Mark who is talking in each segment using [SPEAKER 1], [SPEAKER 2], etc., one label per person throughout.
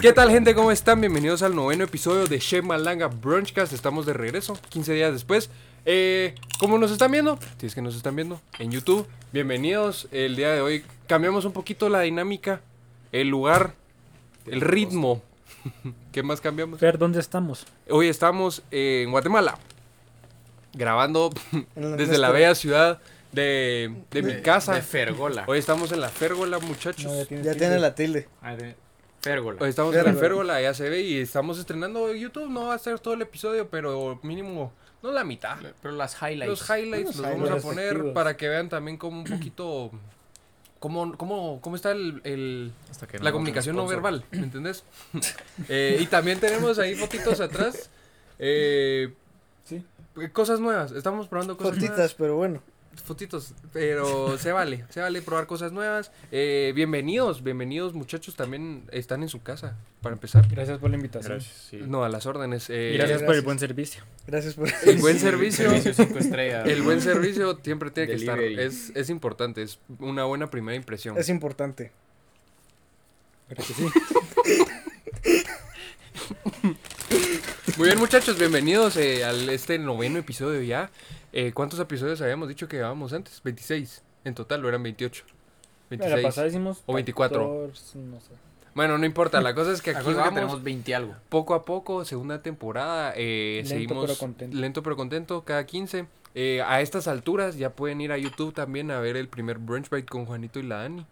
[SPEAKER 1] ¿Qué tal gente? ¿Cómo están? Bienvenidos al noveno episodio de Chef Malanga Brunchcast. Estamos de regreso, 15 días después. Eh, ¿Cómo nos están viendo? Si es que nos están viendo en YouTube. Bienvenidos. El día de hoy cambiamos un poquito la dinámica, el lugar, el ritmo. ¿Qué más cambiamos?
[SPEAKER 2] Fer, ¿dónde estamos?
[SPEAKER 1] Hoy estamos eh, en Guatemala, grabando
[SPEAKER 3] En la-
[SPEAKER 1] desde la
[SPEAKER 3] nuestra-
[SPEAKER 1] bella ciudad de, de mi casa.
[SPEAKER 4] De Fergola.
[SPEAKER 1] Hoy estamos en la férgola, muchachos.
[SPEAKER 3] Ya tiene la tilde.
[SPEAKER 4] Ah, de Férgola.
[SPEAKER 1] Hoy Pues estamos en la
[SPEAKER 3] Férgola.
[SPEAKER 1] Férgola, ya se ve, y estamos estrenando YouTube. No va a ser todo el episodio, pero mínimo, no la mitad.
[SPEAKER 4] Pero las highlights.
[SPEAKER 1] Los highlights los
[SPEAKER 3] Los
[SPEAKER 1] vamos a
[SPEAKER 2] highlights.
[SPEAKER 1] poner
[SPEAKER 2] Respectivos.
[SPEAKER 1] para que vean también como un poquito cómo, cómo, cómo está el, el-
[SPEAKER 4] Hasta que
[SPEAKER 1] la
[SPEAKER 4] no
[SPEAKER 1] comunicación no
[SPEAKER 4] sponsor.
[SPEAKER 1] verbal, ¿me entendés? Eh, y también tenemos ahí fotitos atrás. eh,
[SPEAKER 2] Sí.
[SPEAKER 1] Cosas nuevas, estamos probando cosas nuevas.
[SPEAKER 3] Cortitas, pero bueno.
[SPEAKER 1] Fotitos, pero se vale, se vale probar cosas nuevas. Eh, bienvenidos, bienvenidos muchachos, también están en su casa, para empezar.
[SPEAKER 2] Gracias por la invitación.
[SPEAKER 4] Gracias, sí.
[SPEAKER 1] No, a las órdenes. eh,
[SPEAKER 2] Y gracias por el buen servicio.
[SPEAKER 3] Gracias por
[SPEAKER 1] El buen servicio.
[SPEAKER 4] Servicio cinco estrellas.
[SPEAKER 1] El buen servicio siempre tiene que estar.
[SPEAKER 4] Delivery.
[SPEAKER 1] Es, es importante, es una buena primera impresión.
[SPEAKER 3] Es importante.
[SPEAKER 1] Muy bien, muchachos, bienvenidos eh, al este noveno episodio ya. Eh, ¿Cuántos episodios habíamos dicho que llevábamos antes? 26. En total, o eran 28.
[SPEAKER 2] La
[SPEAKER 1] 26.
[SPEAKER 2] pasada hicimos
[SPEAKER 1] O 24.
[SPEAKER 2] 14, no sé.
[SPEAKER 1] Bueno, no importa, la cosa es que
[SPEAKER 4] La
[SPEAKER 1] aquí
[SPEAKER 4] cosa es que
[SPEAKER 1] vamos
[SPEAKER 4] tenemos 20 algo.
[SPEAKER 1] poco a poco, segunda temporada. eh,
[SPEAKER 2] Lento,
[SPEAKER 1] seguimos
[SPEAKER 2] pero contento.
[SPEAKER 1] lento pero contento, cada 15. Eh, a estas alturas ya pueden ir a YouTube también a ver el primer Brunch Bite con Juanito y la Dani.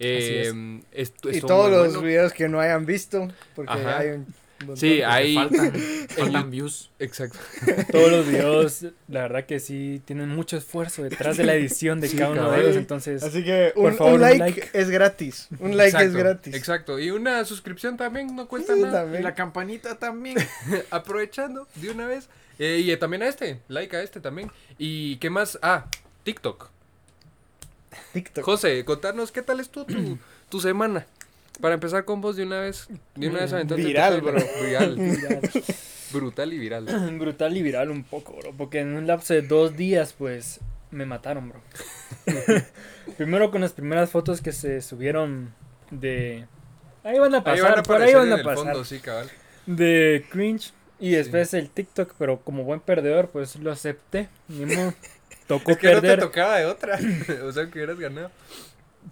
[SPEAKER 1] Eh, estu-
[SPEAKER 3] Y
[SPEAKER 1] estuvo
[SPEAKER 3] todos
[SPEAKER 1] muy
[SPEAKER 3] los
[SPEAKER 1] bueno.
[SPEAKER 3] videos que no hayan visto, porque
[SPEAKER 1] Ajá.
[SPEAKER 3] hay un montón.
[SPEAKER 1] Sí, ah,
[SPEAKER 4] Porque
[SPEAKER 1] hay.
[SPEAKER 4] Faltan, faltan views.
[SPEAKER 1] Exacto.
[SPEAKER 2] Todos los videos, la verdad que sí, tienen mucho esfuerzo detrás de la edición de
[SPEAKER 1] Sí,
[SPEAKER 2] cada uno
[SPEAKER 1] cabrón.
[SPEAKER 2] de ellos. Entonces,
[SPEAKER 3] Así que
[SPEAKER 2] Por
[SPEAKER 3] un,
[SPEAKER 2] favor,
[SPEAKER 3] un
[SPEAKER 2] un
[SPEAKER 3] like,
[SPEAKER 2] like.
[SPEAKER 3] es gratis. Un like es
[SPEAKER 1] Exacto,
[SPEAKER 3] gratis.
[SPEAKER 1] Exacto. Y una suscripción también no
[SPEAKER 3] Sí,
[SPEAKER 1] cuesta nada.
[SPEAKER 3] también.
[SPEAKER 4] campanita también.
[SPEAKER 1] Aprovechando de una vez. Eh, y eh, también a este. Like a este también. ¿Y qué más? Ah, TikTok.
[SPEAKER 3] TikTok.
[SPEAKER 1] José, contanos qué tal estuvo tu, tu semana. Para empezar con vos de una vez. De una vez aventate tu
[SPEAKER 3] Viral,
[SPEAKER 1] trailer.
[SPEAKER 3] bro.
[SPEAKER 1] Viral.
[SPEAKER 2] ya,
[SPEAKER 1] Brutal y viral.
[SPEAKER 2] brutal y viral un poco, bro. Porque en un lapso de dos días, pues, me mataron, bro. Primero con las primeras fotos que se subieron de... Ahí van a pasar,
[SPEAKER 1] Ahí van a
[SPEAKER 2] por
[SPEAKER 1] aparecer
[SPEAKER 2] ahí van
[SPEAKER 1] en
[SPEAKER 2] a
[SPEAKER 1] el
[SPEAKER 2] pasar.
[SPEAKER 1] fondo, sí, cabal.
[SPEAKER 2] de cringe y después el TikTok, pero como buen perdedor, pues lo acepté. Ni modo. Tocó
[SPEAKER 1] Es que no te
[SPEAKER 2] perder.
[SPEAKER 1] tocaba de otra. o sea, que hubieras ganado.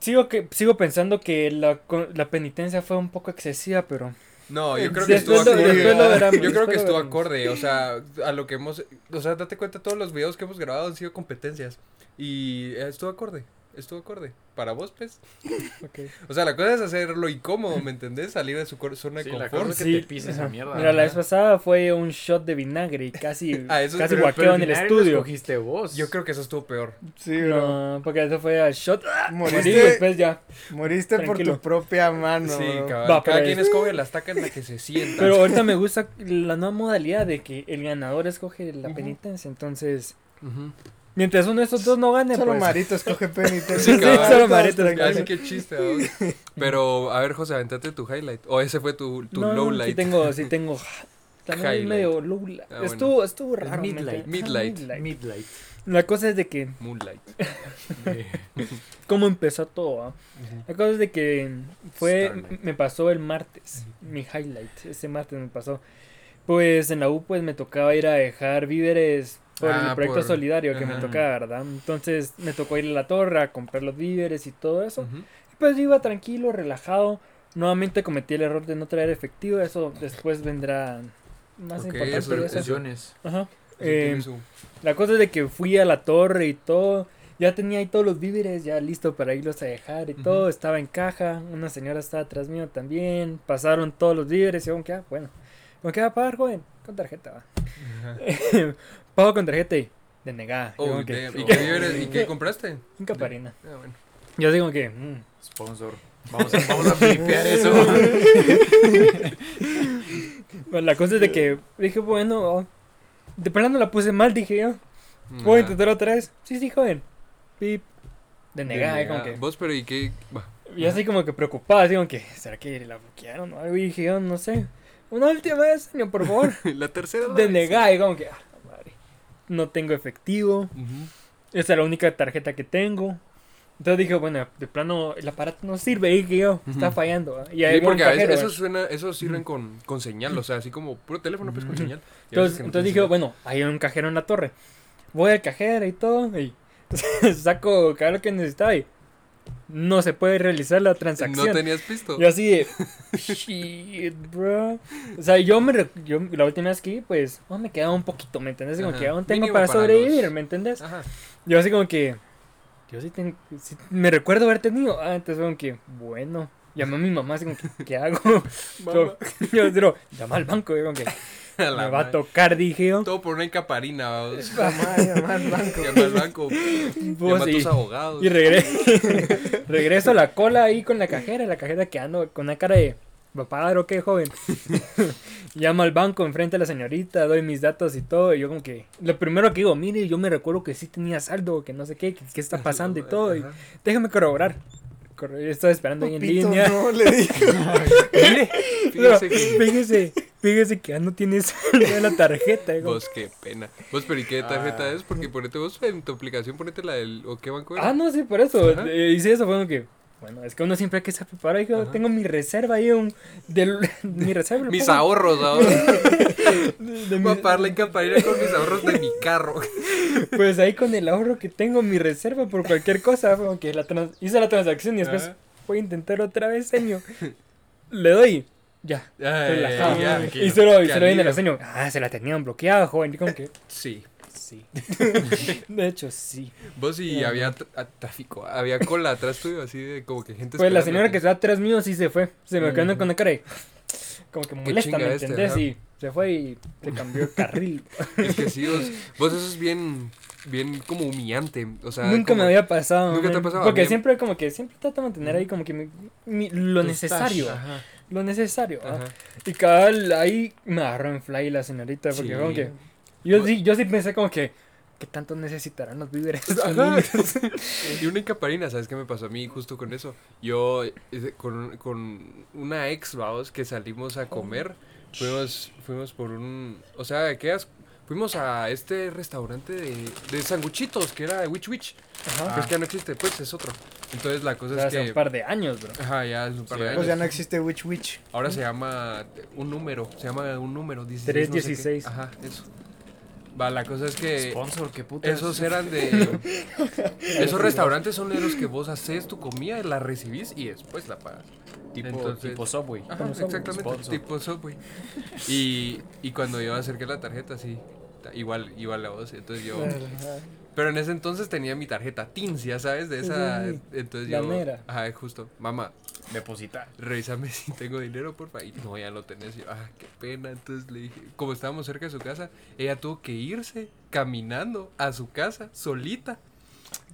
[SPEAKER 2] sigo, que, sigo pensando que la, co- la penitencia fue un poco excesiva, pero
[SPEAKER 1] No, yo creo que estuvo
[SPEAKER 2] después, lo,
[SPEAKER 1] acorde.
[SPEAKER 2] después lo verán,
[SPEAKER 1] Yo creo
[SPEAKER 2] después
[SPEAKER 1] que
[SPEAKER 2] lo
[SPEAKER 1] estuvo
[SPEAKER 2] verán.
[SPEAKER 1] acorde, o sea, a lo que hemos, o sea, date cuenta todos los videos que hemos grabado han sido competencias y eh, estuvo acorde, estuvo acorde. Para vos, pues.
[SPEAKER 2] Ok.
[SPEAKER 1] O sea, la cosa es hacerlo incómodo, ¿me entendés? Salir de su cor- zona
[SPEAKER 4] Sí,
[SPEAKER 1] de
[SPEAKER 4] la
[SPEAKER 1] confort.
[SPEAKER 4] cosa es que
[SPEAKER 2] Sí.
[SPEAKER 4] te pises esa mierda.
[SPEAKER 2] Mira, la vez
[SPEAKER 4] Ajá.
[SPEAKER 2] pasada fue un shot de vinagre y casi,
[SPEAKER 1] Ah, eso es
[SPEAKER 2] casi
[SPEAKER 1] pero-
[SPEAKER 2] guaqueo en el
[SPEAKER 4] final lo
[SPEAKER 2] estudio.
[SPEAKER 4] escogiste vos.
[SPEAKER 1] Yo creo que eso estuvo peor.
[SPEAKER 3] Sí, bro.
[SPEAKER 2] No, porque eso fue a shot. Morí y
[SPEAKER 3] Moriste,
[SPEAKER 2] después ya.
[SPEAKER 3] moriste por
[SPEAKER 2] Tranquilo.
[SPEAKER 3] tu propia mano.
[SPEAKER 1] sí,
[SPEAKER 3] bro.
[SPEAKER 1] cabal.
[SPEAKER 2] Va,
[SPEAKER 1] Cada
[SPEAKER 2] pero
[SPEAKER 1] quien
[SPEAKER 2] es-
[SPEAKER 1] escoge la estaca en la que se sienta.
[SPEAKER 2] Pero ahorita me gusta la nueva modalidad de que el ganador escoge la
[SPEAKER 1] Ujú.
[SPEAKER 2] penitencia. Entonces,
[SPEAKER 1] Ujú.
[SPEAKER 2] mientras uno de estos dos no gane,
[SPEAKER 3] Solo
[SPEAKER 2] pues.
[SPEAKER 3] Marito escoge penitencia.
[SPEAKER 1] Sí, cabal.
[SPEAKER 2] solo Marito
[SPEAKER 1] Así que chiste, ¿no? Pero, a ver, José, aventate tu highlight. O ese fue tu, tu
[SPEAKER 2] No,
[SPEAKER 1] low
[SPEAKER 2] Sí
[SPEAKER 1] light.
[SPEAKER 2] tengo, sí tengo. También es
[SPEAKER 1] Highlight.
[SPEAKER 2] medio low light.
[SPEAKER 1] Ah, bueno.
[SPEAKER 2] estuvo, estuvo raro. me
[SPEAKER 4] midlight,
[SPEAKER 2] enteré.
[SPEAKER 1] midlight.
[SPEAKER 2] Ajá,
[SPEAKER 4] Midlight.
[SPEAKER 2] La cosa es de que,
[SPEAKER 1] Moonlight.
[SPEAKER 2] ¿cómo empezó todo? ah? La cosa es de que fue,
[SPEAKER 4] Starlight.
[SPEAKER 2] me pasó el martes, mi highlight, ese martes me pasó. Pues en la U pues me tocaba ir a dejar víveres por
[SPEAKER 1] Ah,
[SPEAKER 2] el proyecto
[SPEAKER 1] por-
[SPEAKER 2] solidario que me
[SPEAKER 1] ajá.
[SPEAKER 2] tocaba, ¿verdad? Entonces me tocó ir a la torre a comprar los víveres y todo eso.
[SPEAKER 1] Ujú.
[SPEAKER 2] Pues yo iba tranquilo, relajado. Nuevamente cometí el error de no traer efectivo. Eso después vendrá más
[SPEAKER 1] Ok,
[SPEAKER 2] importante.
[SPEAKER 1] eso-
[SPEAKER 2] Eso,
[SPEAKER 4] Repercusiones.
[SPEAKER 2] Ajá.
[SPEAKER 1] Eso
[SPEAKER 2] Eh,
[SPEAKER 1] tiene su-
[SPEAKER 2] la cosa es de que fui a la torre y todo. Ya tenía ahí todos los víveres, ya listo para irlos a dejar y
[SPEAKER 1] Ujú.
[SPEAKER 2] todo. Estaba en caja. Una señora estaba atrás mío también. Pasaron todos los víveres. Y aunque, ah, bueno, ¿con qué va a pagar, joven? Con tarjeta, va.
[SPEAKER 1] Ajá.
[SPEAKER 2] Pago con tarjeta y denegada. Yo
[SPEAKER 1] Oh,
[SPEAKER 2] como que,
[SPEAKER 1] damn. ¿Y qué víveres- ¿Y qué compraste?
[SPEAKER 2] "Inca parina".
[SPEAKER 1] Ah, bueno.
[SPEAKER 2] Yo digo que. mm,
[SPEAKER 4] Sponsor. Vamos a, vamos a flipear eso.
[SPEAKER 2] Bueno, la cosa es de que dije, bueno, oh, de plano la puse mal, dije yo. ¿Puedo
[SPEAKER 1] Ajá.
[SPEAKER 2] intentar otra vez? Sí, sí, joven. Pip. De negada,
[SPEAKER 1] Denegada.
[SPEAKER 2] como que.
[SPEAKER 1] Vos, pero ¿y qué? Va.
[SPEAKER 2] Yo así como que preocupada, así como que, ¿será que la bloquearon o algo? Y dije yo, no sé. Una última vez, señor, por favor.
[SPEAKER 1] La tercera.
[SPEAKER 2] De negada, y como que, ah, la madre. No tengo efectivo.
[SPEAKER 1] Ujú.
[SPEAKER 2] Esa es la única tarjeta que tengo. Entonces dije, bueno, de plano, el aparato no sirve, ¿eh? que yo, está
[SPEAKER 1] Ujú.
[SPEAKER 2] fallando. ¿eh? Y
[SPEAKER 1] Sí,
[SPEAKER 2] ahí va un
[SPEAKER 1] porque a veces
[SPEAKER 2] cajero, ¿eh?
[SPEAKER 1] esos, suena, esos sirven con, con señal, o sea, así como puro teléfono, pues con
[SPEAKER 2] Ujú.
[SPEAKER 1] señal. Y a veces
[SPEAKER 2] Entonces,
[SPEAKER 1] que no
[SPEAKER 2] entonces
[SPEAKER 1] tiene
[SPEAKER 2] dije,
[SPEAKER 1] señal.
[SPEAKER 2] bueno, hay un cajero en la torre. Voy al cajero y todo. Y entonces saco cada lo que necesitaba y no se puede realizar la transacción.
[SPEAKER 1] No tenías pisto.
[SPEAKER 2] Y así de, shit, bro. O sea, yo me rec- yo la última vez que iba, pues, oh, me quedaba un poquito, ¿me entendés? Como
[SPEAKER 1] Ajá.
[SPEAKER 2] que aún tengo
[SPEAKER 1] Mínimo
[SPEAKER 2] para
[SPEAKER 1] para
[SPEAKER 2] sobrevivir,
[SPEAKER 1] los- Ah.
[SPEAKER 2] ¿me entendés?
[SPEAKER 1] Ajá.
[SPEAKER 2] Yo así como que, yo sí, ten- sí me recuerdo haber tenido. Ah, entonces como que, bueno. Llamé a mi mamá así como que, ¿qué hago? Yo, yo, pero, llama al banco, yo como que,
[SPEAKER 1] A la
[SPEAKER 2] me va a
[SPEAKER 1] madre.
[SPEAKER 2] tocar, dije yo.
[SPEAKER 1] Todo por una encaparina. vamos.
[SPEAKER 3] Llamar, llamar al banco.
[SPEAKER 1] Llama al banco.
[SPEAKER 2] Vos
[SPEAKER 1] Llama a
[SPEAKER 2] Pues, y-
[SPEAKER 1] tus abogados.
[SPEAKER 2] Y regre- regreso a la cola ahí con la cajera, la cajera quedando con una cara de papá, ¿o qué, joven? Llamo al banco enfrente a la señorita, doy mis datos y todo, y yo como que... Lo primero que digo, mire, yo me recuerdo que sí tenía saldo, que no sé qué, que qué está pasando y todo, y
[SPEAKER 1] Ajá.
[SPEAKER 2] déjame corroborar. Corro- yo estaba esperando ahí en
[SPEAKER 3] Pito,
[SPEAKER 2] línea.
[SPEAKER 3] no, le dije.
[SPEAKER 2] Mire, pero
[SPEAKER 1] Fíjese que-
[SPEAKER 2] fíjese, fíjese que ya no tiene saldo en la tarjeta. y como,
[SPEAKER 1] Vos, qué pena. Vos, pero ¿y qué tarjeta
[SPEAKER 4] Ah.
[SPEAKER 1] es? Porque ponete vos en tu aplicación, ponete la del. ¿O qué banco era?
[SPEAKER 2] Ah, no, sí, por eso.
[SPEAKER 1] Ajá.
[SPEAKER 2] eh, hice eso, fue como que. Bueno, es que uno siempre hay que estar preparado. Yo
[SPEAKER 1] Ajá.
[SPEAKER 2] tengo mi reserva ahí, un, del, mi reserva. lo
[SPEAKER 1] Mis
[SPEAKER 2] pongo
[SPEAKER 1] ahorros, ahora.
[SPEAKER 2] de- de
[SPEAKER 1] Voy a
[SPEAKER 2] mi-
[SPEAKER 1] pagar la encaparina con mis ahorros de mi carro.
[SPEAKER 2] pues ahí con el ahorro que tengo, mi reserva por cualquier cosa. Fue como que la trans- hice la transacción y después
[SPEAKER 1] Ajá.
[SPEAKER 2] voy a intentar otra vez, señor. Le doy. Ya.
[SPEAKER 1] Ah. Ay,
[SPEAKER 2] relajado.
[SPEAKER 1] Eh, ya,
[SPEAKER 2] y se lo, y
[SPEAKER 1] qué
[SPEAKER 2] se lo viene la
[SPEAKER 1] alivio.
[SPEAKER 2] señor. Ah, se la tenían bloqueada, joven. Y como que.
[SPEAKER 1] Sí.
[SPEAKER 2] Sí. de hecho, sí.
[SPEAKER 1] Vos y
[SPEAKER 2] Ajá.
[SPEAKER 1] había tr- a- tráfico, había cola atrás tuyo, así de como que gente
[SPEAKER 2] Pues la señora
[SPEAKER 1] esperándote.
[SPEAKER 2] que estaba atrás mío sí se fue. Se me quedó
[SPEAKER 3] Ujú.
[SPEAKER 2] con la cara de, Como que molesta,
[SPEAKER 1] chinga
[SPEAKER 2] ¿me
[SPEAKER 1] este,
[SPEAKER 2] entendés?
[SPEAKER 1] ajá.
[SPEAKER 2] Y se fue y se cambió el carril.
[SPEAKER 1] Es que sí, vos, vos eso es bien, bien como humillante. O sea,
[SPEAKER 2] Nunca
[SPEAKER 1] como-
[SPEAKER 2] me había pasado.
[SPEAKER 1] Nunca te
[SPEAKER 2] man.
[SPEAKER 1] ha pasado, a
[SPEAKER 2] Porque
[SPEAKER 1] mí-
[SPEAKER 2] siempre como que siempre trato de mantener ahí como que mi- mi- lo
[SPEAKER 4] Tus
[SPEAKER 2] necesario.
[SPEAKER 4] tash,
[SPEAKER 1] Ajá,
[SPEAKER 2] Lo necesario. ¿ah?
[SPEAKER 1] ajá.
[SPEAKER 2] Y cabal ahí me agarró en fly la señorita. Porque
[SPEAKER 1] Sí. Pues
[SPEAKER 2] como que... Yo,
[SPEAKER 1] Bu-
[SPEAKER 2] sí, yo sí pensé como que... ¿Qué tanto necesitarán los víveres?
[SPEAKER 1] Ajá. y una encaparina, ¿sabes qué me pasó a mí justo con eso? Yo, eh, con, con una ex, vamos, que salimos a comer, fuimos, fuimos por un, o sea, quedas, fuimos a este restaurante de, de sanguchitos, que era de Witch Witch,
[SPEAKER 2] Ajá.
[SPEAKER 1] pero es que ya no existe, pues es otro. Entonces la
[SPEAKER 2] O
[SPEAKER 1] cosa
[SPEAKER 2] sea,
[SPEAKER 1] Pues es
[SPEAKER 2] hace
[SPEAKER 1] que...
[SPEAKER 2] un par de años, bro.
[SPEAKER 1] Ajá, ya es un par de
[SPEAKER 4] Sí,
[SPEAKER 1] años.
[SPEAKER 3] Pues ya no existe Witch Witch.
[SPEAKER 1] Ahora se llama un número, se llama un número, 16.
[SPEAKER 2] Tres
[SPEAKER 1] no sé qué.
[SPEAKER 2] 16.
[SPEAKER 1] Ajá, eso. Va, la cosa es que
[SPEAKER 4] Sponsor, qué puta.
[SPEAKER 1] esos eran de... esos restaurantes son de los que vos haces tu comida, la recibís y después la pagas.
[SPEAKER 4] Tipo,
[SPEAKER 1] Entonces- Ah.
[SPEAKER 4] tipo Subway.
[SPEAKER 1] Ajá,
[SPEAKER 2] Como Subway.
[SPEAKER 1] exactamente,
[SPEAKER 4] Sponsor.
[SPEAKER 1] tipo Subway. Y, y cuando yo acerqué la tarjeta, sí, ta- igual, igual a vos, entonces yo...
[SPEAKER 2] Ajá.
[SPEAKER 1] Pero en ese entonces tenía mi tarjeta Teens, ya sabes, de esa...
[SPEAKER 2] Sí, sí,
[SPEAKER 1] Entonces
[SPEAKER 2] la
[SPEAKER 1] yo...
[SPEAKER 2] mera.
[SPEAKER 1] Ajá, justo. Mamá,
[SPEAKER 4] Deposita.
[SPEAKER 1] revísame si tengo dinero, porfa. Y no, ya lo tenés. Y yo, ah, qué pena. Entonces le dije, como estábamos cerca de su casa, ella tuvo que irse caminando a su casa solita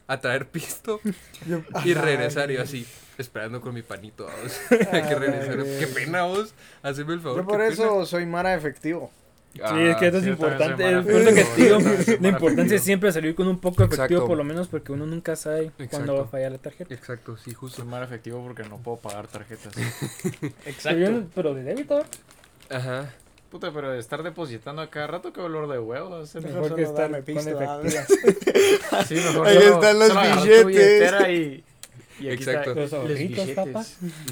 [SPEAKER 1] a traer pisto
[SPEAKER 3] Yo-
[SPEAKER 1] y
[SPEAKER 3] Ah,
[SPEAKER 1] regresar. Y yo así, esperando con mi panito a vos. Hay que
[SPEAKER 3] Ah,
[SPEAKER 1] regresar.
[SPEAKER 3] güey.
[SPEAKER 1] Qué pena vos. Haceme el favor.
[SPEAKER 3] Yo por
[SPEAKER 1] qué Ah,
[SPEAKER 3] eso soy Mara efectivo.
[SPEAKER 1] pena.
[SPEAKER 2] Sí, es que esto es
[SPEAKER 4] sí, yo también soy
[SPEAKER 2] importante.
[SPEAKER 4] mala
[SPEAKER 2] es por eso que
[SPEAKER 4] persona,
[SPEAKER 2] te digo,
[SPEAKER 4] yo también soy
[SPEAKER 2] la
[SPEAKER 4] mala
[SPEAKER 2] importancia
[SPEAKER 4] persona.
[SPEAKER 2] es siempre salir con un poco efectivo,
[SPEAKER 1] Exacto.
[SPEAKER 2] por lo menos, porque uno nunca sabe cuándo
[SPEAKER 1] Exacto.
[SPEAKER 2] va a fallar la tarjeta.
[SPEAKER 1] Exacto, sí,
[SPEAKER 4] Soy
[SPEAKER 1] justo.
[SPEAKER 4] mal efectivo porque no puedo pagar tarjetas.
[SPEAKER 2] Pero, yo no- pero de débito,
[SPEAKER 1] Ajá.
[SPEAKER 4] Puta, pero de estar depositando a cada rato, qué olor de huevo. hace mejor
[SPEAKER 2] mejor que
[SPEAKER 3] solo
[SPEAKER 2] estar
[SPEAKER 3] dame
[SPEAKER 2] con
[SPEAKER 3] pisto,
[SPEAKER 2] efectivo.
[SPEAKER 4] Sí, mejor
[SPEAKER 3] Ahí
[SPEAKER 4] solo-
[SPEAKER 3] están los
[SPEAKER 4] solo agarras tu
[SPEAKER 3] billetes.
[SPEAKER 4] billetera y, y aquí
[SPEAKER 1] Exacto.
[SPEAKER 4] está
[SPEAKER 2] Los ahorritos, papá.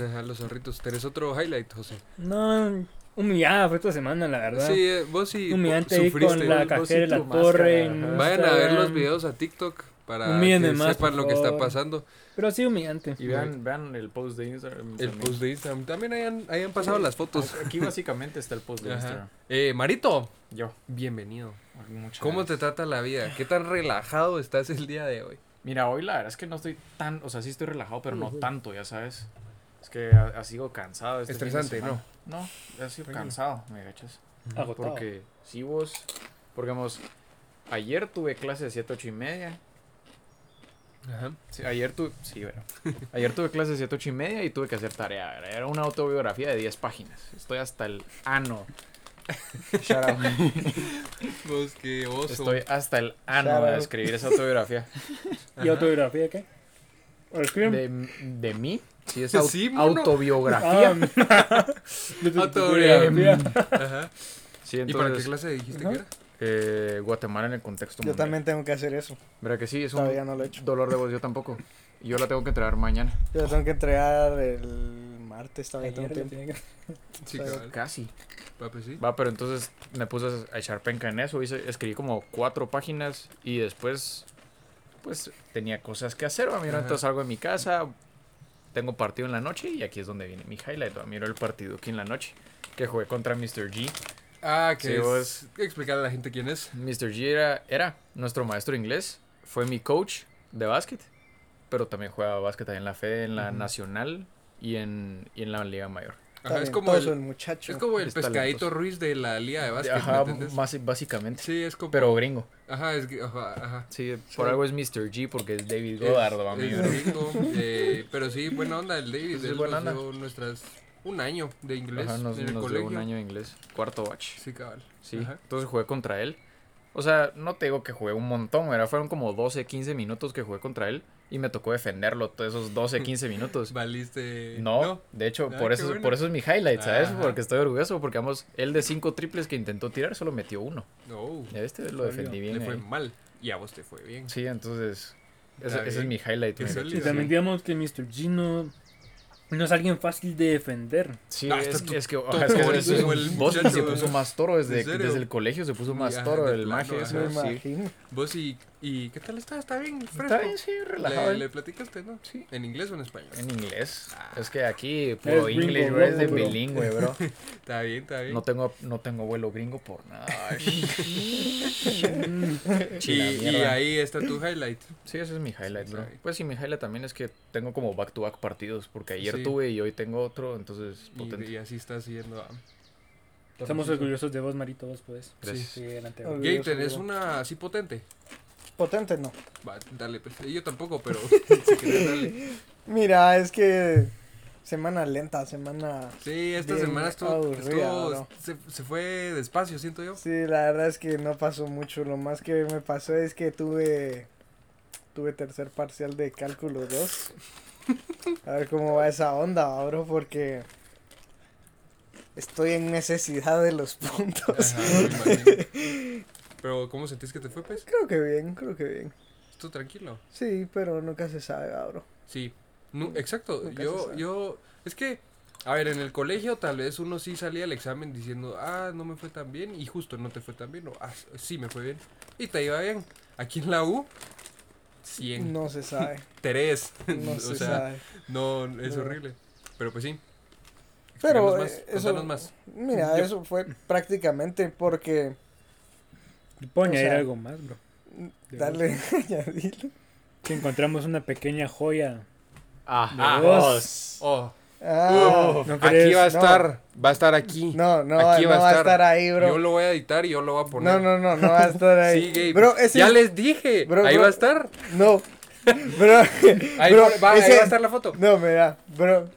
[SPEAKER 1] Ajá, los zorritos. ¿Tenés otro highlight, José?
[SPEAKER 2] No, humillada fue esta semana, la verdad.
[SPEAKER 1] Sí, eh, vos sí.
[SPEAKER 2] Humillante ahí
[SPEAKER 1] sufriste.
[SPEAKER 2] con la
[SPEAKER 4] vos- vos
[SPEAKER 2] cajera,
[SPEAKER 4] y
[SPEAKER 2] la
[SPEAKER 4] tu
[SPEAKER 2] torre. en
[SPEAKER 4] máscara, ajá.
[SPEAKER 1] Vayan a ver los
[SPEAKER 2] Instagram.
[SPEAKER 1] videos a TikTok para
[SPEAKER 2] Humíllenme
[SPEAKER 1] que
[SPEAKER 2] más, por
[SPEAKER 1] sepan lo que está
[SPEAKER 2] favor.
[SPEAKER 1] pasando.
[SPEAKER 2] Pero sí, humillante.
[SPEAKER 4] Y vean, vean el post de Instagram.
[SPEAKER 1] El
[SPEAKER 4] también.
[SPEAKER 1] post de Instagram. También hayan, hayan pasado las fotos.
[SPEAKER 4] Aquí básicamente está el post de Instagram.
[SPEAKER 1] Ajá. Eh, Marito,
[SPEAKER 4] Yo.
[SPEAKER 1] bienvenido.
[SPEAKER 4] Muchas
[SPEAKER 1] ¿Cómo
[SPEAKER 4] gracias.
[SPEAKER 1] te trata la vida? ¿Qué tan relajado estás el día de hoy?
[SPEAKER 4] Mira, hoy la verdad es que no estoy tan... O sea, sí estoy relajado, pero no tanto, ya sabes. Es que ha, ha sido cansado este fin de
[SPEAKER 1] Estresante,
[SPEAKER 4] semana. No, ha sido
[SPEAKER 1] Tranquilo.
[SPEAKER 4] cansado, me gachas.
[SPEAKER 2] Agotado.
[SPEAKER 4] Porque si vos... Porque, vamos, ayer tuve clase de 7, 8 y media.
[SPEAKER 1] Ajá.
[SPEAKER 4] Sí, ayer tuve, sí, bueno. Ayer tuve clases de 7, 8 y media y tuve que hacer tarea. ¿verdad? Era una autobiografía de 10 páginas. Estoy hasta el ano. Shout out.
[SPEAKER 1] Pues qué oso.
[SPEAKER 4] Estoy hasta el ano
[SPEAKER 3] Shout
[SPEAKER 4] de
[SPEAKER 3] out.
[SPEAKER 4] escribir esa autobiografía.
[SPEAKER 2] ¿Y autobiografía qué? ¿O escriben?
[SPEAKER 4] De, de mí. Sí, es au-
[SPEAKER 1] Pues Sí, mono.
[SPEAKER 4] autobiografía.
[SPEAKER 2] Ah, de tu- tu
[SPEAKER 1] Autobiografía.
[SPEAKER 2] biografía.
[SPEAKER 1] Ajá.
[SPEAKER 4] Sí,
[SPEAKER 1] ¿Y para qué
[SPEAKER 4] entonces,
[SPEAKER 1] clase dijiste
[SPEAKER 2] Ajá.
[SPEAKER 1] que era?
[SPEAKER 4] eh, Guatemala en el contexto
[SPEAKER 3] Yo
[SPEAKER 4] mundial.
[SPEAKER 3] también tengo que hacer eso.
[SPEAKER 4] ¿Verdad que sí? Es un
[SPEAKER 3] Todavía no lo he hecho.
[SPEAKER 4] dolor de voz, yo tampoco. Yo la tengo que entregar mañana.
[SPEAKER 3] Yo lo tengo que entregar el martes, todavía tengo
[SPEAKER 2] Ayer le
[SPEAKER 3] tiempo.
[SPEAKER 2] tiene que-
[SPEAKER 1] Sí,
[SPEAKER 3] Está
[SPEAKER 1] cabal.
[SPEAKER 4] Casi.
[SPEAKER 1] Va, pues sí.
[SPEAKER 4] Va, pero entonces me puse a echar penca en eso. Hice, escribí como cuatro páginas y después, pues tenía cosas que hacer. va, Mira,
[SPEAKER 1] Ajá.
[SPEAKER 4] entonces salgo de mi casa, tengo partido en la noche y aquí es donde viene mi highlight. va, Miro el partido aquí en la noche que jugué contra Mr. G.
[SPEAKER 1] Ah, que
[SPEAKER 4] Sí,
[SPEAKER 1] es-
[SPEAKER 4] vos-
[SPEAKER 1] explicarle a la gente quién es.
[SPEAKER 4] Mr. G era, era nuestro maestro de inglés, fue mi coach de básquet, pero también jugaba básquet ahí en la FED, en la
[SPEAKER 1] Ujú.
[SPEAKER 4] Nacional y en, y en la Liga Mayor.
[SPEAKER 1] Ajá, es como
[SPEAKER 3] Talentoso el
[SPEAKER 1] el,
[SPEAKER 3] muchacho.
[SPEAKER 1] es como el
[SPEAKER 4] Es
[SPEAKER 1] pescadito
[SPEAKER 4] talentoso.
[SPEAKER 1] Ruiz de la liga de básquet, ¿me
[SPEAKER 4] Ajá,
[SPEAKER 1] entendés?
[SPEAKER 4] basi- básicamente.
[SPEAKER 1] Sí, es como...
[SPEAKER 4] Pero gringo.
[SPEAKER 1] Ajá, es... que- Ajá, ajá.
[SPEAKER 4] Sí, por algo es Mr. G, porque es David Goddard, va,
[SPEAKER 1] es
[SPEAKER 4] amigo.
[SPEAKER 1] gringo, eh, pero sí, buena onda el David.
[SPEAKER 4] Es
[SPEAKER 1] él
[SPEAKER 4] buena
[SPEAKER 1] nos
[SPEAKER 4] onda.
[SPEAKER 1] dio nuestras... Un año de inglés
[SPEAKER 4] Ajá, nos,
[SPEAKER 1] en el
[SPEAKER 4] nos dio
[SPEAKER 1] colegio.
[SPEAKER 4] un año de inglés, cuarto batch.
[SPEAKER 1] Sí, cabal.
[SPEAKER 4] Sí,
[SPEAKER 1] Ajá.
[SPEAKER 4] entonces jugué contra él. O sea, no te digo que jugué un montón, era, fueron como 12, 15 minutos que jugué contra él y me tocó defenderlo todos esos 12, 15 minutos.
[SPEAKER 1] Valiste...
[SPEAKER 4] No, de hecho,
[SPEAKER 1] Ah,
[SPEAKER 4] por,
[SPEAKER 1] qué
[SPEAKER 4] eso,
[SPEAKER 1] bueno.
[SPEAKER 4] por eso es mi highlight, ¿sabes?
[SPEAKER 1] Ajá.
[SPEAKER 4] Porque estoy orgulloso, porque vamos, él de cinco triples que intentó tirar, solo metió uno.
[SPEAKER 1] No.
[SPEAKER 4] Ya viste, lo
[SPEAKER 2] Obvio.
[SPEAKER 4] defendí bien.
[SPEAKER 1] Le fue
[SPEAKER 4] ahí.
[SPEAKER 1] mal. Y a vos te fue bien.
[SPEAKER 4] Sí, entonces, ese,
[SPEAKER 1] Está
[SPEAKER 4] ese es mi
[SPEAKER 1] bien.
[SPEAKER 4] highlight.
[SPEAKER 1] Qué
[SPEAKER 4] mira.
[SPEAKER 1] sólido.
[SPEAKER 2] Y también digamos que Mr. Gino no es alguien fácil de defender.
[SPEAKER 4] Sí,
[SPEAKER 1] Ah,
[SPEAKER 4] es,
[SPEAKER 1] está tu-
[SPEAKER 4] es que,
[SPEAKER 1] todo
[SPEAKER 4] ajá, es que
[SPEAKER 1] como
[SPEAKER 4] ese es
[SPEAKER 1] el-
[SPEAKER 4] un-
[SPEAKER 1] el
[SPEAKER 4] Boston
[SPEAKER 1] muchacho,
[SPEAKER 4] se
[SPEAKER 1] ¿verdad?
[SPEAKER 4] puso más toro desde,
[SPEAKER 1] ¿En serio?
[SPEAKER 4] desde el colegio, se puso más
[SPEAKER 1] Ya,
[SPEAKER 4] toro
[SPEAKER 1] de
[SPEAKER 4] el
[SPEAKER 1] plano,
[SPEAKER 4] maje.
[SPEAKER 1] ajá.
[SPEAKER 4] ese,
[SPEAKER 3] Me
[SPEAKER 4] sí.
[SPEAKER 3] imagino.
[SPEAKER 1] Vos y... ¿Y qué tal está? ¿Está bien? ¿Fresco?
[SPEAKER 4] Está bien, sí, relajado.
[SPEAKER 1] ¿Le, le platicaste, no?
[SPEAKER 4] Sí.
[SPEAKER 1] ¿En inglés o en español?
[SPEAKER 4] En inglés.
[SPEAKER 1] Ah.
[SPEAKER 4] Es que aquí, puro
[SPEAKER 2] gringo,
[SPEAKER 4] inglés, güey, es de
[SPEAKER 2] loco, bro.
[SPEAKER 4] bilingüe, bro.
[SPEAKER 1] Está bien, está bien.
[SPEAKER 4] No tengo, no tengo vuelo gringo por nada.
[SPEAKER 1] Mm. y, y ahí está tu highlight.
[SPEAKER 4] Sí, ese es mi highlight,
[SPEAKER 1] Sí,
[SPEAKER 4] bro.
[SPEAKER 1] sí.
[SPEAKER 4] Pues sí, mi highlight también es que tengo como back-to-back partidos, porque ayer
[SPEAKER 1] Sí.
[SPEAKER 4] tuve y hoy tengo otro, entonces
[SPEAKER 1] Y,
[SPEAKER 4] potente.
[SPEAKER 1] y así ah. estás yendo a...
[SPEAKER 2] Estamos orgullosos de vos, Marito, vos pues.
[SPEAKER 4] Gracias.
[SPEAKER 2] Sí, adelante.
[SPEAKER 3] Obvio.
[SPEAKER 1] Gabe,
[SPEAKER 3] Orgulloso,
[SPEAKER 1] tenés
[SPEAKER 3] bro.
[SPEAKER 1] una así potente.
[SPEAKER 3] Potente no.
[SPEAKER 1] Va, dale, pues. Yo tampoco, pero si querés, dale.
[SPEAKER 3] Mira, es que semana lenta, semana...
[SPEAKER 1] Sí, esta
[SPEAKER 3] Bien
[SPEAKER 1] semana estuvo...
[SPEAKER 3] aburrida,
[SPEAKER 1] estuvo-
[SPEAKER 3] bro.
[SPEAKER 1] se, se fue despacio, siento yo.
[SPEAKER 3] Sí, la verdad es que no pasó mucho. Lo más que me pasó es que tuve tuve tercer parcial de cálculo 2. A ver cómo va esa onda, bro, porque estoy en necesidad de los puntos.
[SPEAKER 1] Ajá, me imagino. Pero, ¿cómo sentís que te fue, pues?
[SPEAKER 3] Creo que bien, creo que bien.
[SPEAKER 1] Estuvo tranquilo.
[SPEAKER 3] Sí, pero nunca se sabe, ah, bro.
[SPEAKER 1] Sí, nu- exacto.
[SPEAKER 3] Mm, Nunca se
[SPEAKER 1] yo,
[SPEAKER 3] sabe.
[SPEAKER 1] yo, es que, a ver, en el colegio tal vez uno sí salía al examen diciendo, ah, no me fue tan bien, y justo no te fue tan bien, o ah, sí me fue bien, y te iba bien. Aquí en la U, 100,
[SPEAKER 3] No se sabe,
[SPEAKER 1] 3.
[SPEAKER 3] no
[SPEAKER 1] o
[SPEAKER 3] se
[SPEAKER 1] sea,
[SPEAKER 3] sabe.
[SPEAKER 1] no, es
[SPEAKER 3] No.
[SPEAKER 1] horrible. Pero pues sí.
[SPEAKER 3] Pero
[SPEAKER 1] Explícanos más,
[SPEAKER 3] eh,
[SPEAKER 1] contanos
[SPEAKER 3] eso,
[SPEAKER 1] más.
[SPEAKER 3] mira,
[SPEAKER 1] Yo-
[SPEAKER 3] eso fue prácticamente porque
[SPEAKER 2] Puedo
[SPEAKER 3] O
[SPEAKER 2] añadir
[SPEAKER 3] sea,
[SPEAKER 2] algo más, bro. De
[SPEAKER 3] dale, añadirlo.
[SPEAKER 2] Que encontramos una pequeña joya.
[SPEAKER 4] Ah,
[SPEAKER 2] De
[SPEAKER 4] ah,
[SPEAKER 2] vos.
[SPEAKER 1] Oh,
[SPEAKER 3] Ah,
[SPEAKER 1] uh,
[SPEAKER 2] ¿no
[SPEAKER 1] aquí
[SPEAKER 2] querés?
[SPEAKER 1] va a
[SPEAKER 3] No.
[SPEAKER 1] estar, va a estar aquí.
[SPEAKER 3] no, no,
[SPEAKER 1] Aquí
[SPEAKER 3] no
[SPEAKER 1] va a
[SPEAKER 3] va a
[SPEAKER 1] estar.
[SPEAKER 3] estar ahí, bro.
[SPEAKER 1] Yo lo voy a editar y yo lo voy a poner.
[SPEAKER 3] No, no, no, no va a estar ahí.
[SPEAKER 1] Sí, Gabe.
[SPEAKER 3] Bro, ese
[SPEAKER 1] ya
[SPEAKER 3] es-
[SPEAKER 1] les dije.
[SPEAKER 3] Bro,
[SPEAKER 1] ahí
[SPEAKER 3] bro.
[SPEAKER 1] va a estar.
[SPEAKER 3] No. Bro,
[SPEAKER 1] Ahí,
[SPEAKER 3] bro,
[SPEAKER 1] va- va- ahí
[SPEAKER 3] ese-
[SPEAKER 1] va a estar la foto.
[SPEAKER 3] No, mira, bro.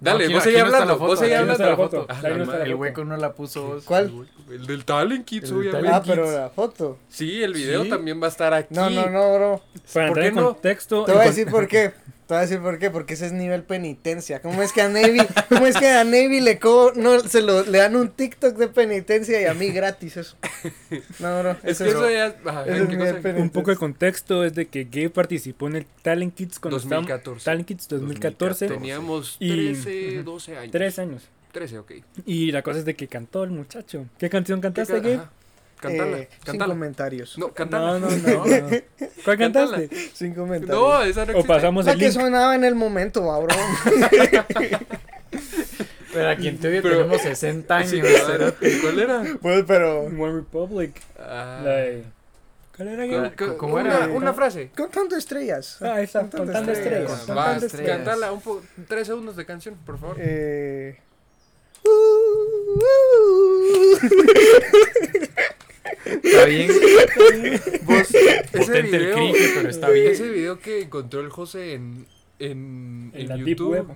[SPEAKER 1] Dale,
[SPEAKER 4] aquí-
[SPEAKER 1] vos
[SPEAKER 4] aquí
[SPEAKER 1] seguí
[SPEAKER 4] no está
[SPEAKER 1] hablando, vos
[SPEAKER 4] la foto,
[SPEAKER 1] seguí
[SPEAKER 4] aquí
[SPEAKER 2] no está
[SPEAKER 1] hablando.
[SPEAKER 2] la foto.
[SPEAKER 4] Ah,
[SPEAKER 2] Ahí
[SPEAKER 4] la
[SPEAKER 2] no está
[SPEAKER 4] ma-
[SPEAKER 2] la
[SPEAKER 4] el
[SPEAKER 2] foto.
[SPEAKER 4] hueco no la puso vos.
[SPEAKER 3] ¿Cuál?
[SPEAKER 1] El del Talent Kids,
[SPEAKER 4] El del
[SPEAKER 1] obviamente.
[SPEAKER 4] Talent
[SPEAKER 3] Ah, pero la foto.
[SPEAKER 1] Sí, el video
[SPEAKER 4] Sí.
[SPEAKER 1] también va a estar aquí.
[SPEAKER 3] No, no, no, bro.
[SPEAKER 2] Para
[SPEAKER 1] ¿Por
[SPEAKER 2] entrar
[SPEAKER 1] qué
[SPEAKER 2] en
[SPEAKER 1] no?
[SPEAKER 2] contexto.
[SPEAKER 3] Te voy a
[SPEAKER 2] encon-
[SPEAKER 3] decir por qué. Te voy a decir por qué, porque ese es nivel penitencia. ¿Cómo es que a Navy, cómo es que a Navy le co- no se lo le dan un TikTok de penitencia y a mí gratis eso? No, bro.
[SPEAKER 1] Es
[SPEAKER 3] eso
[SPEAKER 1] que
[SPEAKER 3] es- eh,
[SPEAKER 1] eso ya. Ajá,
[SPEAKER 3] ese es
[SPEAKER 1] ¿qué
[SPEAKER 3] mi
[SPEAKER 1] cosa?
[SPEAKER 3] EP.
[SPEAKER 2] Un poco de contexto es de que Gabe participó en el Talent Kids cuando estábamos-
[SPEAKER 1] 2014.
[SPEAKER 2] Talent Kids 2014.
[SPEAKER 4] 2014.
[SPEAKER 1] Teníamos
[SPEAKER 2] Y-
[SPEAKER 1] 13,
[SPEAKER 2] Ujú.
[SPEAKER 1] 12 años.
[SPEAKER 2] Tres años.
[SPEAKER 1] 13, ok. ¿Qué
[SPEAKER 2] Y la cosa es de que cantó el muchacho. ¿Qué canción cantaste,
[SPEAKER 1] ca-
[SPEAKER 2] Gabe?
[SPEAKER 1] ajá. Cantala,
[SPEAKER 3] eh, Sin
[SPEAKER 1] cantala.
[SPEAKER 3] comentarios.
[SPEAKER 1] No,
[SPEAKER 2] No,
[SPEAKER 1] cantala.
[SPEAKER 2] no, no. no. ¿Cuál cantaste?
[SPEAKER 3] Sin comentarios.
[SPEAKER 1] No, esa no
[SPEAKER 2] O
[SPEAKER 1] existe.
[SPEAKER 2] pasamos
[SPEAKER 3] La
[SPEAKER 2] el
[SPEAKER 3] que
[SPEAKER 2] link.
[SPEAKER 3] sonaba en el momento, va, bro.
[SPEAKER 4] Pero a quien te oye
[SPEAKER 1] Pero-
[SPEAKER 4] tenemos 60 años.
[SPEAKER 1] Sí,
[SPEAKER 4] ¿verdad?
[SPEAKER 1] ¿verdad? ¿Cuál era?
[SPEAKER 3] Pues, pero
[SPEAKER 2] One Republic.
[SPEAKER 1] Ah.
[SPEAKER 2] La de... ¿Cuál era, Gabe?
[SPEAKER 1] ¿Cómo- cómo-
[SPEAKER 4] ¿Cómo
[SPEAKER 1] una,
[SPEAKER 4] era?
[SPEAKER 1] Una frase.
[SPEAKER 3] Contando estrellas.
[SPEAKER 2] Ah, ahí está, contando estrellas.
[SPEAKER 1] Ah,
[SPEAKER 2] Contando
[SPEAKER 1] va,
[SPEAKER 2] estrellas.
[SPEAKER 1] Cantala, un poco. 3 segundos de canción, por favor.
[SPEAKER 3] Eh...
[SPEAKER 4] Está bien.
[SPEAKER 1] Vos, ese
[SPEAKER 4] Potente el
[SPEAKER 1] video.
[SPEAKER 4] cringe, pero está bien.
[SPEAKER 1] Ese video que encontró el José en, en,
[SPEAKER 2] En
[SPEAKER 1] en
[SPEAKER 2] la Deep
[SPEAKER 1] YouTube.
[SPEAKER 2] Web.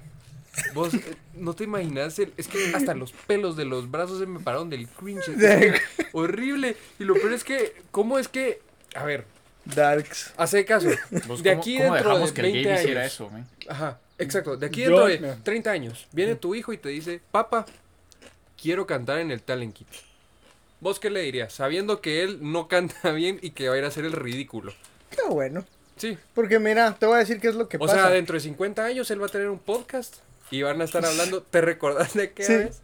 [SPEAKER 1] Vos eh, no te imaginas, el- es que hasta los pelos de los brazos se me pararon del cringe. es horrible. Y lo peor es que, ¿cómo es que? A ver,
[SPEAKER 3] Darks.
[SPEAKER 1] hace caso.
[SPEAKER 4] Vos,
[SPEAKER 1] de
[SPEAKER 4] Pues, ¿cómo-
[SPEAKER 1] aquí
[SPEAKER 4] cómo
[SPEAKER 1] dentro de
[SPEAKER 4] dejamos que el
[SPEAKER 1] 20
[SPEAKER 4] game hiciera
[SPEAKER 1] años.
[SPEAKER 4] eso, man?
[SPEAKER 1] Ajá, exacto. De aquí
[SPEAKER 2] Yo-
[SPEAKER 1] dentro de
[SPEAKER 2] mira.
[SPEAKER 3] Mm.
[SPEAKER 1] 30 años, viene tu hijo y te dice, papá, quiero cantar en el Talent Kit. ¿Vos qué le dirías? Sabiendo que él no canta bien y que va a ir a hacer el ridículo.
[SPEAKER 3] Está bueno.
[SPEAKER 1] Sí.
[SPEAKER 3] Porque mira, te voy a decir qué es lo que
[SPEAKER 1] o
[SPEAKER 3] pasa.
[SPEAKER 1] sea, dentro de 50 años él va a tener un podcast y van a estar hablando. ¿Te recordás de qué
[SPEAKER 3] Sí.
[SPEAKER 1] vez?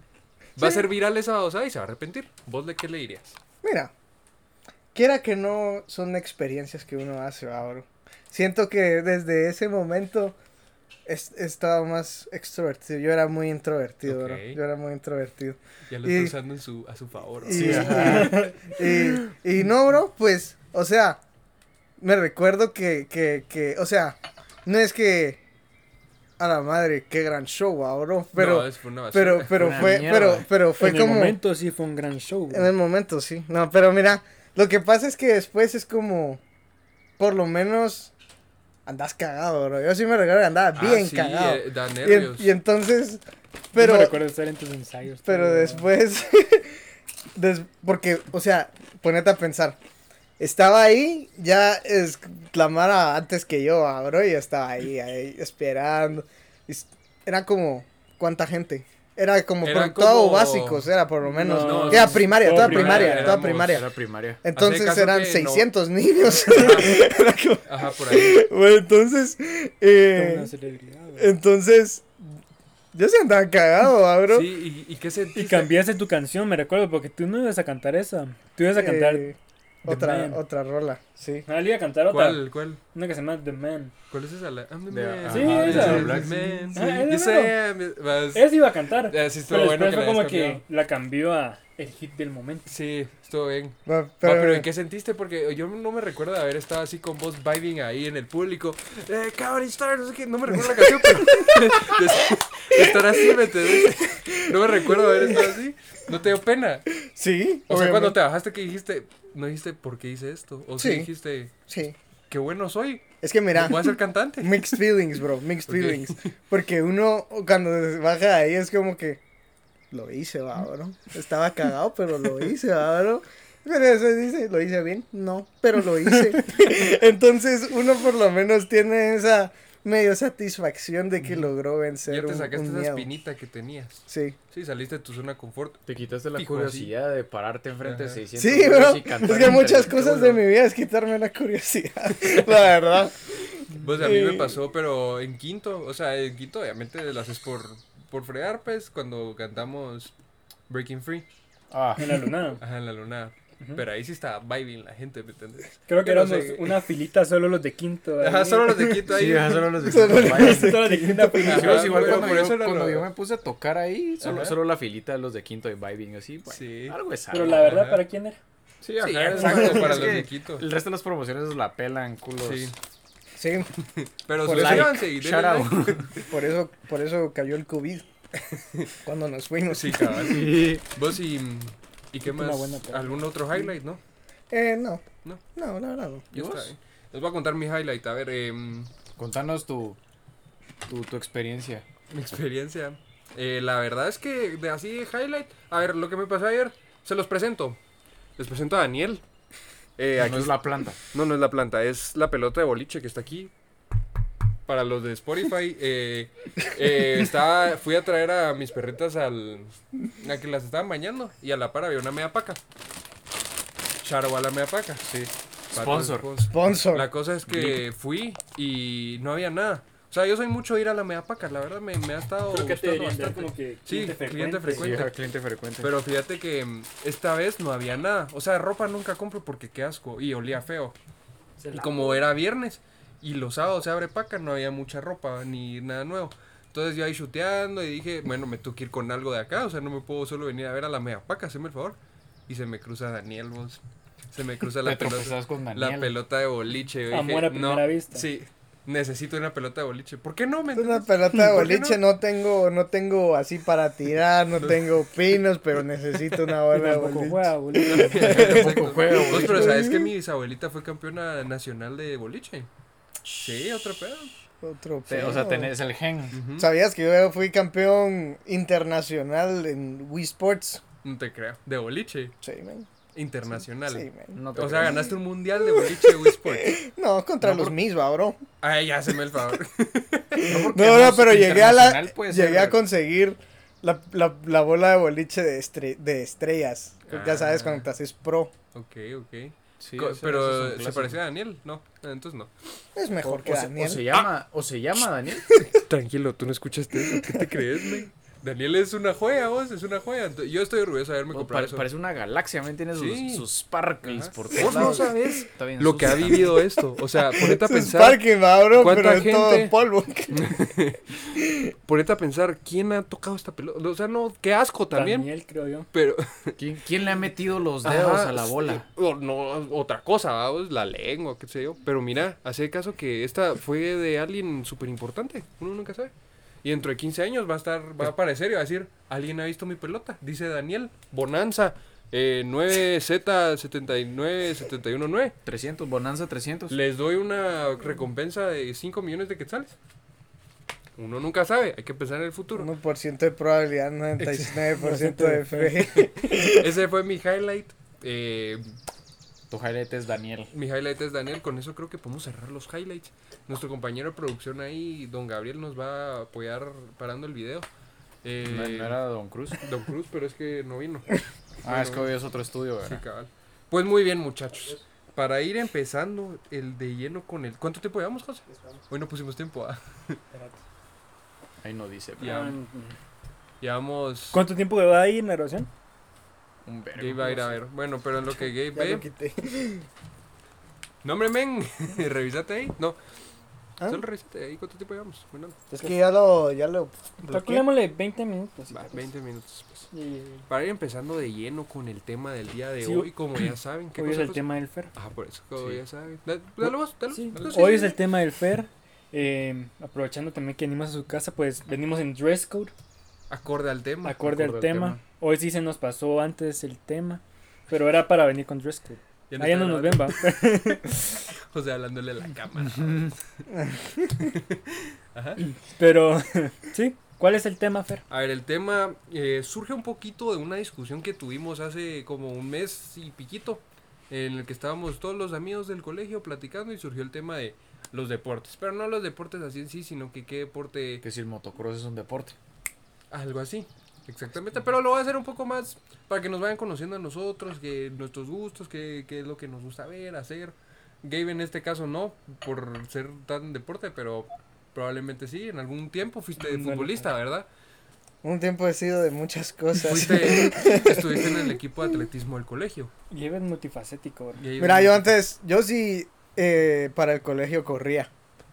[SPEAKER 1] Va a
[SPEAKER 3] Sí.
[SPEAKER 1] ser viral esa babosa y se va a arrepentir. ¿Vos de qué le dirías?
[SPEAKER 3] Mira, quiera que no son experiencias que uno hace, va, bro. Siento que desde ese momento es- he estado más extrovertido. Yo era muy introvertido,
[SPEAKER 1] Ok.
[SPEAKER 3] bro. Yo era muy introvertido.
[SPEAKER 1] Ya lo está
[SPEAKER 3] Y-
[SPEAKER 1] usando en su, a su favor.
[SPEAKER 3] Y,
[SPEAKER 1] Sí.
[SPEAKER 3] y- y- y no, bro, pues, o sea, me recuerdo que, que, que, o sea, no es que a la madre, qué gran show, va, bro. Pero,
[SPEAKER 1] No, es una basura.
[SPEAKER 3] pero, pero
[SPEAKER 4] Una
[SPEAKER 3] fue,
[SPEAKER 4] mierda.
[SPEAKER 3] pero, pero fue
[SPEAKER 2] en
[SPEAKER 3] como. Em,
[SPEAKER 2] el momento sí fue un gran show.
[SPEAKER 3] En el momento, sí. No, pero mira, lo que pasa es que después es como, por lo menos, andas cagado, bro. Yo sí me recuerdo que andaba
[SPEAKER 1] Ah,
[SPEAKER 3] bien
[SPEAKER 1] sí,
[SPEAKER 3] cagado.
[SPEAKER 1] eh, da
[SPEAKER 3] Y en-
[SPEAKER 1] nervios.
[SPEAKER 3] y, entonces,
[SPEAKER 2] Pero,
[SPEAKER 3] pero,
[SPEAKER 2] recuerdo estar en tus ensayos.
[SPEAKER 3] pero
[SPEAKER 2] tío.
[SPEAKER 3] después, des- porque, o sea, ponete a pensar. Estaba ahí, ya es, la Mara antes que yo, ah, bro, y yo estaba ahí, ahí, esperando. Y s- era como, ¿cuánta gente? Era como
[SPEAKER 1] Era
[SPEAKER 3] por todo
[SPEAKER 1] como-
[SPEAKER 3] básicos, era por lo menos.
[SPEAKER 2] No,
[SPEAKER 3] era
[SPEAKER 2] no,
[SPEAKER 3] primaria,
[SPEAKER 2] todo
[SPEAKER 3] toda
[SPEAKER 2] primaria,
[SPEAKER 3] primaria, toda
[SPEAKER 1] éramos-
[SPEAKER 3] primaria.
[SPEAKER 4] Era primaria.
[SPEAKER 1] Hace
[SPEAKER 3] Entonces
[SPEAKER 1] caso
[SPEAKER 3] eran
[SPEAKER 1] que no-
[SPEAKER 3] 600 niños. Era como-
[SPEAKER 1] Ajá, por ahí.
[SPEAKER 3] bueno, entonces, eh,
[SPEAKER 2] Toda una celebridad, güey.
[SPEAKER 3] entonces, yo sí andaba cagado, ah, bro.
[SPEAKER 1] Sí, ¿y, y qué sentiste?
[SPEAKER 2] Y cambiaste tu canción, me recuerdo, porque tú no ibas a cantar esa. Tú ibas a cantar.
[SPEAKER 3] Eh,
[SPEAKER 2] The
[SPEAKER 3] otra,
[SPEAKER 2] Man.
[SPEAKER 3] otra rola, sí.
[SPEAKER 2] No, le iba a cantar otra.
[SPEAKER 1] ¿Cuál, cuál?
[SPEAKER 2] Una que se llama The Man.
[SPEAKER 1] ¿Cuál es esa? La- I'm the
[SPEAKER 4] De-
[SPEAKER 1] man.
[SPEAKER 4] Sí,
[SPEAKER 1] I'm
[SPEAKER 2] esa.
[SPEAKER 1] the ah, black man,
[SPEAKER 2] Ah,
[SPEAKER 1] sí.
[SPEAKER 2] esa,
[SPEAKER 1] You say I'm- vas-
[SPEAKER 2] Esa iba a cantar.
[SPEAKER 1] Ah, sí, estuvo
[SPEAKER 2] pero
[SPEAKER 1] bueno
[SPEAKER 2] después
[SPEAKER 1] que
[SPEAKER 2] fue
[SPEAKER 1] la
[SPEAKER 2] como
[SPEAKER 1] hayas
[SPEAKER 2] que
[SPEAKER 1] cambiado.
[SPEAKER 2] la cambió a el hit del momento.
[SPEAKER 1] Sí, estuvo bien.
[SPEAKER 3] Va,
[SPEAKER 1] Pero,
[SPEAKER 3] pero-
[SPEAKER 1] pero ¿y qué sentiste? Porque yo no me recuerdo de haber estado así con vos vibing ahí en el público. Eh, cabrón, star, no sé qué, no me recuerdo la canción, pero. de- de estar así, ¿me entendés? No me recuerdo de haber estado así. No te dio pena.
[SPEAKER 3] Sí,
[SPEAKER 1] O sea, cuando
[SPEAKER 3] obviamente.
[SPEAKER 1] te bajaste, que dijiste? No dijiste por qué hice esto. O sí,
[SPEAKER 3] Sí.
[SPEAKER 1] dijiste,
[SPEAKER 3] Sí.
[SPEAKER 1] qué bueno soy.
[SPEAKER 3] Es que mira,
[SPEAKER 1] Voy a ser cantante.
[SPEAKER 3] mixed feelings, bro, mixed
[SPEAKER 1] Ok.
[SPEAKER 3] feelings. Porque uno cuando baja de ahí es como que lo hice, va, bro. Estaba cagado, pero lo hice, va, bro. Pero eso dice, lo hice bien, no, pero lo hice. Entonces uno por lo menos tiene esa medio satisfacción de que logró vencer
[SPEAKER 1] Ya te
[SPEAKER 3] un-
[SPEAKER 1] sacaste
[SPEAKER 3] un
[SPEAKER 1] esa
[SPEAKER 3] miedo.
[SPEAKER 1] espinita que tenías.
[SPEAKER 3] Sí.
[SPEAKER 1] Sí, saliste de tu zona de confort.
[SPEAKER 4] Te quitaste la
[SPEAKER 1] Fijo,
[SPEAKER 4] curiosidad de pararte enfrente
[SPEAKER 1] Ajá.
[SPEAKER 4] de 600
[SPEAKER 3] Sí,
[SPEAKER 4] niños
[SPEAKER 3] bro.
[SPEAKER 4] y cantar
[SPEAKER 3] Es que muchas
[SPEAKER 4] frente a
[SPEAKER 3] cosas
[SPEAKER 4] uno.
[SPEAKER 3] de mi vida es quitarme la curiosidad, la verdad.
[SPEAKER 1] Pues a mí me
[SPEAKER 3] Eh.
[SPEAKER 1] pasó, pero en quinto, o sea, en quinto obviamente lo haces por, por fregar, pues, cuando cantamos Breaking Free,
[SPEAKER 4] Ah,
[SPEAKER 2] En la luna.
[SPEAKER 1] ajá, en la luna.
[SPEAKER 2] Ujú.
[SPEAKER 1] Pero ahí sí estaba vibing la gente, ¿me entiendes?
[SPEAKER 2] Creo que
[SPEAKER 1] Yo no
[SPEAKER 2] éramos
[SPEAKER 1] sé.
[SPEAKER 2] una filita solo los de quinto.
[SPEAKER 1] Ajá,
[SPEAKER 2] ahí.
[SPEAKER 1] solo los de quinto ahí.
[SPEAKER 4] sí, ajá, solo los de
[SPEAKER 3] Solo los
[SPEAKER 4] Vaya.
[SPEAKER 2] Solo los de quinto.
[SPEAKER 1] Ajá,
[SPEAKER 4] Nosotros igual
[SPEAKER 1] pero
[SPEAKER 4] cuando,
[SPEAKER 1] por
[SPEAKER 4] yo,
[SPEAKER 1] eso era
[SPEAKER 4] cuando
[SPEAKER 1] lo-
[SPEAKER 4] yo me puse a tocar ahí, solo,
[SPEAKER 1] Ajá.
[SPEAKER 4] solo la filita de los de quinto de vibing, así, bueno,
[SPEAKER 1] Sí.
[SPEAKER 4] algo es
[SPEAKER 2] Pero
[SPEAKER 4] algo.
[SPEAKER 2] la verdad,
[SPEAKER 1] Ajá.
[SPEAKER 2] ¿para quién era?
[SPEAKER 4] Sí, ajá,
[SPEAKER 1] Sí,
[SPEAKER 4] es
[SPEAKER 1] exacto,
[SPEAKER 4] algo.
[SPEAKER 1] para
[SPEAKER 4] Es
[SPEAKER 1] los
[SPEAKER 4] que
[SPEAKER 1] de quinto.
[SPEAKER 4] El resto de las promociones la pelan, culos.
[SPEAKER 1] Sí.
[SPEAKER 3] Sí,
[SPEAKER 1] Pero
[SPEAKER 4] Por
[SPEAKER 1] se
[SPEAKER 4] like,
[SPEAKER 1] like. seguir.
[SPEAKER 4] shout out.
[SPEAKER 3] por eso, por eso cayó el COVID cuando nos fuimos.
[SPEAKER 1] Sí, cabal.
[SPEAKER 4] Sí.
[SPEAKER 1] Vos y, y qué
[SPEAKER 2] Una
[SPEAKER 1] más,
[SPEAKER 2] buena pregunta.
[SPEAKER 1] algún otro highlight, ¿no?
[SPEAKER 3] Eh, no.
[SPEAKER 1] No.
[SPEAKER 3] No. No, la verdad no.
[SPEAKER 1] Ya
[SPEAKER 4] ¿Y
[SPEAKER 1] está,
[SPEAKER 4] vos?
[SPEAKER 1] eh. Les voy a contar mi highlight, a ver, em,
[SPEAKER 4] Contanos tu, tu, tu experiencia.
[SPEAKER 1] Mi experiencia. Eh, la verdad es que de así de highlight. A ver, lo que me pasó ayer, se los presento. Les presento a Daniel. Eh,
[SPEAKER 4] no
[SPEAKER 1] aquí-
[SPEAKER 4] es la planta.
[SPEAKER 1] no, no es la planta, es la pelota de boliche que está aquí. Para los de Spotify, eh, eh, estaba- fui a traer a mis perritas al, a que las estaban bañando y a la par había una media paca. Charo a la media paca, sí.
[SPEAKER 4] Sponsor.
[SPEAKER 1] Patrón,
[SPEAKER 3] Sponsor.
[SPEAKER 1] la cosa es que fui y no había nada. O sea, yo soy mucho de ir a la Meapaca, la verdad me, me ha estado
[SPEAKER 2] Creo que
[SPEAKER 1] gustando
[SPEAKER 2] te deberían dar
[SPEAKER 1] bastante.
[SPEAKER 2] como que
[SPEAKER 1] Sí,
[SPEAKER 2] cliente frecuente.
[SPEAKER 1] cliente frecuente.
[SPEAKER 4] ajá, cliente frecuente.
[SPEAKER 1] Pero fíjate que mm, esta vez no había nada. O sea, ropa nunca compro porque qué asco y olía feo.
[SPEAKER 2] Se
[SPEAKER 1] Y
[SPEAKER 2] la-
[SPEAKER 1] como era viernes y los sábados se abre paca, no había mucha ropa ni nada nuevo. Entonces yo ahí chuteando y dije, bueno, me tengo que ir con algo de acá, o sea, no me puedo solo venir a ver a la Meapaca, hazme el favor. Y se me cruza Daniel, vos. Se me cruza la
[SPEAKER 4] Te
[SPEAKER 1] pelota.
[SPEAKER 4] tropezás con Daniel.
[SPEAKER 1] La pelota de boliche. yo
[SPEAKER 2] Amor
[SPEAKER 1] dije,
[SPEAKER 2] a primera
[SPEAKER 1] no,
[SPEAKER 2] vista".
[SPEAKER 1] Sí, necesito una pelota de boliche. ¿Por qué no? me
[SPEAKER 3] Es una
[SPEAKER 1] entiendes?
[SPEAKER 3] pelota de
[SPEAKER 1] ¿Por qué
[SPEAKER 3] boliche, no? tengo, no tengo así para tirar, no tengo pinos, pero necesito una
[SPEAKER 2] Y
[SPEAKER 3] bola de
[SPEAKER 2] tampoco
[SPEAKER 3] boliche.
[SPEAKER 2] juega, boludo.
[SPEAKER 4] Tampoco juega,
[SPEAKER 1] Vos,
[SPEAKER 4] güey.
[SPEAKER 1] Pues, pero sabes que mi bisabuelita fue campeona nacional de boliche. Sí, otra pedo.
[SPEAKER 3] Otro
[SPEAKER 4] Te- O sea,
[SPEAKER 3] pedo.
[SPEAKER 4] tenés el gen.
[SPEAKER 1] Ujú.
[SPEAKER 3] ¿Sabías que yo fui campeón internacional en Wii Sports?
[SPEAKER 1] No te creo. De boliche.
[SPEAKER 3] Sí, man.
[SPEAKER 1] Internacional.
[SPEAKER 3] Sí, man.
[SPEAKER 4] No te
[SPEAKER 1] O sea,
[SPEAKER 4] creo.
[SPEAKER 1] ganaste un mundial de boliche Wii Sports.
[SPEAKER 3] No, contra
[SPEAKER 4] No,
[SPEAKER 3] los
[SPEAKER 4] por-
[SPEAKER 3] Misba, bro.
[SPEAKER 1] Ay, ya se me el favor.
[SPEAKER 4] porque
[SPEAKER 3] No, no,
[SPEAKER 4] vos,
[SPEAKER 3] pero llegué a la,
[SPEAKER 4] internacional puede
[SPEAKER 3] llegué
[SPEAKER 4] ser-
[SPEAKER 3] a conseguir la, la, la bola de boliche de, estre- de estrellas. Porque
[SPEAKER 1] Ah.
[SPEAKER 3] ya sabes cuando te haces pro.
[SPEAKER 1] Ok, ok.
[SPEAKER 4] Sí,
[SPEAKER 1] Co-
[SPEAKER 4] ese- ese es
[SPEAKER 1] pero
[SPEAKER 4] un
[SPEAKER 1] se
[SPEAKER 4] clásico.
[SPEAKER 1] parecía a Daniel, no, entonces no.
[SPEAKER 3] Es
[SPEAKER 4] O-
[SPEAKER 3] mejor que
[SPEAKER 4] o se-
[SPEAKER 3] Daniel.
[SPEAKER 4] O se llama, o se llama Daniel.
[SPEAKER 1] Tranquilo, tú no escuchaste eso, ¿qué te crees, güey? Daniel es una joya, vos, es una joya. Ento- Yo estoy orgulloso de haberme
[SPEAKER 4] O
[SPEAKER 1] comprado
[SPEAKER 4] pare-
[SPEAKER 1] pues, eso.
[SPEAKER 4] Parece una galaxia, ¿me entiendes?
[SPEAKER 1] Sí.
[SPEAKER 4] Sus, sus sparkles
[SPEAKER 1] Ajá.
[SPEAKER 4] por
[SPEAKER 1] Vos
[SPEAKER 4] todos
[SPEAKER 1] no
[SPEAKER 4] lados.
[SPEAKER 1] sabes
[SPEAKER 4] Está bien
[SPEAKER 1] Lo que ha
[SPEAKER 4] sucio.
[SPEAKER 1] vivido esto, o sea, ponete a
[SPEAKER 3] Sus
[SPEAKER 1] pensar,
[SPEAKER 3] parques, va, bro,
[SPEAKER 1] ¿cuánta
[SPEAKER 3] pero es todo
[SPEAKER 1] gente?
[SPEAKER 3] en polvo.
[SPEAKER 1] ponete a pensar quién ha tocado esta pelota. O sea, no, qué asco también.
[SPEAKER 2] Daniel, creo yo.
[SPEAKER 1] Pero
[SPEAKER 4] ¿Quién, quién le ha metido los dedos
[SPEAKER 1] Ajá, eh,
[SPEAKER 4] a la bola?
[SPEAKER 1] O, no, otra cosa, ¿va? Pues, la lengua, qué sé yo. Pero mira, hace caso que esta fue de alguien súper importante. Uno nunca sabe. Y dentro de 15 años va a estar, va a aparecer y va a decir, alguien ha visto mi pelota. Dice Daniel, Bonanza, eh, 9Z79719.
[SPEAKER 4] 300, Bonanza 300.
[SPEAKER 1] Les doy una recompensa de 5 millones de quetzales. Uno nunca sabe, hay que pensar en el futuro.
[SPEAKER 3] 1% de probabilidad, 99% de fe.
[SPEAKER 1] Ese fue mi highlight. Eh,
[SPEAKER 4] Tu highlight es Daniel.
[SPEAKER 1] Mi highlight es Daniel, con eso creo que podemos cerrar los highlights. Nuestro compañero de producción ahí, don Gabriel, nos va a apoyar parando el video. Eh,
[SPEAKER 4] No, no era Don Cruz.
[SPEAKER 1] Don Cruz, pero es que no vino.
[SPEAKER 4] Ah, es que hoy es otro estudio,
[SPEAKER 1] Sí,
[SPEAKER 4] ¿verdad?
[SPEAKER 1] cabal. Pues muy bien, muchachos. Para ir empezando el de lleno con el... ¿Cuánto tiempo llevamos, José? Hoy no pusimos tiempo. ah.
[SPEAKER 4] Ahí no dice. pero
[SPEAKER 1] Ya.
[SPEAKER 2] Ah,
[SPEAKER 1] Llevamos...
[SPEAKER 2] ¿Cuánto tiempo va ahí en la grabación?
[SPEAKER 4] Un vergo.
[SPEAKER 1] Gabe va a ir a ver. Bueno, pero en lo que Gabe
[SPEAKER 3] Ya lo
[SPEAKER 1] ve...
[SPEAKER 3] quité.
[SPEAKER 1] No, hombre, men. Revisate ahí. No.
[SPEAKER 3] ¿Ah?
[SPEAKER 1] Solo revisate ahí. ¿Cuánto tiempo llevamos? Bueno,
[SPEAKER 3] Es que ya lo, ya lo bloqueé.
[SPEAKER 2] Calculémosle 20 minutos.
[SPEAKER 1] va, 20 minutos. pues.
[SPEAKER 2] Y-
[SPEAKER 1] Para ir empezando de lleno con el tema del día de
[SPEAKER 2] Sí,
[SPEAKER 1] hoy, como ya saben, ¿qué
[SPEAKER 2] Hoy es
[SPEAKER 1] cosa,
[SPEAKER 2] el
[SPEAKER 1] cosa?
[SPEAKER 2] tema del Fer.
[SPEAKER 1] Ah, por eso, como
[SPEAKER 4] Sí.
[SPEAKER 1] ya saben. Da- Dale vos, dale.
[SPEAKER 2] Sí,
[SPEAKER 1] dale,
[SPEAKER 2] Hoy
[SPEAKER 1] pues sí,
[SPEAKER 2] es
[SPEAKER 1] sí.
[SPEAKER 2] el tema del Fer. eh, aprovechando también que venimos a su casa, pues venimos en dress code,
[SPEAKER 1] Acorde al tema.
[SPEAKER 2] acorde al tema. Hoy sí se nos pasó antes el tema, pero era para venir con dress code.
[SPEAKER 1] Ya
[SPEAKER 2] Allá
[SPEAKER 1] está
[SPEAKER 2] no nos ven,
[SPEAKER 1] grabando.
[SPEAKER 2] va.
[SPEAKER 1] O sea, hablándole a la cámara.
[SPEAKER 2] Pero, sí, ¿cuál es el tema, Fer?
[SPEAKER 1] A ver, el tema eh, surge un poquito de una discusión que tuvimos hace como un mes y piquito, en el que estábamos todos los amigos del colegio platicando y surgió el tema de los deportes. Pero no los deportes así en sí, sino que qué deporte
[SPEAKER 4] Que si el motocross es un deporte.
[SPEAKER 1] Algo así, exactamente. Pero lo voy a hacer un poco más para que nos vayan conociendo a nosotros, que nuestros gustos, que, que es lo que nos gusta ver, hacer. Gabe en este caso no, por ser tan deporte, pero probablemente sí. En algún tiempo fuiste
[SPEAKER 2] No, no,
[SPEAKER 1] futbolista, ¿verdad?
[SPEAKER 3] Un tiempo he sido de muchas cosas.
[SPEAKER 1] Fuiste, estuviste en el equipo de atletismo del colegio.
[SPEAKER 2] Lleves multifacético, bro.
[SPEAKER 1] Gabe
[SPEAKER 3] Mira, yo antes, yo sí eh, para el colegio corría.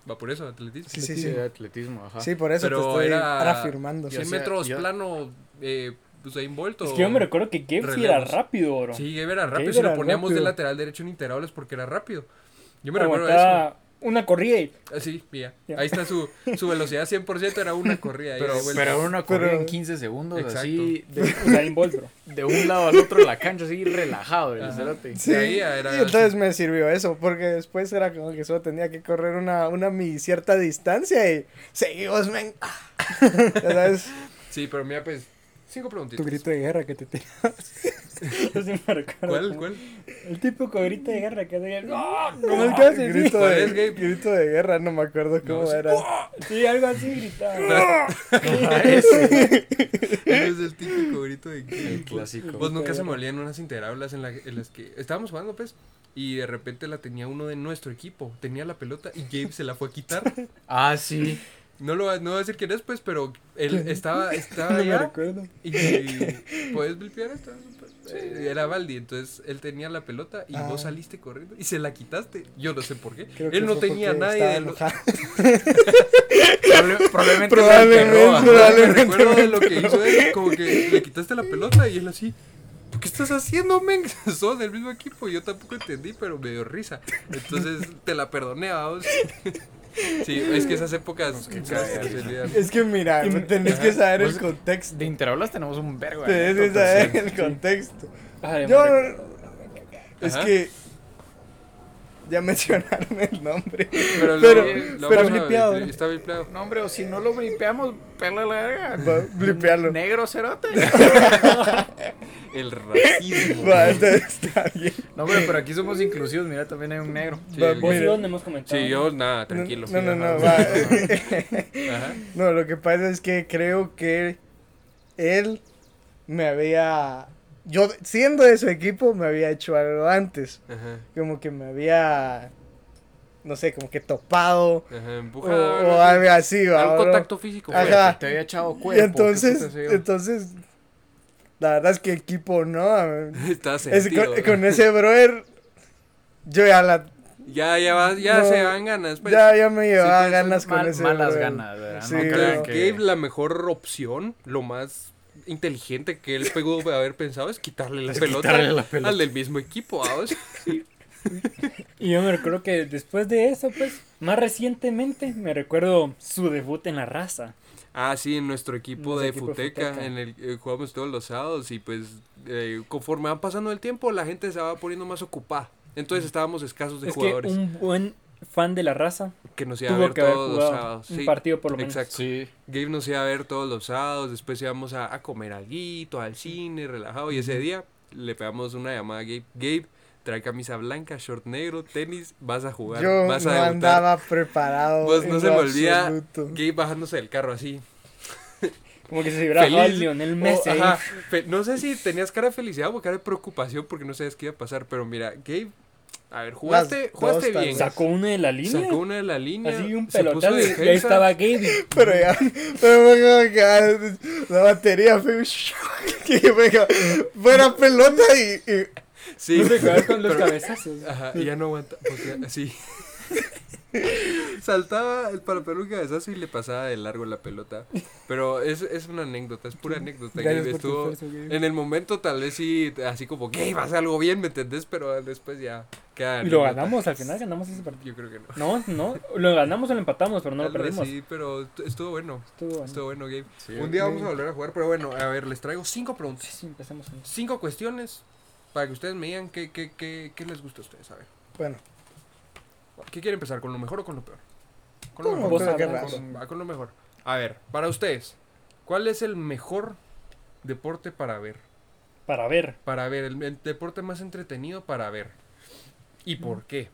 [SPEAKER 1] Va por eso, atletismo.
[SPEAKER 3] Sí, sí, sí.
[SPEAKER 4] De atletismo, ajá.
[SPEAKER 3] Sí, por eso
[SPEAKER 1] Pero
[SPEAKER 3] te estoy
[SPEAKER 1] era-
[SPEAKER 3] afirmando.
[SPEAKER 1] 100
[SPEAKER 4] yo hacía-
[SPEAKER 1] metros
[SPEAKER 4] yo-
[SPEAKER 1] plano, eh, pues ahí envuelto.
[SPEAKER 2] Es que yo me recuerdo que Gabe sí era
[SPEAKER 1] relevos.
[SPEAKER 2] rápido, bro.
[SPEAKER 1] Sí, Gabe era rápido.
[SPEAKER 2] Gabe
[SPEAKER 1] si lo
[SPEAKER 2] era
[SPEAKER 1] poníamos de
[SPEAKER 2] rápido.
[SPEAKER 1] lateral derecho en integrales porque era rápido. Yo me recuerdo de eso.
[SPEAKER 2] Aguantaba una corrida y
[SPEAKER 1] Ah, Sí, mira.
[SPEAKER 2] Ya.
[SPEAKER 1] Ahí está su, su velocidad 100%, era una corrida.
[SPEAKER 4] Pero,
[SPEAKER 1] ida y vuelta.
[SPEAKER 4] pero era una corrida
[SPEAKER 3] Pero-
[SPEAKER 4] en 15 segundos,
[SPEAKER 1] Exacto.
[SPEAKER 4] así, de,
[SPEAKER 2] Usain Bolt, bro.
[SPEAKER 4] de un lado al otro de la cancha, así relajado. el
[SPEAKER 1] Ajá.
[SPEAKER 4] cerote.
[SPEAKER 1] Sí, ahí era-
[SPEAKER 3] y entonces me sirvió eso, porque después era como que solo tenía que correr una, una mi cierta distancia y seguimos, men. Ya sabes,
[SPEAKER 1] Sí, pero mira, pues, cinco preguntitas.
[SPEAKER 2] Tu grito de guerra que te tiras. Yo sí me recuerdo.
[SPEAKER 1] ¿Cuál, cuál?
[SPEAKER 2] El típico grito de guerra que hacía. ¡No! no
[SPEAKER 3] como el
[SPEAKER 2] es
[SPEAKER 3] que
[SPEAKER 2] que
[SPEAKER 3] hace,
[SPEAKER 2] hace,
[SPEAKER 3] grito,
[SPEAKER 1] ¿Cuál
[SPEAKER 3] de,
[SPEAKER 1] es, Gabe? ¡Oh!
[SPEAKER 3] grito de guerra, no me acuerdo cómo
[SPEAKER 1] sí.
[SPEAKER 3] era.
[SPEAKER 2] sí. Sí, algo así gritaba.
[SPEAKER 1] Ese es el típico grito de
[SPEAKER 4] El
[SPEAKER 1] que...
[SPEAKER 4] clásico.
[SPEAKER 1] Pues nunca se me olvidan unas interaulas en, la- en las que estábamos jugando, pues, y de repente la tenía uno de nuestro equipo. Tenía la pelota y Gabe se la fue a quitar.
[SPEAKER 4] Ah, sí.
[SPEAKER 1] No lo va- no voy a decir quién es, pues, pero él estaba, estaba
[SPEAKER 2] No me
[SPEAKER 1] allá
[SPEAKER 2] recuerdo.
[SPEAKER 1] Y puedes blipear esto. Eh, Era Baldi, entonces él tenía la pelota y vos
[SPEAKER 3] Ah.
[SPEAKER 1] saliste corriendo y se la quitaste. Yo no sé por qué.
[SPEAKER 3] Creo que
[SPEAKER 1] él no
[SPEAKER 3] fue
[SPEAKER 1] tenía a
[SPEAKER 3] porque
[SPEAKER 1] nadie
[SPEAKER 3] estaba
[SPEAKER 1] de los.
[SPEAKER 3] enojado.
[SPEAKER 4] Probable- probablemente se
[SPEAKER 3] Probablemente.
[SPEAKER 4] enterró, ajá.
[SPEAKER 1] Me
[SPEAKER 3] Probablemente
[SPEAKER 1] recuerdo de
[SPEAKER 3] no
[SPEAKER 1] lo que hizo él, como que le quitaste la pelota y él así. ¿Qué estás haciendo, men? Son del mismo equipo. Yo tampoco entendí, pero me dio risa. Entonces te la perdoné, vamos. Sí, es que esas épocas. nunca se
[SPEAKER 4] cagadero.
[SPEAKER 1] olvidan.
[SPEAKER 3] Es que mira, tenés que saber el
[SPEAKER 4] Pues-
[SPEAKER 3] contexto.
[SPEAKER 4] De interaulas tenemos un vergo.
[SPEAKER 3] Tenés
[SPEAKER 4] de
[SPEAKER 3] que
[SPEAKER 4] anécdotas,
[SPEAKER 3] saber
[SPEAKER 4] sí.
[SPEAKER 3] el contexto.
[SPEAKER 2] Ay,
[SPEAKER 3] Yo
[SPEAKER 2] madre.
[SPEAKER 3] es
[SPEAKER 1] Ajá.
[SPEAKER 3] que ya mencionaron el nombre.
[SPEAKER 1] Pero, lo-
[SPEAKER 3] Pero-
[SPEAKER 1] lo
[SPEAKER 3] pero
[SPEAKER 1] vamos a-
[SPEAKER 3] blipeado, ¿no?
[SPEAKER 1] Está blipeado.
[SPEAKER 4] No, hombre, o si no lo bripeamos, perla larga.
[SPEAKER 3] Va, Blipearlo.
[SPEAKER 4] Negro cerote.
[SPEAKER 1] El racismo.
[SPEAKER 3] Va, entonces está bien.
[SPEAKER 4] No, hombre, pero aquí somos inclusivos. Mira, también hay un negro.
[SPEAKER 1] Sí,
[SPEAKER 3] Va,
[SPEAKER 1] el-
[SPEAKER 2] Vos y
[SPEAKER 3] mira.
[SPEAKER 2] yo no hemos comentado.
[SPEAKER 1] Sí, yo nada,
[SPEAKER 3] No,
[SPEAKER 1] tranquilo.
[SPEAKER 3] No,
[SPEAKER 1] sí,
[SPEAKER 3] no,
[SPEAKER 1] ajá.
[SPEAKER 3] no, va.
[SPEAKER 1] Ajá.
[SPEAKER 3] No, lo que pasa es que creo que él me había yo siendo de su equipo me había hecho algo antes.
[SPEAKER 1] Ajá,
[SPEAKER 3] Como que me había, no sé, como que topado
[SPEAKER 1] ajá,
[SPEAKER 3] o,
[SPEAKER 1] empuja.
[SPEAKER 3] o
[SPEAKER 1] ¿no?
[SPEAKER 3] algo así,
[SPEAKER 1] Da
[SPEAKER 3] ¿va,
[SPEAKER 1] un
[SPEAKER 3] bro?
[SPEAKER 1] contacto físico.
[SPEAKER 3] Ajá.
[SPEAKER 1] güey.
[SPEAKER 4] Te había echado
[SPEAKER 3] Y
[SPEAKER 4] cuerpo. ¿qué
[SPEAKER 3] entonces,
[SPEAKER 4] putas sé yo?
[SPEAKER 3] entonces, la verdad es que equipo no.
[SPEAKER 1] Está
[SPEAKER 3] Es-
[SPEAKER 1] sentido,
[SPEAKER 3] con,
[SPEAKER 1] ¿no?
[SPEAKER 3] con ese brother, yo ya la,
[SPEAKER 1] Ya, ya, va- ya
[SPEAKER 3] No,
[SPEAKER 1] se dan ganas. Pues.
[SPEAKER 3] ya, ya me llevaba
[SPEAKER 1] pues,
[SPEAKER 3] ganas con
[SPEAKER 4] Mal-
[SPEAKER 3] ese
[SPEAKER 4] malas
[SPEAKER 3] brother.
[SPEAKER 4] ganas, ¿verdad?
[SPEAKER 3] Sí,
[SPEAKER 4] no
[SPEAKER 1] Creo
[SPEAKER 4] crean
[SPEAKER 1] que...
[SPEAKER 4] que...
[SPEAKER 1] la mejor opción, lo más inteligente que él pegó de haber pensado es quitarle la,
[SPEAKER 4] Es
[SPEAKER 1] pelota,
[SPEAKER 4] quitarle la pelota.
[SPEAKER 1] al del mismo equipo, ¿ah? ¿sabes?
[SPEAKER 2] Y yo me recuerdo que después de eso, pues, más recientemente, me recuerdo su debut en la raza.
[SPEAKER 1] Ah, sí, en nuestro equipo
[SPEAKER 2] Nuestro
[SPEAKER 1] de
[SPEAKER 2] equipo de
[SPEAKER 1] Futeca,
[SPEAKER 2] Futeca.
[SPEAKER 1] en el eh, jugamos todos los sábados y pues eh, conforme van pasando el tiempo la gente se va poniendo más ocupada. Entonces estábamos escasos de
[SPEAKER 2] Mm. es
[SPEAKER 1] jugadores
[SPEAKER 2] que
[SPEAKER 1] que,
[SPEAKER 2] un buen fan de la raza
[SPEAKER 1] nos iba a
[SPEAKER 2] tuvo
[SPEAKER 1] ver
[SPEAKER 2] que haber
[SPEAKER 1] todos los
[SPEAKER 2] jugado
[SPEAKER 1] sábados.
[SPEAKER 2] un
[SPEAKER 1] sí.
[SPEAKER 2] partido por lo menos.
[SPEAKER 1] Exacto.
[SPEAKER 4] Sí.
[SPEAKER 1] Gabe nos iba a ver todos los sábados, después íbamos a, a comer alguito, al cine, relajado. Y ese día le pegamos una llamada a Gabe. Gabe, trae camisa blanca, short negro, tenis, vas a jugar,
[SPEAKER 3] Yo
[SPEAKER 1] vas
[SPEAKER 3] no
[SPEAKER 1] a debutar.
[SPEAKER 3] andaba preparado.
[SPEAKER 1] Pues no
[SPEAKER 3] en
[SPEAKER 1] se
[SPEAKER 3] lo
[SPEAKER 1] me olvida
[SPEAKER 3] absoluto.
[SPEAKER 1] Gabe bajándose del carro así.
[SPEAKER 2] Como que se hubiera
[SPEAKER 1] Feliz.
[SPEAKER 2] bajado el Lionel Messi.
[SPEAKER 1] Oh,
[SPEAKER 2] ahí.
[SPEAKER 1] ajá. Fe- no sé si tenías cara de felicidad o cara de preocupación porque no sabías qué iba a pasar, pero mira, Gabe, a ver, jugaste,
[SPEAKER 3] Las dos
[SPEAKER 1] jugaste bien.
[SPEAKER 3] tandas.
[SPEAKER 2] Sacó uno de la línea.
[SPEAKER 1] Sacó una de la línea.
[SPEAKER 2] Así un
[SPEAKER 1] se puso
[SPEAKER 2] pelotazo. Y y ahí
[SPEAKER 1] defensa.
[SPEAKER 2] estaba Gaby.
[SPEAKER 3] Pero ya, pero fue como que, ah, la batería fue. que fue como, fue la pelota y. y-
[SPEAKER 1] Sí,
[SPEAKER 2] No te acuerdas con los
[SPEAKER 1] pero-
[SPEAKER 2] cabezazos.
[SPEAKER 1] Ajá, y ya no aguanta. Pues ya, así. Saltaba el parapelo un cabezazo y le pasaba de largo la pelota. Pero es, es una anécdota, es pura anécdota.
[SPEAKER 2] Gracias
[SPEAKER 1] Gabe
[SPEAKER 2] por tu
[SPEAKER 1] estuvo,
[SPEAKER 2] esfuerzo, Gabe.
[SPEAKER 1] en el momento tal vez sí, así como, que vas algo bien, ¿me entendés? Pero después ya queda
[SPEAKER 2] Y lo
[SPEAKER 1] anécdota.
[SPEAKER 2] ganamos, al final ganamos ese partido.
[SPEAKER 1] Yo creo que no.
[SPEAKER 2] No, no, lo ganamos o lo empatamos, pero no lo
[SPEAKER 1] Algo
[SPEAKER 2] perdimos.
[SPEAKER 1] así, pero t- estuvo bueno,
[SPEAKER 2] Estuvo bueno.
[SPEAKER 1] estuvo bueno, Gabe.
[SPEAKER 4] Sí.
[SPEAKER 1] un día vamos a volver a jugar, pero bueno, a ver, les traigo cinco
[SPEAKER 2] Sí,
[SPEAKER 1] preguntas.
[SPEAKER 2] sí, empezamos con eso.
[SPEAKER 1] Cinco cuestiones para que ustedes me digan qué, qué, qué, qué les gusta a ustedes, a ver.
[SPEAKER 3] Bueno,
[SPEAKER 1] ¿Qué quiere empezar? ¿Con lo mejor o con lo peor? Con
[SPEAKER 3] ¿cómo
[SPEAKER 2] vos
[SPEAKER 3] creo que
[SPEAKER 2] hablas?
[SPEAKER 3] raso?
[SPEAKER 1] Con, va con lo mejor. A ver, para ustedes, ¿cuál es el mejor deporte para ver?
[SPEAKER 2] Para ver.
[SPEAKER 1] Para ver, el, el deporte más entretenido para ver. ¿Y por qué?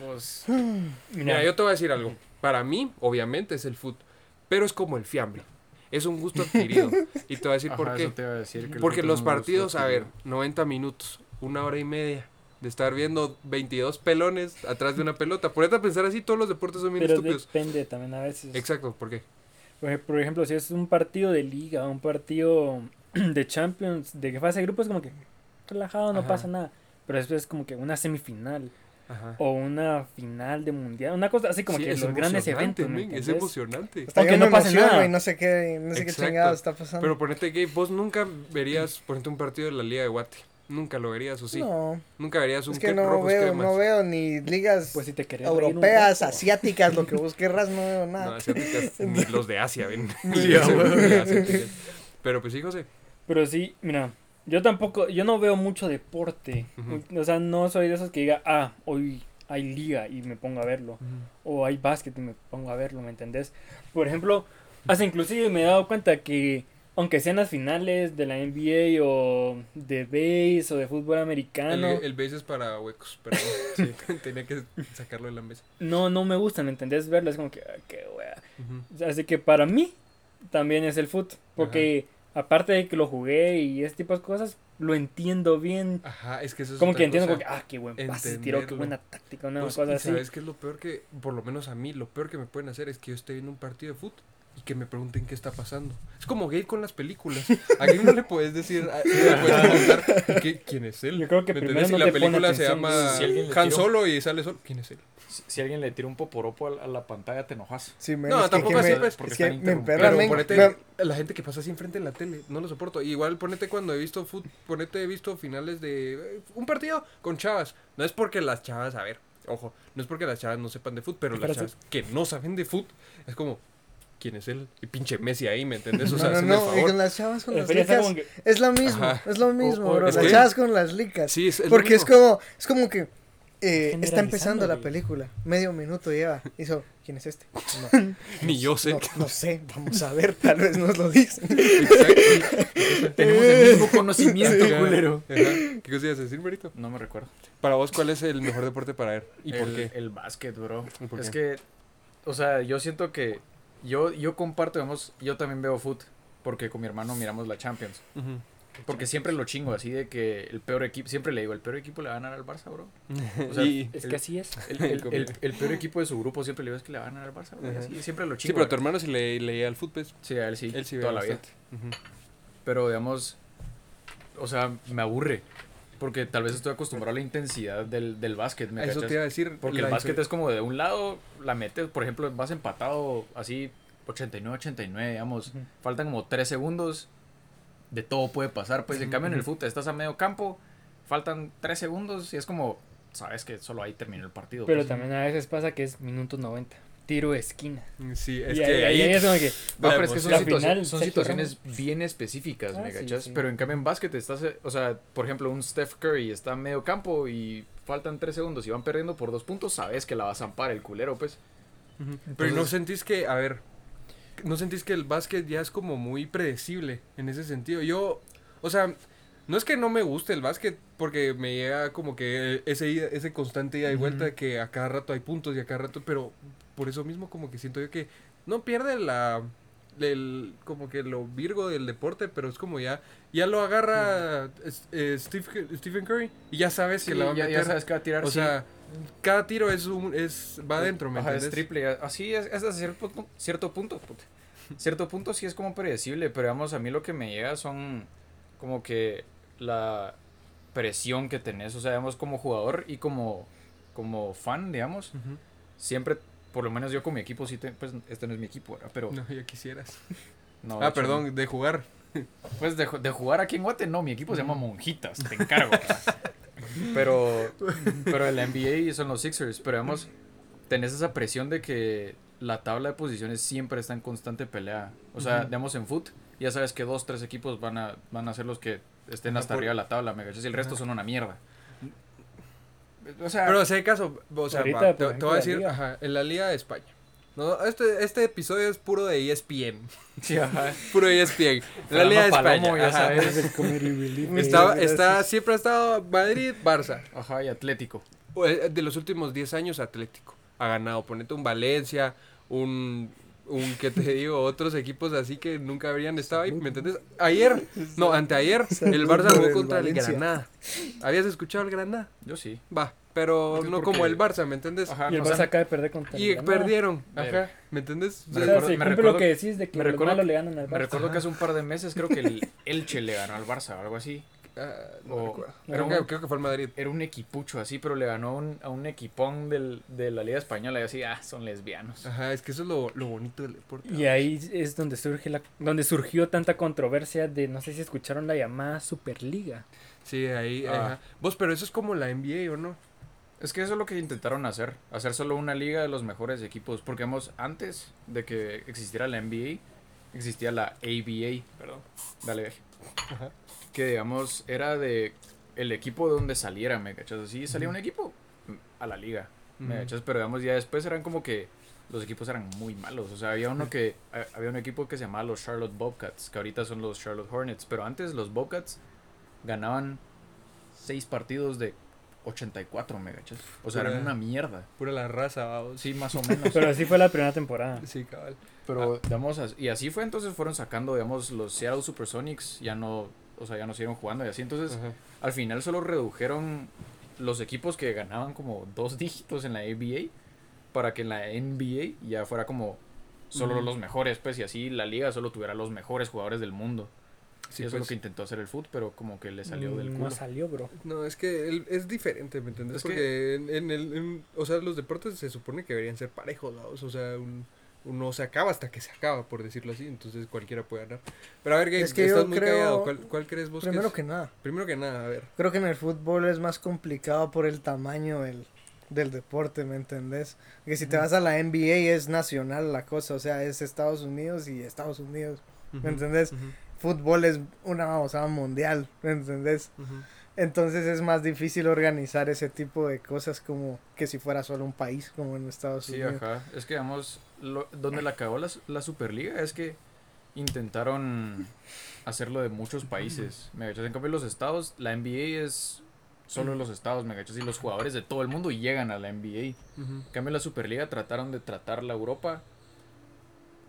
[SPEAKER 4] Pues,
[SPEAKER 1] Mira,
[SPEAKER 2] Mira,
[SPEAKER 1] yo te voy a decir algo. Para mí, obviamente, es el fútbol. Pero es como el fiambre. Es un gusto adquirido. y te voy a decir
[SPEAKER 4] ajá,
[SPEAKER 1] por qué.
[SPEAKER 4] eso te iba a decir que el
[SPEAKER 1] Porque
[SPEAKER 4] otro
[SPEAKER 1] los
[SPEAKER 4] no me
[SPEAKER 1] partidos,
[SPEAKER 4] gustó,
[SPEAKER 1] a ver,
[SPEAKER 4] tío.
[SPEAKER 1] 90 minutos, una hora y media. De estar viendo 22 pelones atrás de una pelota. Ponete a pensar así, todos los deportes son bien
[SPEAKER 2] pero
[SPEAKER 1] estúpidos.
[SPEAKER 2] depende también a veces.
[SPEAKER 1] Exacto, ¿por qué?
[SPEAKER 2] Por ej- Por ejemplo, si es un partido de liga, un partido de Champions, de que fase de grupos, como que relajado, no
[SPEAKER 1] Ajá.
[SPEAKER 2] pasa nada. Pero después es como que una semifinal
[SPEAKER 1] Ajá.
[SPEAKER 2] o una final de mundial, una cosa así como
[SPEAKER 1] Sí,
[SPEAKER 2] que
[SPEAKER 1] es
[SPEAKER 2] los grandes
[SPEAKER 1] emocionante,
[SPEAKER 2] eventos. ¿me
[SPEAKER 1] men, Es
[SPEAKER 2] entendés?
[SPEAKER 1] emocionante.
[SPEAKER 3] hasta
[SPEAKER 2] Aunque
[SPEAKER 3] yo me
[SPEAKER 2] no pase
[SPEAKER 3] emociono
[SPEAKER 2] nada.
[SPEAKER 3] y no sé qué, no sé qué
[SPEAKER 1] Exacto.
[SPEAKER 3] chingado está pasando.
[SPEAKER 1] Pero ponete que vos nunca verías, ponete un partido de la Liga de Guate. Nunca lo verías, o pues, sí. Pues,
[SPEAKER 3] No,
[SPEAKER 1] Nunca verías un
[SPEAKER 3] es que
[SPEAKER 1] que-
[SPEAKER 3] no
[SPEAKER 1] rojos
[SPEAKER 3] veo,
[SPEAKER 1] cremas.
[SPEAKER 3] no veo ni ligas
[SPEAKER 2] Pues si te querés reír un
[SPEAKER 3] europeas,
[SPEAKER 2] rato.
[SPEAKER 3] asiáticas, lo que vos querrás, no veo
[SPEAKER 1] No,
[SPEAKER 3] nada.
[SPEAKER 1] asiáticas, ni los de Asia, ven.
[SPEAKER 4] Sí, a huevo.
[SPEAKER 1] Asiáticas. Pero pues sí, José.
[SPEAKER 2] Pero sí, mira, yo tampoco, yo no veo mucho deporte.
[SPEAKER 1] Ujú.
[SPEAKER 2] O sea, no soy de esos que diga, ah, hoy hay liga y me pongo a verlo. O hay básquet y me pongo a verlo, ¿me entendés? Por ejemplo, hasta inclusive me he dado cuenta que, aunque sean las finales de la NBA o de base o de fútbol
[SPEAKER 1] El,
[SPEAKER 2] americano,
[SPEAKER 1] el base es para huecos, pero sí, tenía que sacarlo de la mesa.
[SPEAKER 2] no, no me gustan, ¿me entendés? Verlo es como que, ah, qué wea.
[SPEAKER 1] Ujú.
[SPEAKER 2] Así que para mí también es el foot. Porque aparte de que lo jugué y este tipo de cosas, lo entiendo bien.
[SPEAKER 1] Ajá, es que eso es
[SPEAKER 2] Como
[SPEAKER 1] otra
[SPEAKER 2] que entiendo, como
[SPEAKER 1] cosa.
[SPEAKER 2] que, ah, qué buen pase, tiró, qué
[SPEAKER 1] entenderlo.
[SPEAKER 2] buena táctica, una
[SPEAKER 1] Pues,
[SPEAKER 2] cosa
[SPEAKER 1] y
[SPEAKER 2] así.
[SPEAKER 1] ¿Sabes qué es lo peor que, por lo menos a mí, lo peor que me pueden hacer es que yo esté viendo un partido de fútbol y que me pregunten qué está pasando? Es como gay con las películas. A Gabe no le puedes decir, a- no le puedes preguntar "¿Y qué- quién es él.
[SPEAKER 2] Yo creo que
[SPEAKER 1] ¿Me
[SPEAKER 2] primero
[SPEAKER 1] entendés?
[SPEAKER 2] no
[SPEAKER 1] y
[SPEAKER 2] te
[SPEAKER 1] la
[SPEAKER 2] pone
[SPEAKER 1] película se
[SPEAKER 2] atención.
[SPEAKER 1] llama
[SPEAKER 4] Si alguien le
[SPEAKER 1] Han
[SPEAKER 4] tira un-
[SPEAKER 1] Solo y sale solo. ¿Quién es él?
[SPEAKER 4] Si, si alguien le tira un poporopo a la, a la pantalla, te enojas.
[SPEAKER 3] Sí, men,
[SPEAKER 1] No,
[SPEAKER 3] es que-
[SPEAKER 1] tampoco
[SPEAKER 3] que
[SPEAKER 1] así,
[SPEAKER 3] me-
[SPEAKER 1] pues,
[SPEAKER 4] porque
[SPEAKER 3] es que
[SPEAKER 4] están
[SPEAKER 3] me
[SPEAKER 4] interrumpiendo.
[SPEAKER 3] emperra,
[SPEAKER 1] Pero
[SPEAKER 3] men.
[SPEAKER 1] ponete,
[SPEAKER 3] Me-
[SPEAKER 1] la gente que pasa así enfrente de la tele, no lo soporto. Igual ponete cuando he visto fut, ponete he visto finales de eh, un partido con chavas. No es porque las chavas, a ver, ojo, no es porque las chavas no sepan de fútbol, pero las
[SPEAKER 2] Espérate.
[SPEAKER 1] chavas que no saben de fútbol es como ¿quién es él? Y pinche Messi ahí, ¿me entendés? O sea,
[SPEAKER 3] No, no,
[SPEAKER 1] hazme el
[SPEAKER 3] no, y
[SPEAKER 1] favor.
[SPEAKER 3] con las chavas, con las
[SPEAKER 2] Prefería estar
[SPEAKER 3] licas,
[SPEAKER 2] como que-
[SPEAKER 3] es lo mismo,
[SPEAKER 1] Ajá.
[SPEAKER 3] es lo mismo,
[SPEAKER 2] o-
[SPEAKER 3] bro,
[SPEAKER 1] es
[SPEAKER 3] las
[SPEAKER 1] que-
[SPEAKER 3] chavas con las licas.
[SPEAKER 1] Sí, es, es lo
[SPEAKER 3] Porque es
[SPEAKER 1] mismo.
[SPEAKER 3] como, es como que eh, está
[SPEAKER 2] Generalizando,
[SPEAKER 3] empezando la
[SPEAKER 2] güey.
[SPEAKER 3] película, medio minuto lleva. Hizo, ¿quién es este? No,
[SPEAKER 1] ni yo sé.
[SPEAKER 3] no, no sé, vamos a ver, tal vez nos lo dicen.
[SPEAKER 1] Exacto.
[SPEAKER 4] Tenemos el mismo conocimiento,
[SPEAKER 1] Ajá.
[SPEAKER 4] culero.
[SPEAKER 1] Ajá. ¿Qué cosa ibas a decir, Marito?
[SPEAKER 4] No me recuerdo.
[SPEAKER 1] Para vos, ¿cuál es el mejor deporte para ver? ¿Y por
[SPEAKER 4] el,
[SPEAKER 1] qué?
[SPEAKER 4] El básquet, bro.
[SPEAKER 1] ¿Y por
[SPEAKER 4] Es que, o sea, yo siento que yo, yo comparto, digamos, yo también veo foot, porque con mi hermano miramos la Champions.
[SPEAKER 1] Ujú.
[SPEAKER 4] Porque siempre lo chingo, así de que el peor equipo, siempre le digo, el peor equipo le va a ganar al Barça, bro. O sea,
[SPEAKER 1] Y-
[SPEAKER 2] Es
[SPEAKER 4] el-
[SPEAKER 2] que así es.
[SPEAKER 4] El, el- el- el peor equipo de su grupo siempre le digo es que le va a ganar al Barça, bro. y
[SPEAKER 1] Ajá.
[SPEAKER 4] así, siempre lo
[SPEAKER 1] Sí,
[SPEAKER 4] chingo.
[SPEAKER 1] pero tu
[SPEAKER 4] bro.
[SPEAKER 1] hermano sí le leía al fútbol.
[SPEAKER 4] Sí, a él sí,
[SPEAKER 1] Él sí veía
[SPEAKER 4] toda la vida.
[SPEAKER 1] bastante. Ujú.
[SPEAKER 4] Pero digamos, o sea, me aburre. Porque tal vez estoy acostumbrado a la intensidad del, del básquet, ¿me
[SPEAKER 1] Eso
[SPEAKER 4] cachas?
[SPEAKER 1] te iba a decir.
[SPEAKER 4] Porque el
[SPEAKER 1] la
[SPEAKER 4] básquet
[SPEAKER 1] insu-
[SPEAKER 4] es como de un lado, la metes, por ejemplo, vas empatado así 89-89, digamos,
[SPEAKER 2] Ujú.
[SPEAKER 4] faltan como 3 segundos, de todo puede pasar, pues en cambio en el fútbol estás a medio campo, faltan 3 segundos y es como, sabes que solo ahí terminó el partido.
[SPEAKER 2] Pero
[SPEAKER 4] pues.
[SPEAKER 2] también a veces pasa que es minutos 90. Tiro de esquina.
[SPEAKER 1] Sí, es
[SPEAKER 2] y ahí,
[SPEAKER 1] que
[SPEAKER 2] ahí
[SPEAKER 1] ahí-
[SPEAKER 2] es como que.
[SPEAKER 4] Va, pero es que son,
[SPEAKER 2] La
[SPEAKER 4] situaci-
[SPEAKER 2] final,
[SPEAKER 4] son
[SPEAKER 2] Sergio
[SPEAKER 4] situaciones bien específicas,
[SPEAKER 2] Ah,
[SPEAKER 4] ¿me
[SPEAKER 2] sí,
[SPEAKER 4] cachas?
[SPEAKER 2] sí.
[SPEAKER 4] Pero en cambio en básquet estás, eh, o sea, por ejemplo, un Steph Curry está en medio campo y faltan tres segundos y van perdiendo por dos puntos, sabes que la va a zampar el culero, pues.
[SPEAKER 1] Ujú. Pero no
[SPEAKER 4] Entonces-
[SPEAKER 1] sentís que, a ver, no sentís que el básquet ya es como muy predecible en ese sentido. Yo, o sea, no es que no me guste el básquet, porque me llega como que ese, ida- ese constante ida y vuelta
[SPEAKER 2] Ujú.
[SPEAKER 1] que a cada rato hay puntos y a cada rato, pero por eso mismo como que siento yo que no pierde la... el- como que lo virgo del deporte, pero es como ya, ya lo agarra es- eh, Steve- Stephen Curry y ya sabes que
[SPEAKER 4] Sí,
[SPEAKER 1] la va a
[SPEAKER 4] ya,
[SPEAKER 1] meter.
[SPEAKER 4] ya sabes que va a tirar.
[SPEAKER 1] o
[SPEAKER 4] sí.
[SPEAKER 1] sea, cada tiro es un, es, va adentro, ¿me
[SPEAKER 4] Ajá, es
[SPEAKER 1] entendés?
[SPEAKER 4] triple. a- Así es, hasta cierto, pu- cierto punto. puta. Cierto punto sí es como predecible, pero digamos, a mí lo que me llega son como que la presión que tenés, o sea, digamos, como jugador y como, como fan, digamos,
[SPEAKER 1] Ujú.
[SPEAKER 4] siempre, por lo menos yo con mi equipo, sí, te- pues este no es mi equipo, ¿verdad? pero...
[SPEAKER 1] No, ya quisieras.
[SPEAKER 4] no, de
[SPEAKER 1] ah,
[SPEAKER 4] hecho,
[SPEAKER 1] perdón, de jugar.
[SPEAKER 4] no. Pues de, ju- de jugar aquí en Guate, no, mi equipo se llama Monjitas, te encargo. ¿verdad? pero, pero el NBA son los Sixers, pero digamos, tenés esa presión de que la tabla de posiciones siempre está en constante pelea. O sea,
[SPEAKER 1] Ujú.
[SPEAKER 4] digamos en foot, ya sabes que dos, tres equipos van a, van a ser los que estén
[SPEAKER 1] Ajá,
[SPEAKER 4] hasta
[SPEAKER 1] por-
[SPEAKER 4] arriba de la tabla, ¿me cachas? Y el resto
[SPEAKER 1] Ajá.
[SPEAKER 4] son una mierda. O sea,
[SPEAKER 1] Pero si hay caso, o sea,
[SPEAKER 2] Ahorita,
[SPEAKER 1] va,
[SPEAKER 2] por
[SPEAKER 1] te, te
[SPEAKER 2] ejemplo,
[SPEAKER 1] voy a
[SPEAKER 2] la
[SPEAKER 1] decir,
[SPEAKER 2] liga.
[SPEAKER 1] ajá, en la Liga de España. No, este, este episodio es puro de E ESPN.
[SPEAKER 4] sí, ajá.
[SPEAKER 1] Puro E ESPN. En la
[SPEAKER 4] Fernando
[SPEAKER 1] Liga de
[SPEAKER 4] Palomo,
[SPEAKER 1] España.
[SPEAKER 4] ya
[SPEAKER 1] ajá.
[SPEAKER 4] sabes.
[SPEAKER 2] Es el comedy relief.
[SPEAKER 1] Está,
[SPEAKER 3] Gracias.
[SPEAKER 1] está, siempre ha estado Madrid, Barça.
[SPEAKER 4] Ajá, y Atlético.
[SPEAKER 1] O, eh, De los últimos 10 años, Atlético. Ha ganado. Ponete un Valencia, un. Un, ¿qué te digo? Otros equipos así que nunca habrían estado ahí, ¿me entiendes? Ayer, no, anteayer, el
[SPEAKER 3] Salud
[SPEAKER 1] Barça
[SPEAKER 3] por
[SPEAKER 1] jugó
[SPEAKER 3] el
[SPEAKER 1] contra el
[SPEAKER 3] Valencia.
[SPEAKER 1] Granada. ¿Habías escuchado el Granada?
[SPEAKER 4] Yo sí.
[SPEAKER 1] Va, pero
[SPEAKER 4] Entonces,
[SPEAKER 1] no
[SPEAKER 4] ¿por
[SPEAKER 1] como
[SPEAKER 4] qué?
[SPEAKER 1] el Barça, ¿me entiendes?
[SPEAKER 4] Ajá,
[SPEAKER 2] Y el
[SPEAKER 4] ah, o sea,
[SPEAKER 2] Barça acaba de perder contra el
[SPEAKER 1] Y
[SPEAKER 2] Granada.
[SPEAKER 1] perdieron,
[SPEAKER 4] Verga.
[SPEAKER 1] ajá, ¿me entiendes?
[SPEAKER 2] O sea, se
[SPEAKER 4] recuerdo- me
[SPEAKER 2] cumple
[SPEAKER 4] recuerdo-
[SPEAKER 2] lo que decís de que
[SPEAKER 4] me
[SPEAKER 2] los
[SPEAKER 4] recuerdo-
[SPEAKER 2] malos le ganan al
[SPEAKER 4] Me
[SPEAKER 2] Barça.
[SPEAKER 4] recuerdo que hace un par de meses creo que el Elche le ganó al Barça o algo así.
[SPEAKER 1] Ah, no
[SPEAKER 4] O-
[SPEAKER 1] recuerdo.
[SPEAKER 2] Era
[SPEAKER 1] Creo,
[SPEAKER 2] un-
[SPEAKER 1] que, creo que fue el Madrid.
[SPEAKER 4] Era un equipucho así, pero le ganó a un- a un equipón del- de la Liga Española y así, ah, son lesbianos.
[SPEAKER 1] Ajá, es que eso es lo, lo bonito del deporte.
[SPEAKER 2] Y ahí es donde surge la, donde surgió tanta controversia de no sé si escucharon la llamada Superliga.
[SPEAKER 1] Sí, ahí,
[SPEAKER 4] Ah.
[SPEAKER 1] ajá. Vos, pero eso es como la NBA, ¿o no?
[SPEAKER 4] Es que eso es lo que intentaron hacer, hacer solo una liga de los mejores equipos, porque hemos, antes de que existiera la NBA, existía la ABA, perdón, dale, ve. que digamos era de el equipo de donde saliera, ¿me cachas? Así salía un equipo mm, a la liga, ¿me
[SPEAKER 1] Ujú.
[SPEAKER 4] cachas? Pero digamos ya después eran como que los equipos eran muy malos, o sea, había uno que, ha- había un equipo que se llamaba los Charlotte Bobcats, que ahorita son los Charlotte Hornets, pero antes los Bobcats ganaban seis partidos de 84, ¿me cachas? O sea, eran
[SPEAKER 1] Pura-
[SPEAKER 4] una mierda.
[SPEAKER 1] Pura la raza, va, vos.
[SPEAKER 4] Sí, más o menos.
[SPEAKER 2] Pero así fue la primera temporada.
[SPEAKER 1] Sí, cabal.
[SPEAKER 4] Pero, ah, digamos, as- y así fue, entonces fueron sacando, digamos, los Seattle Supersonics, ya no, o sea, ya no siguieron jugando y así. Entonces,
[SPEAKER 1] Ajá.
[SPEAKER 4] al final solo redujeron los equipos que ganaban como dos dígitos en la ABA para que en la NBA ya fuera como solo
[SPEAKER 1] Ujú.
[SPEAKER 4] los mejores, pues, y así la liga solo tuviera los mejores jugadores del mundo.
[SPEAKER 1] Sí,
[SPEAKER 4] y eso
[SPEAKER 1] pues.
[SPEAKER 4] es lo que intentó hacer el fútbol, pero como que le salió del
[SPEAKER 2] Mm,
[SPEAKER 4] culo.
[SPEAKER 2] No salió, bro.
[SPEAKER 1] No, es que el- es diferente, ¿me entendés?
[SPEAKER 4] Es que-
[SPEAKER 1] Porque en, en el, en- o sea, los deportes se supone que deberían ser parejos, vamos, o sea, un- uno se acaba hasta que se acaba, por decirlo así, entonces cualquiera puede ganar. Pero a ver, Gabe,
[SPEAKER 3] Es que
[SPEAKER 1] estás
[SPEAKER 3] yo
[SPEAKER 1] muy
[SPEAKER 3] creo-
[SPEAKER 1] callado, ¿cuál, cuál crees vos
[SPEAKER 3] Primero
[SPEAKER 1] que,
[SPEAKER 3] que nada,
[SPEAKER 1] es? Primero que nada, a ver.
[SPEAKER 3] creo que en el fútbol es más complicado por el tamaño del, del deporte, ¿me entendés? Que si te vas a la NBA es nacional la cosa, o sea, es Estados Unidos y Estados Unidos,
[SPEAKER 1] Ujú,
[SPEAKER 3] ¿me entendés?
[SPEAKER 1] ujú,
[SPEAKER 3] Fútbol es una babosada mundial, ¿me entendés?
[SPEAKER 1] ujú.
[SPEAKER 3] Entonces es más difícil organizar ese tipo de cosas como que si fuera solo un país, como en Estados
[SPEAKER 4] Sí,
[SPEAKER 3] Unidos. Ah,
[SPEAKER 4] ajá. Es que, digamos, lo- donde la cagó la, su- la Superliga es que intentaron hacerlo de muchos países. Me cachas? En cambio, los estados, la NBA es solo los estados, me cachas? Y los jugadores de todo el mundo llegan a la NBA.
[SPEAKER 1] Ujú.
[SPEAKER 4] En cambio, la Superliga trataron de tratar la Europa,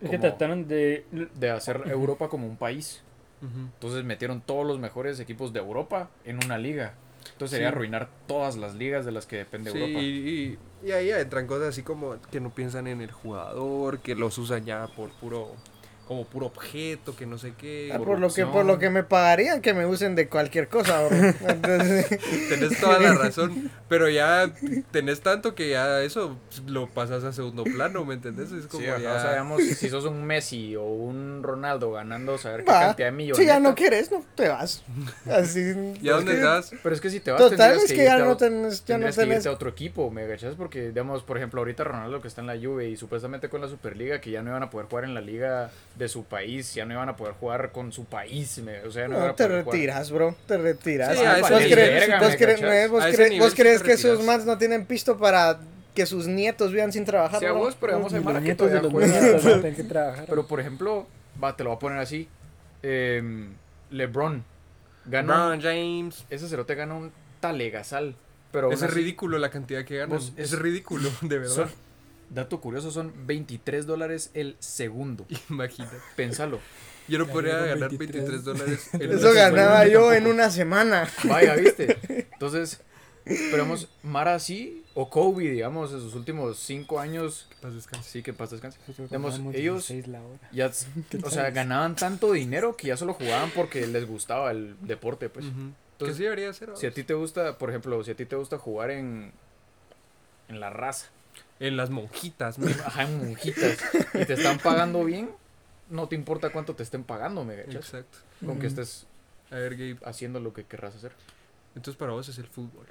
[SPEAKER 2] Es que
[SPEAKER 4] Como-
[SPEAKER 2] trataron de
[SPEAKER 4] de hacer Europa como un país. Entonces metieron todos los mejores equipos de Europa en una liga. Entonces sería
[SPEAKER 1] Sí.
[SPEAKER 4] arruinar todas las ligas de las que depende
[SPEAKER 1] Sí,
[SPEAKER 4] Europa.
[SPEAKER 1] y, y- y ahí entran cosas así como que no piensan en el jugador, que los usan ya por puro, como puro objeto, que no sé qué.
[SPEAKER 3] Ah, por lo que por lo que me pagarían que me usen de cualquier cosa bro. Entonces,
[SPEAKER 1] Tenés toda la razón, pero ya tenés tanto que ya eso lo pasas a segundo plano, ¿me entendés? Es como
[SPEAKER 4] Sí, ajá,
[SPEAKER 1] ya...
[SPEAKER 4] o sea, digamos, si sos un Messi o un Ronaldo ganando, saber qué
[SPEAKER 3] va.
[SPEAKER 4] cantidad de millones.
[SPEAKER 3] si ya no quieres no te vas así
[SPEAKER 1] ¿Y a dónde
[SPEAKER 3] porque-
[SPEAKER 1] te vas?
[SPEAKER 4] Pero es que si te vas
[SPEAKER 3] total
[SPEAKER 4] tendrías
[SPEAKER 3] es que ya
[SPEAKER 4] irte a
[SPEAKER 3] no
[SPEAKER 4] otro-
[SPEAKER 3] tenés ya no
[SPEAKER 4] tendrías que irte
[SPEAKER 3] tenés
[SPEAKER 4] a otro equipo, ¿me cachas? Porque, digamos, por ejemplo, ahorita Ronaldo que está en la Juve y supuestamente con la Superliga, que ya no iban a poder jugar en la liga de su país, ya no iban a poder jugar con su país, me- o sea, ya no, iban
[SPEAKER 3] no
[SPEAKER 4] a
[SPEAKER 3] te
[SPEAKER 4] poder jugar.
[SPEAKER 3] retiras bro te retiras
[SPEAKER 1] Sí, a
[SPEAKER 3] vos
[SPEAKER 1] ese nivel,
[SPEAKER 3] crees
[SPEAKER 4] verga,
[SPEAKER 3] vos
[SPEAKER 4] ¿me
[SPEAKER 3] crees-
[SPEAKER 4] cachas?
[SPEAKER 3] vos
[SPEAKER 1] A ese
[SPEAKER 3] crees-
[SPEAKER 1] nivel
[SPEAKER 3] vos
[SPEAKER 1] sí te
[SPEAKER 3] crees que esos
[SPEAKER 1] retiras.
[SPEAKER 3] mans no tienen pisto para que sus nietos vivan sin trabajar
[SPEAKER 4] Sí, a
[SPEAKER 3] bro?
[SPEAKER 4] vos, pero vamos a
[SPEAKER 2] Los
[SPEAKER 4] llamar a que
[SPEAKER 2] nietos de
[SPEAKER 4] todavía
[SPEAKER 2] los
[SPEAKER 4] juega.
[SPEAKER 2] nietos van a tener que trabajar.
[SPEAKER 4] Pero, por ejemplo, va, te lo voy a poner así. em, LeBron ganó...
[SPEAKER 1] Brown James.
[SPEAKER 4] Ese cerote gana un talegazal. Pero
[SPEAKER 1] Es
[SPEAKER 4] aún así-
[SPEAKER 1] ridículo la cantidad que ganan.
[SPEAKER 4] Vos-
[SPEAKER 1] es,
[SPEAKER 4] es-
[SPEAKER 1] ridículo, de verdad.
[SPEAKER 4] Son- dato curioso, son 23 dólares el segundo.
[SPEAKER 1] Imagínate.
[SPEAKER 4] Pensalo.
[SPEAKER 1] Yo no podría
[SPEAKER 2] Ganaron
[SPEAKER 1] ganar 23
[SPEAKER 2] 23
[SPEAKER 1] dólares. en una
[SPEAKER 3] eso
[SPEAKER 1] semana.
[SPEAKER 3] ganaba yo en una semana
[SPEAKER 4] Vaya, ¿viste? Entonces, esperamos Mara sí o Kobe, digamos, en sus últimos 5 años.
[SPEAKER 1] Paz, descanse.
[SPEAKER 4] Sí, que paz descanse.
[SPEAKER 2] Nosotros
[SPEAKER 4] digamos,
[SPEAKER 2] cobramos
[SPEAKER 4] ellos-
[SPEAKER 2] 16 la hora.
[SPEAKER 4] Ya, o sea, ganaban tanto dinero que ya solo jugaban porque les gustaba el deporte, pues.
[SPEAKER 1] Ujú. que
[SPEAKER 4] entonces,
[SPEAKER 1] sí debería ser.
[SPEAKER 4] Si a ti te gusta, por ejemplo, si a ti te gusta jugar en, en la raza,
[SPEAKER 1] En las monjitas, men.
[SPEAKER 4] ajá, en monjitas, y te están pagando bien, no te importa cuánto te estén pagando, me cachas?
[SPEAKER 1] Exacto.
[SPEAKER 4] Con que
[SPEAKER 2] Ujú.
[SPEAKER 4] estés
[SPEAKER 1] A ver, Gabe.
[SPEAKER 4] haciendo lo que querrás hacer.
[SPEAKER 1] Entonces para vos es el fútbol.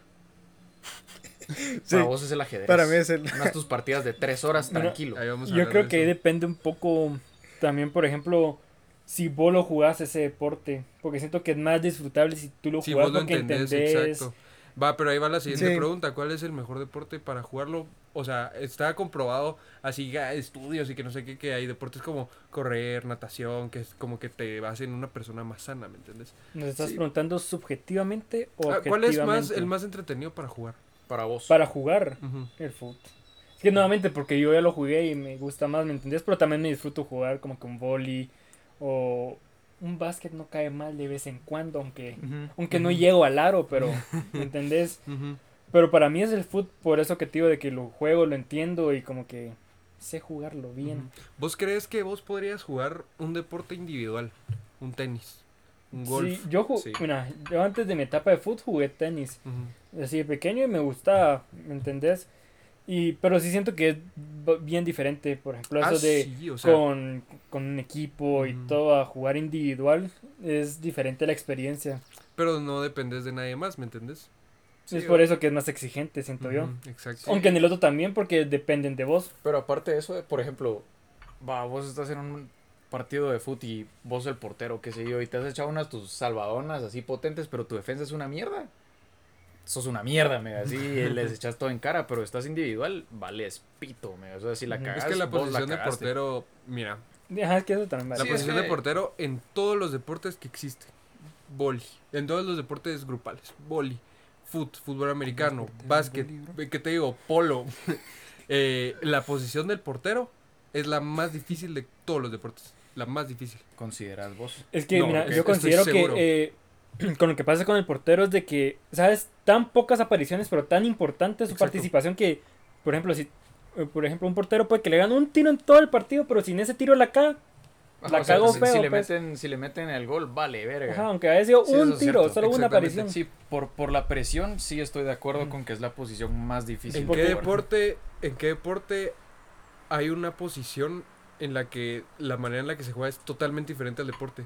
[SPEAKER 3] Sí.
[SPEAKER 4] Para vos es el ajedrez.
[SPEAKER 3] para mí es el
[SPEAKER 4] Unas tus partidas de tres horas
[SPEAKER 2] Mira,
[SPEAKER 4] tranquilo.
[SPEAKER 1] Ahí vamos a
[SPEAKER 2] Yo
[SPEAKER 1] hablar
[SPEAKER 2] creo
[SPEAKER 1] de
[SPEAKER 2] que ahí
[SPEAKER 1] eso.
[SPEAKER 2] depende un poco también, por ejemplo, si vos lo jugás ese deporte, porque siento que es más disfrutable si tú lo
[SPEAKER 1] Si
[SPEAKER 2] jugás
[SPEAKER 1] vos lo
[SPEAKER 2] porque
[SPEAKER 1] entendés,
[SPEAKER 2] entendés.
[SPEAKER 1] exacto. Va, pero ahí va la siguiente
[SPEAKER 3] Sí.
[SPEAKER 1] pregunta. ¿Cuál es el mejor deporte para jugarlo? O sea, está comprobado así ga- estudios y que no sé qué, que hay deportes como correr, natación, que es como que te vas en una persona más sana, ¿me entiendes?
[SPEAKER 2] ¿Nos estás
[SPEAKER 1] Sí.
[SPEAKER 2] preguntando subjetivamente o
[SPEAKER 1] Ah,
[SPEAKER 2] objetivamente?
[SPEAKER 1] ¿Cuál es más el más entretenido para jugar?
[SPEAKER 4] Para vos.
[SPEAKER 2] Para jugar
[SPEAKER 1] Ujú.
[SPEAKER 2] el fútbol. Es que nuevamente, porque yo ya lo jugué y me gusta más, ¿me entendés? Pero también me disfruto jugar como que un volley o un básquet no cae mal de vez en cuando, aunque, aunque no llego al aro, pero, ¿me entendés?
[SPEAKER 1] Ujú.
[SPEAKER 2] Pero para mí es el fútbol, por eso que te digo de que lo juego, lo entiendo y como que sé jugarlo bien.
[SPEAKER 1] Ujú. ¿Vos crees que vos podrías jugar un deporte individual? Un tenis, un golf.
[SPEAKER 2] Sí, yo, ju-
[SPEAKER 4] sí.
[SPEAKER 2] mira, yo antes de mi etapa de fútbol jugué tenis,
[SPEAKER 1] Ujú.
[SPEAKER 2] así de pequeño y me gustaba, ¿me entendés? Y, pero sí siento que es b- bien diferente, por ejemplo, eso
[SPEAKER 1] Ah,
[SPEAKER 2] de
[SPEAKER 1] sí, o sea,
[SPEAKER 2] con, con un equipo y
[SPEAKER 1] Ujú.
[SPEAKER 2] todo a jugar individual, es diferente la experiencia.
[SPEAKER 1] pero no dependes de nadie más, ¿me entendés?
[SPEAKER 2] es por eso que es más exigente, siento yo.
[SPEAKER 1] Ujú, Exacto.
[SPEAKER 2] Aunque en el otro también, porque dependen de vos.
[SPEAKER 4] Pero aparte de eso, por ejemplo, va, vos estás en un partido de fútbol y vos el portero, qué sé yo, y te has echado unas tus salvadonas así potentes, pero tu defensa es una mierda. Sos una mierda, mega, así les echas todo en cara, pero estás individual, vales pito, mega. O sea, si la
[SPEAKER 2] Ujú. Es
[SPEAKER 4] cagas,
[SPEAKER 1] es que la
[SPEAKER 4] vos
[SPEAKER 1] posición de
[SPEAKER 4] cagaste.
[SPEAKER 1] portero, mira,
[SPEAKER 2] Ajá, es que eso también vale. Pues,
[SPEAKER 1] la
[SPEAKER 4] Sí,
[SPEAKER 1] posición
[SPEAKER 4] es
[SPEAKER 1] de
[SPEAKER 4] que-
[SPEAKER 1] portero en todos los deportes que existen. Boli, en todos los deportes grupales. Boli, foot, fútbol americano, básquet, eh, ¿qué te digo? Polo. Eh, la posición del portero es la más difícil de todos los deportes. La más difícil.
[SPEAKER 4] Considerás vos.
[SPEAKER 2] Es que,
[SPEAKER 1] No,
[SPEAKER 2] mira,
[SPEAKER 1] ok,
[SPEAKER 2] yo
[SPEAKER 1] estoy
[SPEAKER 2] considero
[SPEAKER 1] seguro.
[SPEAKER 2] que eh, con lo que pasa con el portero es de que, ¿sabes? Tan pocas apariciones, pero tan importante es su
[SPEAKER 1] Exacto.
[SPEAKER 2] participación que, por ejemplo, si, eh, por ejemplo, un portero puede que le gane un tiro en todo el partido, pero sin ese tiro la caga. La
[SPEAKER 4] o sea,
[SPEAKER 2] cagó
[SPEAKER 4] si,
[SPEAKER 2] feo,
[SPEAKER 4] si le
[SPEAKER 2] pues.
[SPEAKER 4] meten, si le meten el gol, vale, verga.
[SPEAKER 2] Ajá, aunque haya sido
[SPEAKER 4] Sí, eso
[SPEAKER 2] un
[SPEAKER 4] es
[SPEAKER 2] tiro,
[SPEAKER 4] cierto,
[SPEAKER 2] solo una
[SPEAKER 1] exactamente,
[SPEAKER 2] aparición.
[SPEAKER 4] Sí, por, por la presión sí estoy de acuerdo con que es la posición más difícil.
[SPEAKER 1] ¿En
[SPEAKER 4] de
[SPEAKER 1] qué
[SPEAKER 4] jugar.
[SPEAKER 1] deporte, en qué deporte hay una posición en la que la manera en la que se juega es totalmente diferente al deporte?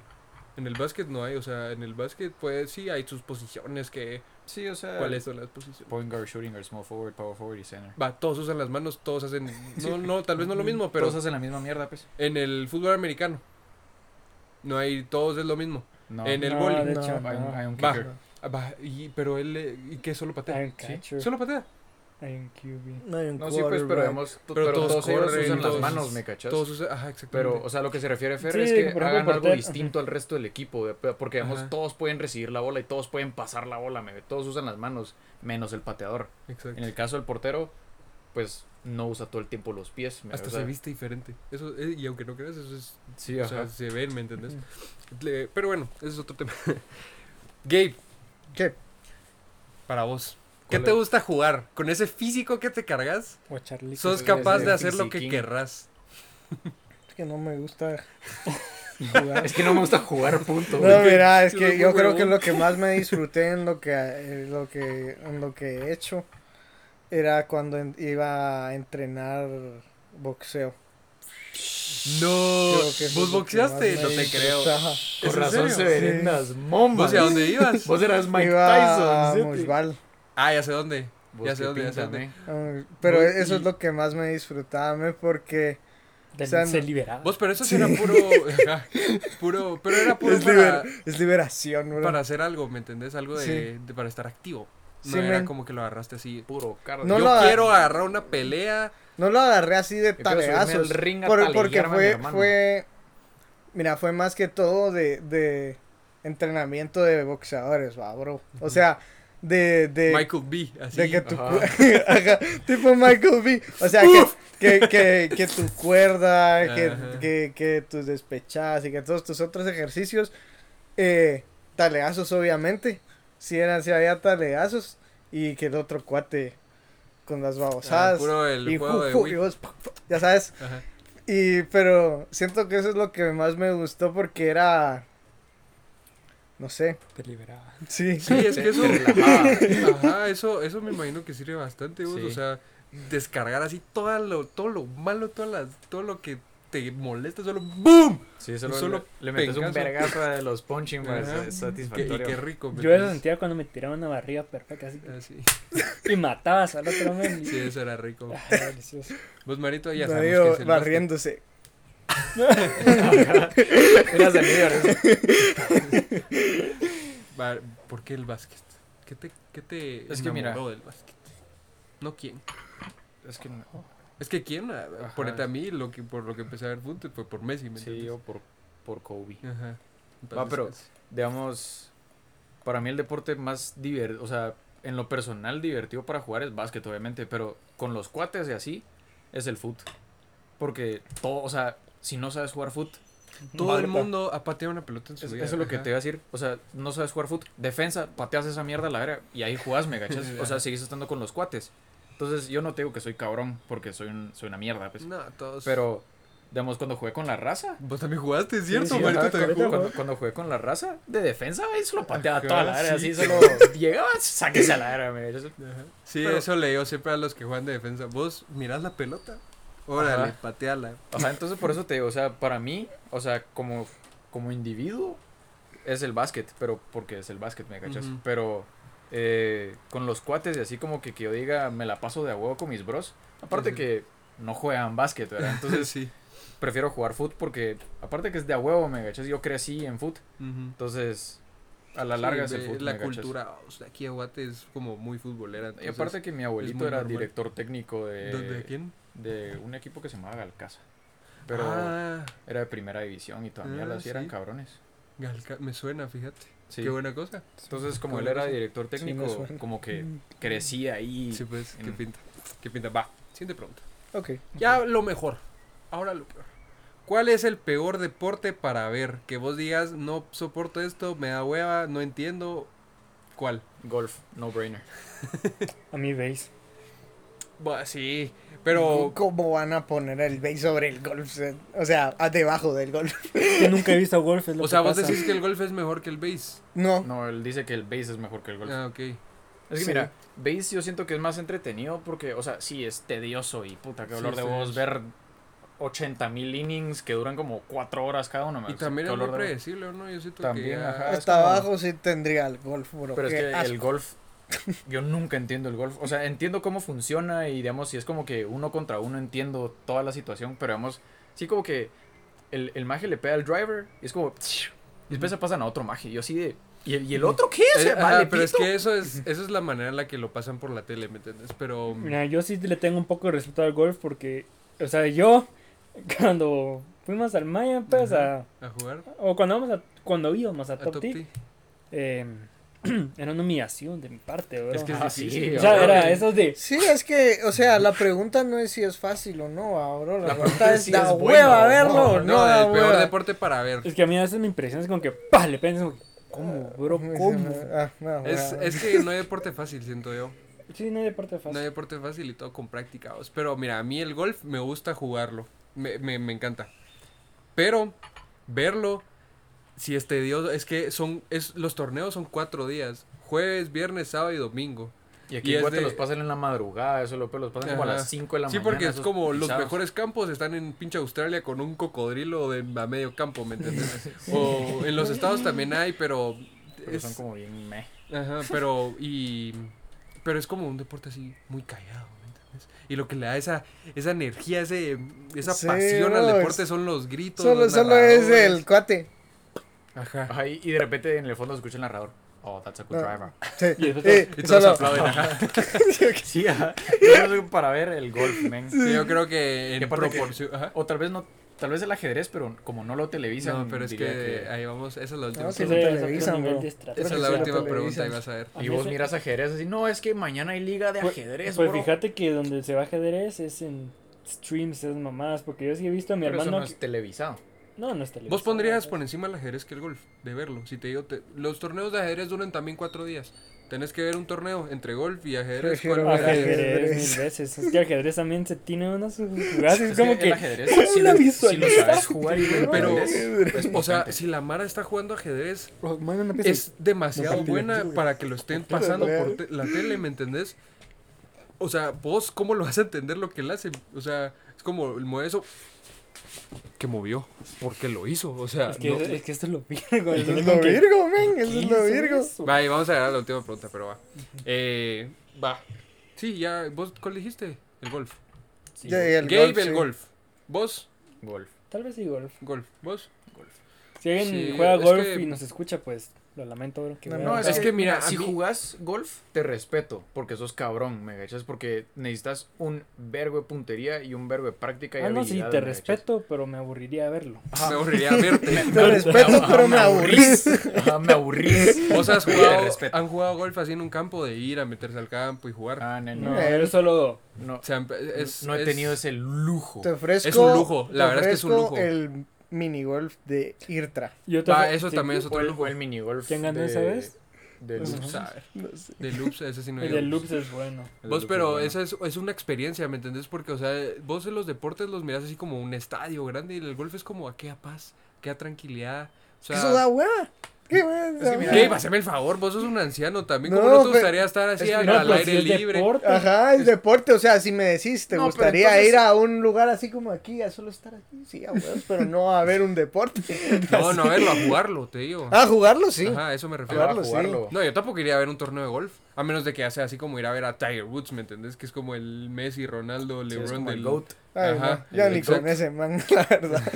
[SPEAKER 1] En el básquet no hay, o sea, en el básquet pues sí hay sus posiciones que
[SPEAKER 4] Sí, o sea,
[SPEAKER 1] cuáles son las posiciones.
[SPEAKER 4] Point guard, shooting guard, small forward, power forward y center.
[SPEAKER 1] Va, todos usan las manos, todos hacen no no, tal vez no lo mismo, pero
[SPEAKER 4] Todos hacen la misma mierda, pues.
[SPEAKER 1] en el fútbol americano no hay todos es lo mismo.
[SPEAKER 4] No.
[SPEAKER 1] En el
[SPEAKER 2] No,
[SPEAKER 1] boli.
[SPEAKER 2] de
[SPEAKER 3] No,
[SPEAKER 2] hecho,
[SPEAKER 4] Hay un, hay
[SPEAKER 2] no.
[SPEAKER 4] un
[SPEAKER 1] Va.
[SPEAKER 4] kicker.
[SPEAKER 1] Ah, va, y pero él eh, y qué solo
[SPEAKER 4] Ah,
[SPEAKER 2] Hay
[SPEAKER 1] patea.
[SPEAKER 2] un catcher,
[SPEAKER 1] Solo patea.
[SPEAKER 2] hay un QB.
[SPEAKER 3] no hay un
[SPEAKER 4] No, sí, pues, pero
[SPEAKER 3] quarterback.
[SPEAKER 4] digamos, to-
[SPEAKER 1] Pero
[SPEAKER 4] pero
[SPEAKER 1] todos
[SPEAKER 4] todos, ellos
[SPEAKER 1] corren,
[SPEAKER 4] usan
[SPEAKER 1] todos-
[SPEAKER 4] las manos, ¿me cachas?
[SPEAKER 1] Todos usan, ajá, exactamente.
[SPEAKER 4] Pero, o sea, lo que se refiere Fer
[SPEAKER 2] Sí,
[SPEAKER 4] es
[SPEAKER 2] de que,
[SPEAKER 4] que
[SPEAKER 2] por ejemplo,
[SPEAKER 4] hagan algo
[SPEAKER 2] portero-
[SPEAKER 4] distinto al resto del equipo. de- Porque, digamos,
[SPEAKER 1] Ajá.
[SPEAKER 4] todos pueden recibir la bola y todos pueden pasar la bola, me- Todos usan las manos, menos el pateador.
[SPEAKER 1] Exacto.
[SPEAKER 4] En el caso del portero, pues no usa todo el tiempo los pies. me-
[SPEAKER 1] Hasta
[SPEAKER 4] o sea,
[SPEAKER 1] se viste diferente. Eso, eh, y aunque no creas, eso es.
[SPEAKER 4] Sí,
[SPEAKER 1] o sea,
[SPEAKER 4] ajá.
[SPEAKER 1] se ven, ¿me entendés? Le- pero bueno, ese es otro tema. Gabe,
[SPEAKER 3] ¿Qué?
[SPEAKER 1] para vos. ¿Qué
[SPEAKER 4] ¿Cuál
[SPEAKER 1] te
[SPEAKER 4] es?
[SPEAKER 1] gusta jugar? ¿Con ese físico que te cargas?
[SPEAKER 2] O Charlie.
[SPEAKER 1] Sos
[SPEAKER 4] es
[SPEAKER 1] capaz
[SPEAKER 4] de
[SPEAKER 1] de hacer lo que
[SPEAKER 4] fisiquín.
[SPEAKER 1] querrás.
[SPEAKER 3] Es que no me gusta jugar.
[SPEAKER 4] Es que no me gusta jugar, punto.
[SPEAKER 3] No, mira, es
[SPEAKER 1] Yo
[SPEAKER 3] que
[SPEAKER 1] soy
[SPEAKER 3] yo
[SPEAKER 1] muy
[SPEAKER 3] creo que
[SPEAKER 1] huevón.
[SPEAKER 3] lo que más me disfruté en lo que, en lo que, en lo que he hecho era cuando en- iba a entrenar boxeo.
[SPEAKER 1] No,
[SPEAKER 3] Creo que eso es
[SPEAKER 1] vos
[SPEAKER 3] lo que más
[SPEAKER 1] boxeaste,
[SPEAKER 3] me
[SPEAKER 1] no te creo.
[SPEAKER 3] disfrutaba.
[SPEAKER 1] ¿Es en serio?
[SPEAKER 3] Sí. ven las
[SPEAKER 4] bombas.
[SPEAKER 1] ¿Vos y a dónde ibas?
[SPEAKER 4] eras
[SPEAKER 3] Iba a Mosbal.
[SPEAKER 1] Ah, ya sé dónde. Ya sé dónde, ya sé dónde.
[SPEAKER 3] Ah, Pero
[SPEAKER 1] Vos
[SPEAKER 3] eso
[SPEAKER 1] y-
[SPEAKER 3] es lo que más me disfrutaba, me, porque
[SPEAKER 2] Del-
[SPEAKER 3] o sea,
[SPEAKER 2] se
[SPEAKER 3] no-
[SPEAKER 2] liberaba.
[SPEAKER 1] Vos, pero eso sí era puro. ajá, puro. Pero era puro
[SPEAKER 3] es,
[SPEAKER 1] para,
[SPEAKER 3] liber- es liberación, bro.
[SPEAKER 1] para hacer algo, ¿me entendés? Algo de,
[SPEAKER 3] Sí.
[SPEAKER 1] de- para estar activo. No
[SPEAKER 3] Sí,
[SPEAKER 1] era
[SPEAKER 3] men.
[SPEAKER 1] como que lo agarraste así.
[SPEAKER 4] Puro cardio.
[SPEAKER 3] No
[SPEAKER 1] Yo
[SPEAKER 3] lo agar-
[SPEAKER 1] quiero agarrar una pelea.
[SPEAKER 3] No lo agarré así de
[SPEAKER 4] Yo quiero subirme
[SPEAKER 3] talegazos.
[SPEAKER 4] al ring a
[SPEAKER 3] por- porque
[SPEAKER 4] taleguearme a mi
[SPEAKER 3] fue,
[SPEAKER 4] hermano.
[SPEAKER 3] fue. Mira, fue más que todo de, de entrenamiento de boxeadores, va, bro. O sea, de. de
[SPEAKER 1] Michael B. Así.
[SPEAKER 3] de que tu
[SPEAKER 4] ajá.
[SPEAKER 3] cu- ajá, tipo Michael B. O sea, que, que, que, que tu cuerda, que,
[SPEAKER 1] Ajá.
[SPEAKER 3] que, que tus despechadas y que todos tus otros ejercicios, eh, taleazos obviamente, si eran, si había taleazos y que el otro cuate con las
[SPEAKER 1] Ah,
[SPEAKER 3] babosadas.
[SPEAKER 1] puro el
[SPEAKER 3] y
[SPEAKER 1] juego
[SPEAKER 3] ju-
[SPEAKER 1] de
[SPEAKER 3] ju- y
[SPEAKER 1] Wii.
[SPEAKER 3] vos, pu- pu- ya sabes,
[SPEAKER 1] Ajá.
[SPEAKER 3] y pero siento que eso es lo que más me gustó porque era, no sé,
[SPEAKER 2] Te liberaba.
[SPEAKER 3] sí,
[SPEAKER 1] Sí, es que eso.
[SPEAKER 4] Te relajaba.
[SPEAKER 1] Ajá, eso, eso me imagino que sirve bastante, vos,
[SPEAKER 4] Sí.
[SPEAKER 1] O sea, descargar así todo lo, todo lo malo, todas las, todo lo que te molesta, solo ¡BOOM!
[SPEAKER 4] Sí, solo,
[SPEAKER 1] Solo
[SPEAKER 4] le, le metes un
[SPEAKER 1] pencazo.
[SPEAKER 4] vergazo de los punching bags.
[SPEAKER 1] Ajá.
[SPEAKER 4] pues, Es
[SPEAKER 1] Que- y
[SPEAKER 4] satisfactorio.
[SPEAKER 1] qué rico. ¿me
[SPEAKER 2] Yo eso
[SPEAKER 1] entendés?
[SPEAKER 2] sentía cuando me tiraban una barriga perfecta así
[SPEAKER 1] Ah, sí.
[SPEAKER 2] que- y matabas al otro hombre.
[SPEAKER 1] Sí, eso era rico.
[SPEAKER 2] Ah, delicioso.
[SPEAKER 1] Vos, Marito, ya
[SPEAKER 3] lo
[SPEAKER 1] sabemos
[SPEAKER 3] digo,
[SPEAKER 1] que es el
[SPEAKER 3] barriéndose.
[SPEAKER 4] Eras de New
[SPEAKER 1] básquet. Bar- ¿Por qué el básquet? ¿Qué te, qué te
[SPEAKER 4] Es que mira.
[SPEAKER 1] enamoró del básquet? No quién.
[SPEAKER 4] Es que no.
[SPEAKER 1] Es que quién, Ah, ponete a mí, lo que, por lo que empecé a ver fútbol fue por Messi, ¿me
[SPEAKER 4] Sí, yo
[SPEAKER 1] entiendes?
[SPEAKER 4] por, por Kobe.
[SPEAKER 1] Ajá.
[SPEAKER 4] Va, pero-
[SPEAKER 1] Entonces, pues,
[SPEAKER 4] Digamos, para mí el deporte más divertido, o sea, en lo personal divertido para jugar es básquet, obviamente, pero con los cuates y así es el foot. Porque todo, o sea, si no sabes jugar foot,
[SPEAKER 1] Todo el
[SPEAKER 3] Marta.
[SPEAKER 1] mundo ha pateado una pelota en su
[SPEAKER 4] Es-
[SPEAKER 1] vida.
[SPEAKER 4] Eso es lo que
[SPEAKER 1] ajá.
[SPEAKER 4] te iba a decir. O sea, no sabes jugar fútbol. Defensa, pateas esa mierda a la verga y ahí jugás, me gachas. O sea, sigues estando con los cuates. Entonces, yo no te digo que soy cabrón porque soy, un- soy una mierda, pues.
[SPEAKER 1] No, todos.
[SPEAKER 4] Pero, digamos, cuando jugué con la raza.
[SPEAKER 1] Vos pues, también jugaste, ¿cierto?
[SPEAKER 2] sí,
[SPEAKER 1] Marito
[SPEAKER 2] ajá,
[SPEAKER 1] también
[SPEAKER 2] correcto.
[SPEAKER 1] jugó.
[SPEAKER 4] Cuando, cuando jugué con la raza de defensa, ahí solo pateaba
[SPEAKER 1] Ajá,
[SPEAKER 4] toda la verga.
[SPEAKER 1] sí.
[SPEAKER 4] Así solo llegaba, sáquese a la verga, me gachas.
[SPEAKER 1] Ajá. Sí,
[SPEAKER 4] Pero-
[SPEAKER 1] eso le digo siempre a los que juegan de defensa. Vos mirás la pelota. Órale,
[SPEAKER 4] Ajá.
[SPEAKER 1] pateala.
[SPEAKER 4] O sea, entonces por eso te digo, o sea, para mí, o sea, como, como individuo, es el básquet, pero porque es el básquet, ¿me cachas?
[SPEAKER 1] Ujú.
[SPEAKER 4] Pero eh, con los cuates y así como que, que yo diga, me la paso de a huevo con mis bros, aparte
[SPEAKER 1] Ujú.
[SPEAKER 4] que no juegan básquet, ¿verdad?
[SPEAKER 1] Entonces
[SPEAKER 4] Entonces
[SPEAKER 1] sí.
[SPEAKER 4] prefiero jugar foot porque, aparte que es de a huevo, ¿me cachas? Yo crecí en foot,
[SPEAKER 1] Ujú.
[SPEAKER 4] entonces a la larga
[SPEAKER 1] Sí,
[SPEAKER 4] es el
[SPEAKER 1] ve,
[SPEAKER 4] foot,
[SPEAKER 1] La
[SPEAKER 4] ¿me cachas?
[SPEAKER 1] cultura o sea, aquí en Guate es como muy futbolera.
[SPEAKER 4] Y aparte que mi abuelito
[SPEAKER 1] muy
[SPEAKER 4] era
[SPEAKER 1] normal.
[SPEAKER 4] director técnico de,
[SPEAKER 1] ¿Dónde? ¿Quién?
[SPEAKER 4] de un equipo que se llamaba Galcaza. Pero
[SPEAKER 1] Ah,
[SPEAKER 4] Era de primera división y toda
[SPEAKER 1] Ah,
[SPEAKER 4] mierda, así eran
[SPEAKER 1] sí.
[SPEAKER 4] cabrones.
[SPEAKER 1] Galca- me suena, fíjate.
[SPEAKER 4] Sí.
[SPEAKER 1] Qué buena cosa.
[SPEAKER 4] Entonces, como
[SPEAKER 1] Con
[SPEAKER 4] él era
[SPEAKER 1] razón.
[SPEAKER 4] director
[SPEAKER 3] Sí, me
[SPEAKER 4] técnico,
[SPEAKER 3] suena.
[SPEAKER 4] como
[SPEAKER 2] Mm.
[SPEAKER 4] que crecía ahí.
[SPEAKER 1] Mm. Sí, pues, qué
[SPEAKER 4] Mm.
[SPEAKER 1] pinta. Qué pinta. Va, siguiente pregunta.
[SPEAKER 3] Ok.
[SPEAKER 1] Ya lo mejor. Ahora lo peor. ¿Cuál es el peor deporte para ver? Que vos digas, no soporto esto, me da hueva, no entiendo. ¿Cuál?
[SPEAKER 4] Golf, no brainer.
[SPEAKER 2] A mí veis.
[SPEAKER 1] Bah, sí, pero...
[SPEAKER 3] ¿Cómo van a poner el base sobre el golf? set? O sea, a- debajo del golf.
[SPEAKER 2] Yo nunca he visto golf. Es lo
[SPEAKER 1] O
[SPEAKER 2] que
[SPEAKER 1] sea, vos
[SPEAKER 2] pasa.
[SPEAKER 1] decís que el golf es mejor que el base.
[SPEAKER 3] No.
[SPEAKER 4] No, él dice que el base es mejor que el golf.
[SPEAKER 1] Ah, ok.
[SPEAKER 4] es que
[SPEAKER 3] sí.
[SPEAKER 4] mira, base yo siento que es más entretenido porque, o sea, sí es tedioso y puta, qué
[SPEAKER 1] Sí,
[SPEAKER 4] dolor de
[SPEAKER 1] sí.
[SPEAKER 4] voz ver 80 mil innings que duran como 4 horas cada uno. me-
[SPEAKER 1] Y
[SPEAKER 4] qué
[SPEAKER 1] también es
[SPEAKER 4] dolor
[SPEAKER 1] muy
[SPEAKER 4] de voz.
[SPEAKER 1] predecible, ¿no? Yo siento que...
[SPEAKER 4] También,
[SPEAKER 1] ya-
[SPEAKER 4] ajá. es
[SPEAKER 3] Hasta
[SPEAKER 4] como-
[SPEAKER 3] abajo sí tendría el golf, bro.
[SPEAKER 4] Pero es
[SPEAKER 3] Qué
[SPEAKER 4] que
[SPEAKER 3] asco.
[SPEAKER 4] el golf, yo nunca entiendo el golf. O sea, entiendo cómo funciona y digamos, si es como que uno contra uno entiendo toda la situación, pero digamos, sí como que el, el maje le pega al driver y es como... Y después se pasan a otro maje. y Yo así de... ¿Y el, y el otro qué? O
[SPEAKER 1] Eh,
[SPEAKER 4] sea,
[SPEAKER 1] ajá,
[SPEAKER 4] vale,
[SPEAKER 1] pero es
[SPEAKER 4] pito.
[SPEAKER 1] que eso es, eso es la manera en la que lo pasan por la tele, ¿me entiendes? Pero...
[SPEAKER 2] Mira, yo sí le tengo un poco de respeto al golf porque, o sea, yo cuando fuimos al Maya, pues, a,
[SPEAKER 1] ¿A jugar?
[SPEAKER 2] o cuando vamos a, cuando íbamos a,
[SPEAKER 1] A
[SPEAKER 2] Top,
[SPEAKER 1] Top
[SPEAKER 2] Tee,
[SPEAKER 1] Tee.
[SPEAKER 2] eh, era una humillación de mi parte, bro.
[SPEAKER 4] Es que es
[SPEAKER 2] Ajá.
[SPEAKER 4] difícil.
[SPEAKER 2] O sea,
[SPEAKER 4] cabrón.
[SPEAKER 2] era eso de.
[SPEAKER 3] Sí, es que, o sea, la pregunta no es si es fácil o no, ahora la,
[SPEAKER 4] La
[SPEAKER 3] pregunta
[SPEAKER 4] pregunta es
[SPEAKER 3] es
[SPEAKER 4] si
[SPEAKER 3] da hueva
[SPEAKER 4] es bueno o no,
[SPEAKER 3] verlo o no,
[SPEAKER 1] No,
[SPEAKER 3] da
[SPEAKER 1] el peor
[SPEAKER 3] hueva.
[SPEAKER 1] deporte para ver.
[SPEAKER 2] Es que a mí a veces me impresiona, es como que. ¡Pah! Le pegan, es como que, ¿Cómo, bro? ¿Cómo?
[SPEAKER 3] Ah, no,
[SPEAKER 1] Es,
[SPEAKER 3] hueva.
[SPEAKER 1] es que no hay deporte fácil, siento yo.
[SPEAKER 2] Sí, no hay deporte
[SPEAKER 1] No
[SPEAKER 2] fácil.
[SPEAKER 1] hay deporte fácil y todo con práctica. vos. Pero mira, a mí el golf me gusta jugarlo. Me, me- me encanta. Pero verlo, si es tedioso, es que son, es, los torneos son cuatro días. Jueves, viernes, sábado y domingo.
[SPEAKER 4] Y aquí
[SPEAKER 1] Y es
[SPEAKER 4] en Guate
[SPEAKER 1] de-
[SPEAKER 4] los pasan en la madrugada, eso lo los pasan como a
[SPEAKER 1] Ajá.
[SPEAKER 4] las 5 de la
[SPEAKER 1] sí,
[SPEAKER 4] mañana.
[SPEAKER 1] porque es
[SPEAKER 4] esos
[SPEAKER 1] como los
[SPEAKER 4] pisados.
[SPEAKER 1] mejores campos están en pinche Australia con un cocodrilo de, a medio campo, ¿me entiendes? O en los estados también hay, pero...
[SPEAKER 4] Pero
[SPEAKER 1] es-
[SPEAKER 4] son como bien meh.
[SPEAKER 1] Ajá, pero y pero es como un deporte así muy callado, ¿me entiendes? Y lo que le da esa esa energía, ese esa
[SPEAKER 3] Sí,
[SPEAKER 1] pasión al
[SPEAKER 3] no,
[SPEAKER 1] deporte
[SPEAKER 3] es-
[SPEAKER 1] son los gritos,
[SPEAKER 3] Solo,
[SPEAKER 1] los
[SPEAKER 3] solo es
[SPEAKER 1] narradores.
[SPEAKER 3] el cuate.
[SPEAKER 1] Ajá.
[SPEAKER 4] Ajá, y y de repente en el fondo se escucha el narrador. Oh, that's a good
[SPEAKER 3] Ah. Sí,
[SPEAKER 4] driver.
[SPEAKER 2] Y después
[SPEAKER 3] eh,
[SPEAKER 1] Y todos
[SPEAKER 3] solo,
[SPEAKER 1] aplauden. ajá.
[SPEAKER 4] Sí, ajá. Yo creo que para ver el golf, man.
[SPEAKER 1] Sí, yo creo que
[SPEAKER 4] Y
[SPEAKER 1] en
[SPEAKER 4] aparte que-
[SPEAKER 1] proporción, ajá.
[SPEAKER 4] O tal vez no, tal vez el ajedrez, pero como no lo televisan.
[SPEAKER 1] No, pero es que,
[SPEAKER 4] diría
[SPEAKER 1] ahí vamos, esa es la última.
[SPEAKER 3] No, sí,
[SPEAKER 1] pregunta.
[SPEAKER 3] se televisan, bro.
[SPEAKER 1] Esa es
[SPEAKER 3] que
[SPEAKER 1] la
[SPEAKER 3] sí, lo
[SPEAKER 1] última pregunta
[SPEAKER 3] televisan.
[SPEAKER 1] y vas a ver.
[SPEAKER 2] A
[SPEAKER 4] Y
[SPEAKER 2] mí
[SPEAKER 4] vos
[SPEAKER 2] se-
[SPEAKER 4] miras ajedrez así, no, es que mañana hay liga de ajedrez,
[SPEAKER 2] Pues
[SPEAKER 4] bro".
[SPEAKER 2] fíjate que donde se va ajedrez es en streams, esas mamadas, porque yo sí he visto a mi
[SPEAKER 4] Pero eso
[SPEAKER 2] hermano.
[SPEAKER 4] no es televisado.
[SPEAKER 2] que- No, no está
[SPEAKER 1] Vos pondrías por encima el ajedrez que el golf, de verlo. Si te digo, te- los torneos de ajedrez duran también cuatro días. Tenés que ver un torneo entre golf y ajedrez.
[SPEAKER 3] Prefiero
[SPEAKER 1] ¿cuál-
[SPEAKER 3] ver
[SPEAKER 2] Ajedrez
[SPEAKER 3] ajedrez.
[SPEAKER 2] mil veces. Es que ajedrez también se tiene unas jugadas. Es como
[SPEAKER 4] el
[SPEAKER 2] que.
[SPEAKER 4] ajedrez,
[SPEAKER 2] ¿cómo
[SPEAKER 4] si
[SPEAKER 2] la
[SPEAKER 4] lo, si lo
[SPEAKER 2] visualizas?
[SPEAKER 4] sabes jugar y lo
[SPEAKER 1] Pero-
[SPEAKER 4] entendés, es
[SPEAKER 1] O sea,
[SPEAKER 4] potente.
[SPEAKER 1] si la Mara está jugando ajedrez,
[SPEAKER 3] Oh,
[SPEAKER 2] Bro, mano, no pienses-
[SPEAKER 1] es demasiado
[SPEAKER 2] Partido.
[SPEAKER 1] buena para que lo estén pasando por te- la tele, ¿me entendés? O sea, vos, ¿cómo lo vas a entender lo que él hace? O sea, es como el mueve eso que movió, porque lo hizo, o sea,
[SPEAKER 2] Es que,
[SPEAKER 1] no-
[SPEAKER 2] es que esto es lo virgo.
[SPEAKER 3] Eso es lo virgo, men, eso es
[SPEAKER 2] ¿Qué
[SPEAKER 3] lo
[SPEAKER 2] es
[SPEAKER 3] virgo.
[SPEAKER 2] eso?
[SPEAKER 1] Va, y vamos a agarrar la última pregunta, pero va. Eh, va. Sí, ya, ¿vos cuál dijiste? El golf.
[SPEAKER 4] Sí,
[SPEAKER 3] Ya,
[SPEAKER 4] golf,
[SPEAKER 3] ya, el
[SPEAKER 1] Gabe,
[SPEAKER 3] golf,
[SPEAKER 1] el
[SPEAKER 3] sí.
[SPEAKER 1] golf. Vos,
[SPEAKER 4] golf.
[SPEAKER 2] Tal vez sí, golf.
[SPEAKER 1] golf. Vos.
[SPEAKER 4] golf.
[SPEAKER 2] Si alguien
[SPEAKER 1] Sí,
[SPEAKER 2] juega
[SPEAKER 1] es
[SPEAKER 2] golf
[SPEAKER 1] que-
[SPEAKER 2] y nos escucha, pues lo lamento, bro. que
[SPEAKER 3] No,
[SPEAKER 2] vaya
[SPEAKER 4] No,
[SPEAKER 2] a-
[SPEAKER 4] es,
[SPEAKER 1] Es
[SPEAKER 4] que,
[SPEAKER 1] que, mira,
[SPEAKER 4] mira,
[SPEAKER 1] a
[SPEAKER 4] si
[SPEAKER 1] mí-
[SPEAKER 4] jugás golf, te respeto, porque sos cabrón, me cachas, porque necesitas un vergo de puntería y un vergo de práctica y
[SPEAKER 2] Ah, no, sí,
[SPEAKER 4] habilidad,
[SPEAKER 2] te
[SPEAKER 4] ¿me cachas?
[SPEAKER 2] respeto, pero me aburriría verlo.
[SPEAKER 4] Ajá.
[SPEAKER 1] Me aburriría verte.
[SPEAKER 3] Te respeto,
[SPEAKER 4] Ajá,
[SPEAKER 3] pero me aburrís.
[SPEAKER 4] Ajá, Ah, me aburrís.
[SPEAKER 1] Vos has
[SPEAKER 4] Te
[SPEAKER 1] jugado,
[SPEAKER 4] respeto.
[SPEAKER 1] han jugado golf así en un campo de ir a meterse al campo y jugar.
[SPEAKER 4] Ah, no,
[SPEAKER 2] No,
[SPEAKER 4] no,
[SPEAKER 3] Eh,
[SPEAKER 2] yo solo.
[SPEAKER 4] no,
[SPEAKER 1] O sea, es-
[SPEAKER 4] no he
[SPEAKER 1] es-
[SPEAKER 4] tenido ese lujo.
[SPEAKER 3] Te ofrezco.
[SPEAKER 1] Es un lujo, la
[SPEAKER 3] te
[SPEAKER 1] verdad es que es un
[SPEAKER 3] ofrezco
[SPEAKER 1] lujo.
[SPEAKER 3] el mini golf de Irtra.
[SPEAKER 2] Yo
[SPEAKER 1] Va,
[SPEAKER 2] te-
[SPEAKER 1] eso
[SPEAKER 2] sí, pues,
[SPEAKER 1] también es
[SPEAKER 4] O
[SPEAKER 1] otro
[SPEAKER 4] el,
[SPEAKER 1] lujo.
[SPEAKER 4] o el minigolf.
[SPEAKER 2] ¿Quién ganó
[SPEAKER 4] de-
[SPEAKER 2] esa vez?
[SPEAKER 4] De
[SPEAKER 1] Pues,
[SPEAKER 4] loops.
[SPEAKER 1] sabe.
[SPEAKER 3] No sé.
[SPEAKER 1] De loops, ese sí no
[SPEAKER 2] El
[SPEAKER 1] yo.
[SPEAKER 2] de loops es bueno.
[SPEAKER 4] El
[SPEAKER 1] Vos,
[SPEAKER 4] loop
[SPEAKER 1] pero
[SPEAKER 4] bueno.
[SPEAKER 1] esa es, es una experiencia, ¿me entendés? Porque, o sea, vos en los deportes los mirás así como un estadio grande y el golf es como aquella paz, aquella tranquilidad. O sea,
[SPEAKER 3] Eso da hueva. ¿Qué hueva?
[SPEAKER 4] Es que mira,
[SPEAKER 1] Gabe, haceme el favor, vos sos un anciano también.
[SPEAKER 3] No,
[SPEAKER 1] ¿Cómo no te
[SPEAKER 3] pero-
[SPEAKER 1] gustaría estar así
[SPEAKER 4] es-
[SPEAKER 1] al,
[SPEAKER 4] no,
[SPEAKER 1] al
[SPEAKER 2] pues,
[SPEAKER 1] aire
[SPEAKER 2] si es
[SPEAKER 1] libre? Ah,
[SPEAKER 2] deporte.
[SPEAKER 3] Ajá, es deporte, o sea, si me decís, ¿te
[SPEAKER 4] No, pero
[SPEAKER 3] gustaría
[SPEAKER 4] entonces-
[SPEAKER 3] ir a un lugar así como aquí, a solo estar aquí? Sí, a huevos, pero no a ver un deporte.
[SPEAKER 1] No, no, a verlo, a jugarlo, te digo.
[SPEAKER 3] Ah, jugarlo sí.
[SPEAKER 1] Ajá, a eso me
[SPEAKER 4] Ah,
[SPEAKER 1] refiero.
[SPEAKER 3] Jugarlo, sí.
[SPEAKER 4] jugarlo.
[SPEAKER 1] No, yo tampoco iría a ver un torneo de golf. A menos de que ya sea así como ir a ver a Tiger Woods, ¿me entendés? Que es como el Messi, Ronaldo,
[SPEAKER 4] Sí, es
[SPEAKER 1] LeBron
[SPEAKER 4] como el
[SPEAKER 1] del-
[SPEAKER 4] GOAT.
[SPEAKER 3] Ay,
[SPEAKER 1] Ajá,
[SPEAKER 3] no, yo ni
[SPEAKER 1] exacto.
[SPEAKER 3] con ese man, la verdad.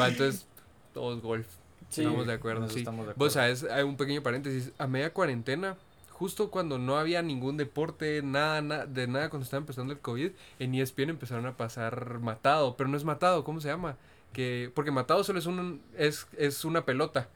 [SPEAKER 1] Va, entonces, todos golf.
[SPEAKER 2] Sí,
[SPEAKER 1] estamos de acuerdo,
[SPEAKER 4] nosotros
[SPEAKER 1] sí.
[SPEAKER 4] estamos de
[SPEAKER 1] Vos
[SPEAKER 4] acuerdo.
[SPEAKER 1] sabes, hay un pequeño paréntesis. A media cuarentena, justo cuando no había ningún deporte, nada, na- de nada, cuando estaba empezando el COVID, en E ESPN empezaron a pasar matado. Pero no es matado, ¿cómo se llama? Que, porque matado solo es, un, es, es una pelota.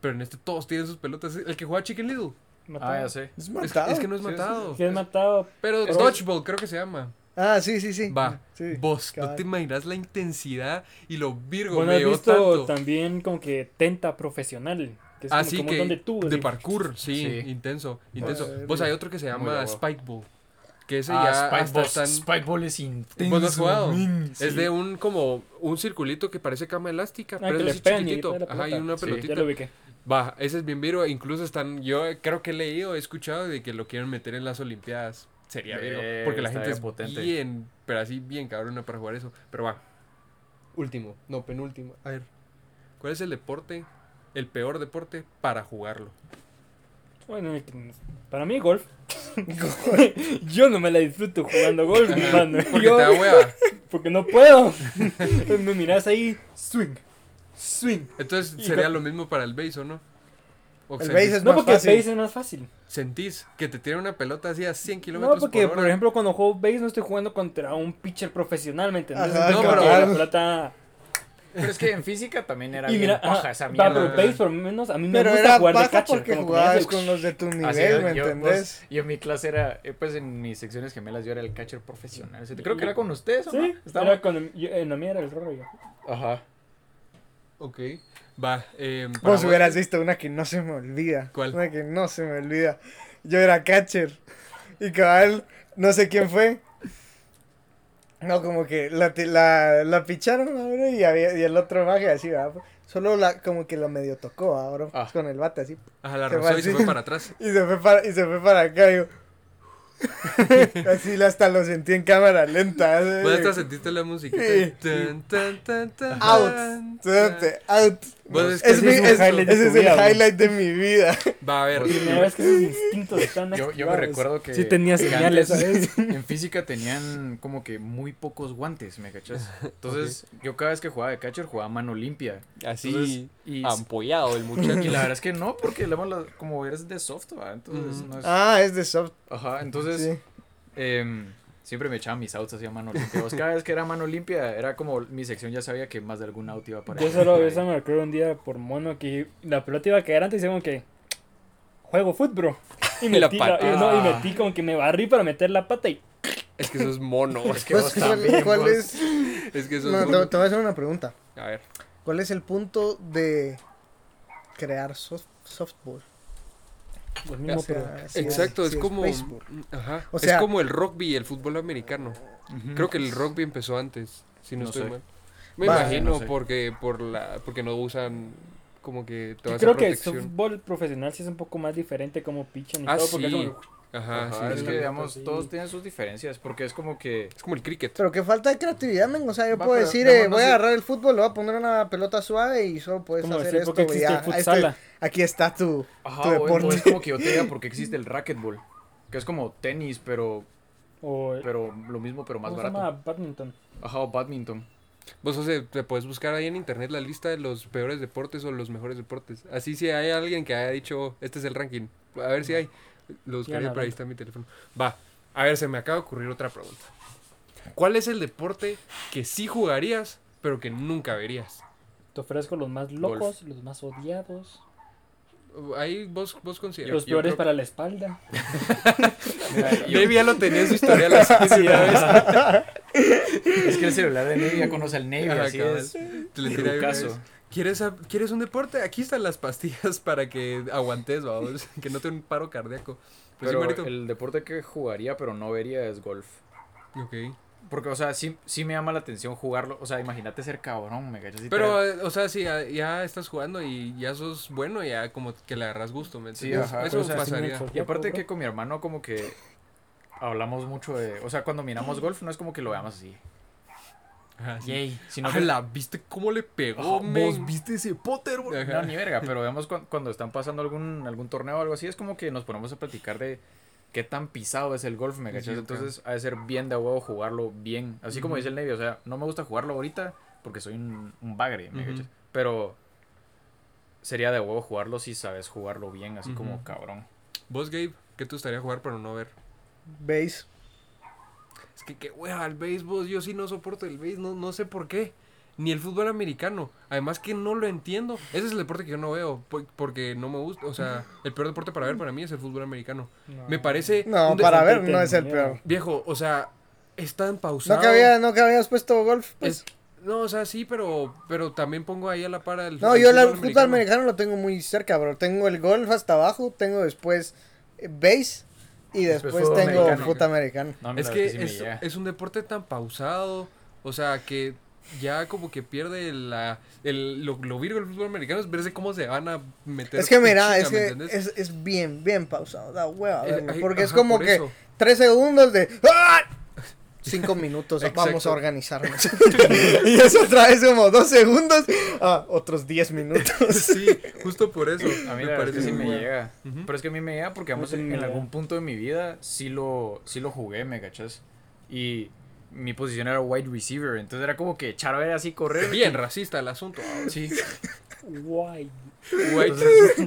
[SPEAKER 1] Pero en este todos tienen sus pelotas. El que juega Chicken Little.
[SPEAKER 2] Matado.
[SPEAKER 4] Ah, ya sé.
[SPEAKER 3] Es
[SPEAKER 1] Es,
[SPEAKER 3] matado.
[SPEAKER 1] es que no es
[SPEAKER 4] Sí, sí,
[SPEAKER 1] matado.
[SPEAKER 2] Si es matado,
[SPEAKER 1] Pero
[SPEAKER 2] Es que-
[SPEAKER 1] dodgeball creo que se llama.
[SPEAKER 3] Ah, sí, sí, sí.
[SPEAKER 1] Va.
[SPEAKER 3] Sí.
[SPEAKER 1] Vos, no
[SPEAKER 3] cabal.
[SPEAKER 1] te imaginas la intensidad y lo virgo
[SPEAKER 2] bueno,
[SPEAKER 1] me
[SPEAKER 2] has
[SPEAKER 1] llegó
[SPEAKER 2] visto
[SPEAKER 1] tanto.
[SPEAKER 2] también como que tenta profesional. Que es
[SPEAKER 1] Así
[SPEAKER 2] como,
[SPEAKER 1] Ah, que
[SPEAKER 2] como un montón de tubos.
[SPEAKER 1] de
[SPEAKER 2] y-
[SPEAKER 1] parkour, sí,
[SPEAKER 4] Sí.
[SPEAKER 1] intenso, intenso.
[SPEAKER 3] Verga.
[SPEAKER 1] Vos hay otro que se
[SPEAKER 4] Muy
[SPEAKER 1] llama
[SPEAKER 4] bravo.
[SPEAKER 1] Spikeball, que ese ya
[SPEAKER 4] Ah,
[SPEAKER 1] hasta
[SPEAKER 4] Spikeball.
[SPEAKER 1] están-
[SPEAKER 4] Spikeball es intenso.
[SPEAKER 1] ¿Vos no has jugado?
[SPEAKER 4] men,
[SPEAKER 1] Es
[SPEAKER 4] sí.
[SPEAKER 1] de un como un circulito que parece cama elástica,
[SPEAKER 2] Ah,
[SPEAKER 1] pero
[SPEAKER 2] que
[SPEAKER 1] es
[SPEAKER 2] le
[SPEAKER 1] así
[SPEAKER 2] pegan y
[SPEAKER 1] chiquitito.
[SPEAKER 2] trae la
[SPEAKER 1] Ajá, y
[SPEAKER 2] pelota.
[SPEAKER 1] una
[SPEAKER 4] Sí.
[SPEAKER 1] pelotita.
[SPEAKER 2] Ya lo ubiqué.
[SPEAKER 1] Va, ese es bien viro, incluso están yo creo que he leído, he escuchado de que lo quieren meter en las olimpiadas. Sería virgo,
[SPEAKER 4] Verga,
[SPEAKER 1] porque la
[SPEAKER 4] estaría
[SPEAKER 1] gente es
[SPEAKER 4] potente.
[SPEAKER 1] bien, pero así bien cabrona para jugar eso, pero va. Último, no, penúltimo. A ver. ¿Cuál es el deporte, el peor deporte para jugarlo?
[SPEAKER 2] Bueno, para mí golf. yo no me la disfruto jugando golf, mi mano.
[SPEAKER 1] Porque
[SPEAKER 2] Yo-
[SPEAKER 1] te da hueva.
[SPEAKER 2] porque no puedo. me miras ahí, swing, swing.
[SPEAKER 1] Entonces
[SPEAKER 2] Y
[SPEAKER 1] sería
[SPEAKER 2] con-
[SPEAKER 1] lo mismo para el base, ¿o no? O
[SPEAKER 3] El
[SPEAKER 1] sea,
[SPEAKER 3] base es
[SPEAKER 2] no,
[SPEAKER 3] más
[SPEAKER 2] porque el
[SPEAKER 3] fácil.
[SPEAKER 2] base es más fácil.
[SPEAKER 1] Sentís que te tiene una pelota así a 100 kilómetros
[SPEAKER 2] No, porque
[SPEAKER 1] por
[SPEAKER 2] por,
[SPEAKER 1] hora.
[SPEAKER 2] ejemplo cuando juego base no estoy jugando contra un pitcher profesional, ¿me entiendes?
[SPEAKER 3] Ajá,
[SPEAKER 2] Entonces,
[SPEAKER 1] no,
[SPEAKER 2] como
[SPEAKER 1] pero-
[SPEAKER 2] que la pelota...
[SPEAKER 4] Pero es que en física también era
[SPEAKER 2] Y
[SPEAKER 4] bien
[SPEAKER 2] mira, ah,
[SPEAKER 4] paja
[SPEAKER 2] ajá,
[SPEAKER 4] esa
[SPEAKER 2] va,
[SPEAKER 4] mierda.
[SPEAKER 2] pero Pace por lo menos a mí me
[SPEAKER 3] Pero
[SPEAKER 2] gusta
[SPEAKER 3] era
[SPEAKER 2] jugar de
[SPEAKER 3] paja
[SPEAKER 2] catcher.
[SPEAKER 3] porque
[SPEAKER 2] como que
[SPEAKER 3] jugabas
[SPEAKER 2] me hace-
[SPEAKER 3] con los de tu
[SPEAKER 4] Así
[SPEAKER 3] nivel, ¿me
[SPEAKER 4] yo, vos-
[SPEAKER 3] entendés?
[SPEAKER 4] yo en mi clase era, eh, pues en mis secciones gemelas yo era el catcher profesional. Así que Creo que era con ustedes, ¿o no?
[SPEAKER 2] Sí,
[SPEAKER 4] Estaba-
[SPEAKER 2] era cuando yo- en la mía era el rollo.
[SPEAKER 4] Ajá.
[SPEAKER 1] Ok. Va. Eh, para
[SPEAKER 3] Vos
[SPEAKER 1] vos-
[SPEAKER 3] hubieras visto una que no se me olvida.
[SPEAKER 1] ¿Cuál?
[SPEAKER 3] Una que no se me olvida. Yo era catcher. Y cabal, no sé quién fue. No, como que la, ti- la, la picharon, ¿va, bro? y, había- y el otro maje así, ¿va, bro? Solo la, como que la medio tocó, ¿va, bro?
[SPEAKER 4] Ah.
[SPEAKER 3] Con el bate así.
[SPEAKER 1] Ajá, la
[SPEAKER 3] Se
[SPEAKER 1] rozó
[SPEAKER 3] fue
[SPEAKER 1] y se
[SPEAKER 3] así.
[SPEAKER 1] fue para atrás.
[SPEAKER 3] Y se fue para, y se fue para acá, yo. así hasta lo sentí en cámara lenta. así.
[SPEAKER 1] Vos hasta Pues, sentiste la música.
[SPEAKER 3] Sí.
[SPEAKER 1] Tan, tan, tan, tan,
[SPEAKER 3] Out.
[SPEAKER 1] tan.
[SPEAKER 3] Espérate, out.
[SPEAKER 1] Vos es que
[SPEAKER 3] Es
[SPEAKER 1] sí
[SPEAKER 3] mi-
[SPEAKER 1] es un
[SPEAKER 3] es-
[SPEAKER 2] highlight de
[SPEAKER 3] ese
[SPEAKER 2] tu
[SPEAKER 3] es el
[SPEAKER 2] vida, bro.
[SPEAKER 3] highlight de mi vida.
[SPEAKER 1] Va a ver.
[SPEAKER 2] Primera vez que esos instintos están
[SPEAKER 4] Yo, yo me
[SPEAKER 2] activados.
[SPEAKER 4] recuerdo que.
[SPEAKER 2] Sí tenía
[SPEAKER 4] que
[SPEAKER 2] señales,
[SPEAKER 4] antes
[SPEAKER 2] ¿sabes?
[SPEAKER 4] En física tenían como que muy pocos guantes, ¿me cachas? Entonces, yo cada vez que jugaba de catcher jugaba a mano limpia.
[SPEAKER 5] Así
[SPEAKER 4] Y,
[SPEAKER 5] ampollado el muchacho.
[SPEAKER 4] y la verdad es que no, porque la bola- como eres de soft, ¿va? Entonces,
[SPEAKER 1] Ujú.
[SPEAKER 4] no es.
[SPEAKER 3] Ah, es de soft.
[SPEAKER 4] Ajá, entonces.
[SPEAKER 3] sí.
[SPEAKER 4] em, siempre me echaban mis outs así a mano limpia. Pues, cada vez que era mano limpia, era como mi sección ya sabía que más de algún out iba para
[SPEAKER 2] Yo
[SPEAKER 4] allá.
[SPEAKER 2] solo, yo solo me recuerdo un día por mono que la pelota iba a caer antes y como que juego foot, bro. Y
[SPEAKER 5] la
[SPEAKER 2] metí, la- y, no, y
[SPEAKER 4] patada.
[SPEAKER 2] metí como que me barrí para meter la pata y
[SPEAKER 1] Es que sos mono.
[SPEAKER 4] Es que
[SPEAKER 3] Pues,
[SPEAKER 4] vos
[SPEAKER 3] ¿cuál,
[SPEAKER 4] también,
[SPEAKER 3] cuál
[SPEAKER 4] vos.
[SPEAKER 3] es?
[SPEAKER 1] Es que sos
[SPEAKER 3] No, te,
[SPEAKER 1] mono.
[SPEAKER 3] te voy a hacer una pregunta.
[SPEAKER 1] A ver.
[SPEAKER 3] ¿Cuál es el punto de crear soft- softball?
[SPEAKER 2] lo mismo,
[SPEAKER 3] O sea,
[SPEAKER 2] pero
[SPEAKER 3] si
[SPEAKER 1] Exacto, es
[SPEAKER 3] si
[SPEAKER 1] como.
[SPEAKER 3] béisbol.
[SPEAKER 1] Ajá.
[SPEAKER 3] O
[SPEAKER 1] es
[SPEAKER 3] sea-
[SPEAKER 1] como el rugby y el fútbol americano.
[SPEAKER 4] Ujú.
[SPEAKER 1] Creo que el rugby empezó antes, si no,
[SPEAKER 4] No
[SPEAKER 1] estoy
[SPEAKER 4] sé.
[SPEAKER 1] mal. Me
[SPEAKER 3] Va,
[SPEAKER 1] imagino
[SPEAKER 4] no sé.
[SPEAKER 1] porque por la porque no usan como que
[SPEAKER 2] Yo
[SPEAKER 1] toda esa
[SPEAKER 2] creo que el
[SPEAKER 1] protección.
[SPEAKER 2] fútbol profesional sí es un poco más diferente como pichan y
[SPEAKER 1] Ah,
[SPEAKER 2] todo, porque es
[SPEAKER 1] sí.
[SPEAKER 2] como-
[SPEAKER 1] Ajá,
[SPEAKER 4] Ajá,
[SPEAKER 1] sí,
[SPEAKER 4] es
[SPEAKER 1] sí.
[SPEAKER 4] que, digamos,
[SPEAKER 2] Sí.
[SPEAKER 4] todos tienen sus diferencias, porque es como que...
[SPEAKER 1] es como el cricket.
[SPEAKER 3] Pero qué falta de creatividad, men. O sea, yo
[SPEAKER 4] Va,
[SPEAKER 3] puedo
[SPEAKER 4] pero,
[SPEAKER 3] decir,
[SPEAKER 4] digamos,
[SPEAKER 3] eh,
[SPEAKER 4] no
[SPEAKER 3] voy a
[SPEAKER 4] sé.
[SPEAKER 3] agarrar el fútbol, le voy a poner una pelota suave y solo puedes
[SPEAKER 2] como
[SPEAKER 3] hacer
[SPEAKER 2] decir,
[SPEAKER 3] esto.
[SPEAKER 2] porque
[SPEAKER 3] güey,
[SPEAKER 2] existe
[SPEAKER 3] ya,
[SPEAKER 2] el
[SPEAKER 3] este-
[SPEAKER 2] futsala.
[SPEAKER 3] aquí está tu,
[SPEAKER 4] Ajá,
[SPEAKER 3] tu
[SPEAKER 4] o- o,
[SPEAKER 3] deporte.
[SPEAKER 4] es como que yo te diga porque existe el racquetball, que es como tenis, pero,
[SPEAKER 2] O
[SPEAKER 4] pero lo mismo, pero más
[SPEAKER 2] ¿cómo se llama?
[SPEAKER 4] barato.
[SPEAKER 2] Badminton.
[SPEAKER 4] Ajá, o badminton.
[SPEAKER 1] Vos o sea, te puedes buscar ahí en internet la lista de los peores deportes o los mejores deportes. Así si hay alguien que haya dicho, este es el ranking. A ver si hay. Lo buscaría,
[SPEAKER 2] Gana,
[SPEAKER 1] pero ahí
[SPEAKER 2] gana.
[SPEAKER 1] está mi teléfono. Va. A ver, se me acaba de ocurrir otra pregunta. ¿Cuál es el deporte que sí jugarías, pero que nunca verías?
[SPEAKER 2] Te ofrezco los más locos, los más odiados,
[SPEAKER 1] Ahí vos, vos consideras.
[SPEAKER 2] los
[SPEAKER 4] yo
[SPEAKER 2] peores
[SPEAKER 4] creo-
[SPEAKER 2] para la espalda.
[SPEAKER 1] Baby ya lo tenía en su historial así de una vez.
[SPEAKER 4] Es que el celular de Navy ya conoce al Navy,
[SPEAKER 1] Ajá,
[SPEAKER 4] así
[SPEAKER 1] cabal.
[SPEAKER 4] es.
[SPEAKER 1] Te le tiré de una
[SPEAKER 4] Trucazo.
[SPEAKER 1] vez. ¿Quieres, a- ¿Quieres un deporte? Aquí están las pastillas para que aguantes, vamos. Que no te dé un paro cardíaco. Pues sí,
[SPEAKER 4] Pero
[SPEAKER 1] Marito.
[SPEAKER 4] el deporte que jugaría, pero no vería, es golf.
[SPEAKER 1] Ok.
[SPEAKER 4] Porque, o sea, sí, sí me llama la atención jugarlo. O sea, imagínate ser cabrón, me cachas. Sí te-
[SPEAKER 1] Pero, eh, o sea, si ya, ya estás jugando y ya sos bueno, ya como que le agarras gusto, ¿me
[SPEAKER 4] Sí,
[SPEAKER 1] entiendes?
[SPEAKER 4] ajá,
[SPEAKER 1] Eso
[SPEAKER 4] o sea,
[SPEAKER 1] pasaría.
[SPEAKER 2] sí,
[SPEAKER 4] Y aparte que con mi hermano como que hablamos mucho de... O sea, cuando miramos golf no es como que lo veamos así.
[SPEAKER 1] Ajá, sí.
[SPEAKER 4] Yay. Sino que-
[SPEAKER 1] Ala, ¿viste cómo le pegó,
[SPEAKER 4] Ajá,
[SPEAKER 1] men?
[SPEAKER 4] viste ese Potter,
[SPEAKER 1] güey?
[SPEAKER 4] No, ni verga, pero digamos cuan- cuando están pasando algún, algún torneo o algo así, es como que nos ponemos a platicar de qué tan pisado es el golf, ¿me
[SPEAKER 1] Sí,
[SPEAKER 4] cachas?
[SPEAKER 1] ok.
[SPEAKER 4] Entonces, ha de ser bien de a huevo jugarlo bien. Así como
[SPEAKER 1] Ujú.
[SPEAKER 4] dice el Navy, o sea, no me gusta jugarlo ahorita porque soy un, un bagre, ¿me
[SPEAKER 1] Ujú.
[SPEAKER 4] cachas? Pero sería de huevo jugarlo si sabes jugarlo bien, así como
[SPEAKER 1] Ujú.
[SPEAKER 4] cabrón.
[SPEAKER 1] Vos, Gabe, ¿qué te gustaría jugar pero no ver?
[SPEAKER 3] Base.
[SPEAKER 1] Es que qué hueva el béisbol, yo sí no soporto el béisbol, no, no sé por qué. Ni el fútbol americano. Además que no lo entiendo. Ese es el deporte que yo no veo, po- porque no me gusta. O sea, el peor deporte para ver para mí es el fútbol americano. Me parece...
[SPEAKER 3] No,
[SPEAKER 1] un de-
[SPEAKER 3] para ver,
[SPEAKER 2] deporte
[SPEAKER 3] no es el
[SPEAKER 2] mierda.
[SPEAKER 3] peor.
[SPEAKER 1] Viejo, o sea, es tan pausado.
[SPEAKER 3] No que, había, no que habías puesto golf, pues.
[SPEAKER 1] Pues Es- no, o sea, sí, pero, pero también pongo ahí a la par el
[SPEAKER 3] No, yo la- el fútbol americano lo tengo muy cerca, bro. Tengo el golf hasta abajo, tengo después eh, base y
[SPEAKER 4] Después
[SPEAKER 3] después,
[SPEAKER 4] fútbol
[SPEAKER 3] tengo
[SPEAKER 4] americano.
[SPEAKER 3] fútbol americano.
[SPEAKER 4] No,
[SPEAKER 1] Es
[SPEAKER 4] mira,
[SPEAKER 1] que
[SPEAKER 4] sí me
[SPEAKER 1] es,
[SPEAKER 4] llega.
[SPEAKER 1] es un deporte tan pausado, o sea, que ya como que pierde la, el, lo, lo virgo del fútbol americano, es verse cómo se van a meter.
[SPEAKER 3] Es que mira,
[SPEAKER 1] pichica,
[SPEAKER 3] es
[SPEAKER 1] ¿me
[SPEAKER 3] que
[SPEAKER 1] entiendes?
[SPEAKER 3] es, es bien, bien pausado, da hueva,
[SPEAKER 1] Eh,
[SPEAKER 3] verlo,
[SPEAKER 1] ay,
[SPEAKER 3] porque es
[SPEAKER 1] ajá,
[SPEAKER 3] como
[SPEAKER 1] por
[SPEAKER 3] que
[SPEAKER 1] eso.
[SPEAKER 3] tres segundos de ¡Ah! cinco minutos,
[SPEAKER 1] Exacto.
[SPEAKER 3] vamos a organizarnos. y eso otra vez como dos segundos, ah, otros diez minutos.
[SPEAKER 1] Sí, justo por eso.
[SPEAKER 4] A mí la verdad es que sí me
[SPEAKER 1] muy-
[SPEAKER 4] llega.
[SPEAKER 1] Ujú.
[SPEAKER 4] Pero es que a mí me llega porque vamos,
[SPEAKER 2] sí me
[SPEAKER 4] en
[SPEAKER 2] llega.
[SPEAKER 4] algún punto de mi vida sí lo, sí lo jugué, ¿me cachas? Y mi posición era wide receiver. Entonces era como que echar a ver así correr.
[SPEAKER 1] Bien racista el asunto. ah,
[SPEAKER 4] Sí.
[SPEAKER 2] Guay.
[SPEAKER 1] White.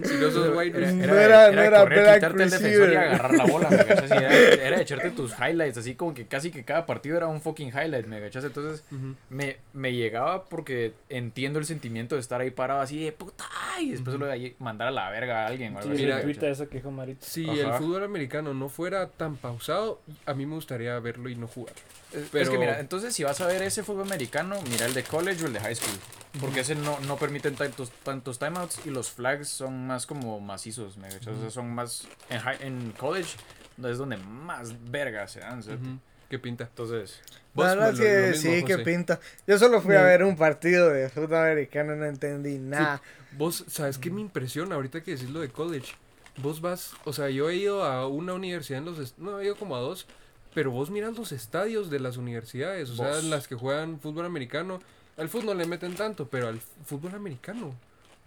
[SPEAKER 1] si no sos white,
[SPEAKER 4] Era,
[SPEAKER 1] no-
[SPEAKER 4] era,
[SPEAKER 3] No era-
[SPEAKER 4] era
[SPEAKER 3] no era
[SPEAKER 4] correr, quitarte el
[SPEAKER 3] Veracruz,
[SPEAKER 4] defensor y
[SPEAKER 3] era.
[SPEAKER 4] agarrar la bola, me cachas, y era, era echarte tus highlights, así como que casi que cada partido era un fucking highlight, me cachas. Entonces
[SPEAKER 1] Ujú.
[SPEAKER 4] me, me llegaba porque entiendo el sentimiento de estar ahí parado así de puta y después lo de ahí mandar a la verga a alguien. o algo así,
[SPEAKER 1] mira,
[SPEAKER 4] me
[SPEAKER 2] Mira,
[SPEAKER 4] cachas.
[SPEAKER 2] eso que dijo Marito.
[SPEAKER 1] Si
[SPEAKER 4] Ajá.
[SPEAKER 1] el fútbol americano no fuera tan pausado, a mí me gustaría verlo y no jugar.
[SPEAKER 4] Es- Es
[SPEAKER 1] pero-
[SPEAKER 4] que mira, entonces si vas a ver ese fútbol americano, mira el de college o el de high school. Porque ese no, no permiten tantos, tantos timeouts y los flags son más como macizos, me cachas. O sea, son más. En, hi- en college es donde más verga se dan, ¿cierto?
[SPEAKER 1] Ujú. ¿Qué pinta?
[SPEAKER 4] Entonces,
[SPEAKER 3] Ah,
[SPEAKER 1] Vos,
[SPEAKER 3] La verdad
[SPEAKER 1] lo-
[SPEAKER 3] que
[SPEAKER 1] lo mismo,
[SPEAKER 3] sí, que
[SPEAKER 1] José.
[SPEAKER 3] pinta. Yo solo fui a
[SPEAKER 2] Ya.
[SPEAKER 3] ver un partido de fútbol americano, no entendí nada.
[SPEAKER 1] Vos, ¿sabes qué me impresiona ahorita que decís lo de college? Vos vas, o sea, yo he ido a una universidad en los, est- no, he ido como a dos, pero vos mirás los estadios de las universidades, o sea,
[SPEAKER 4] Vos.
[SPEAKER 1] las que juegan fútbol americano, al fútbol no le meten tanto, pero al f- fútbol americano,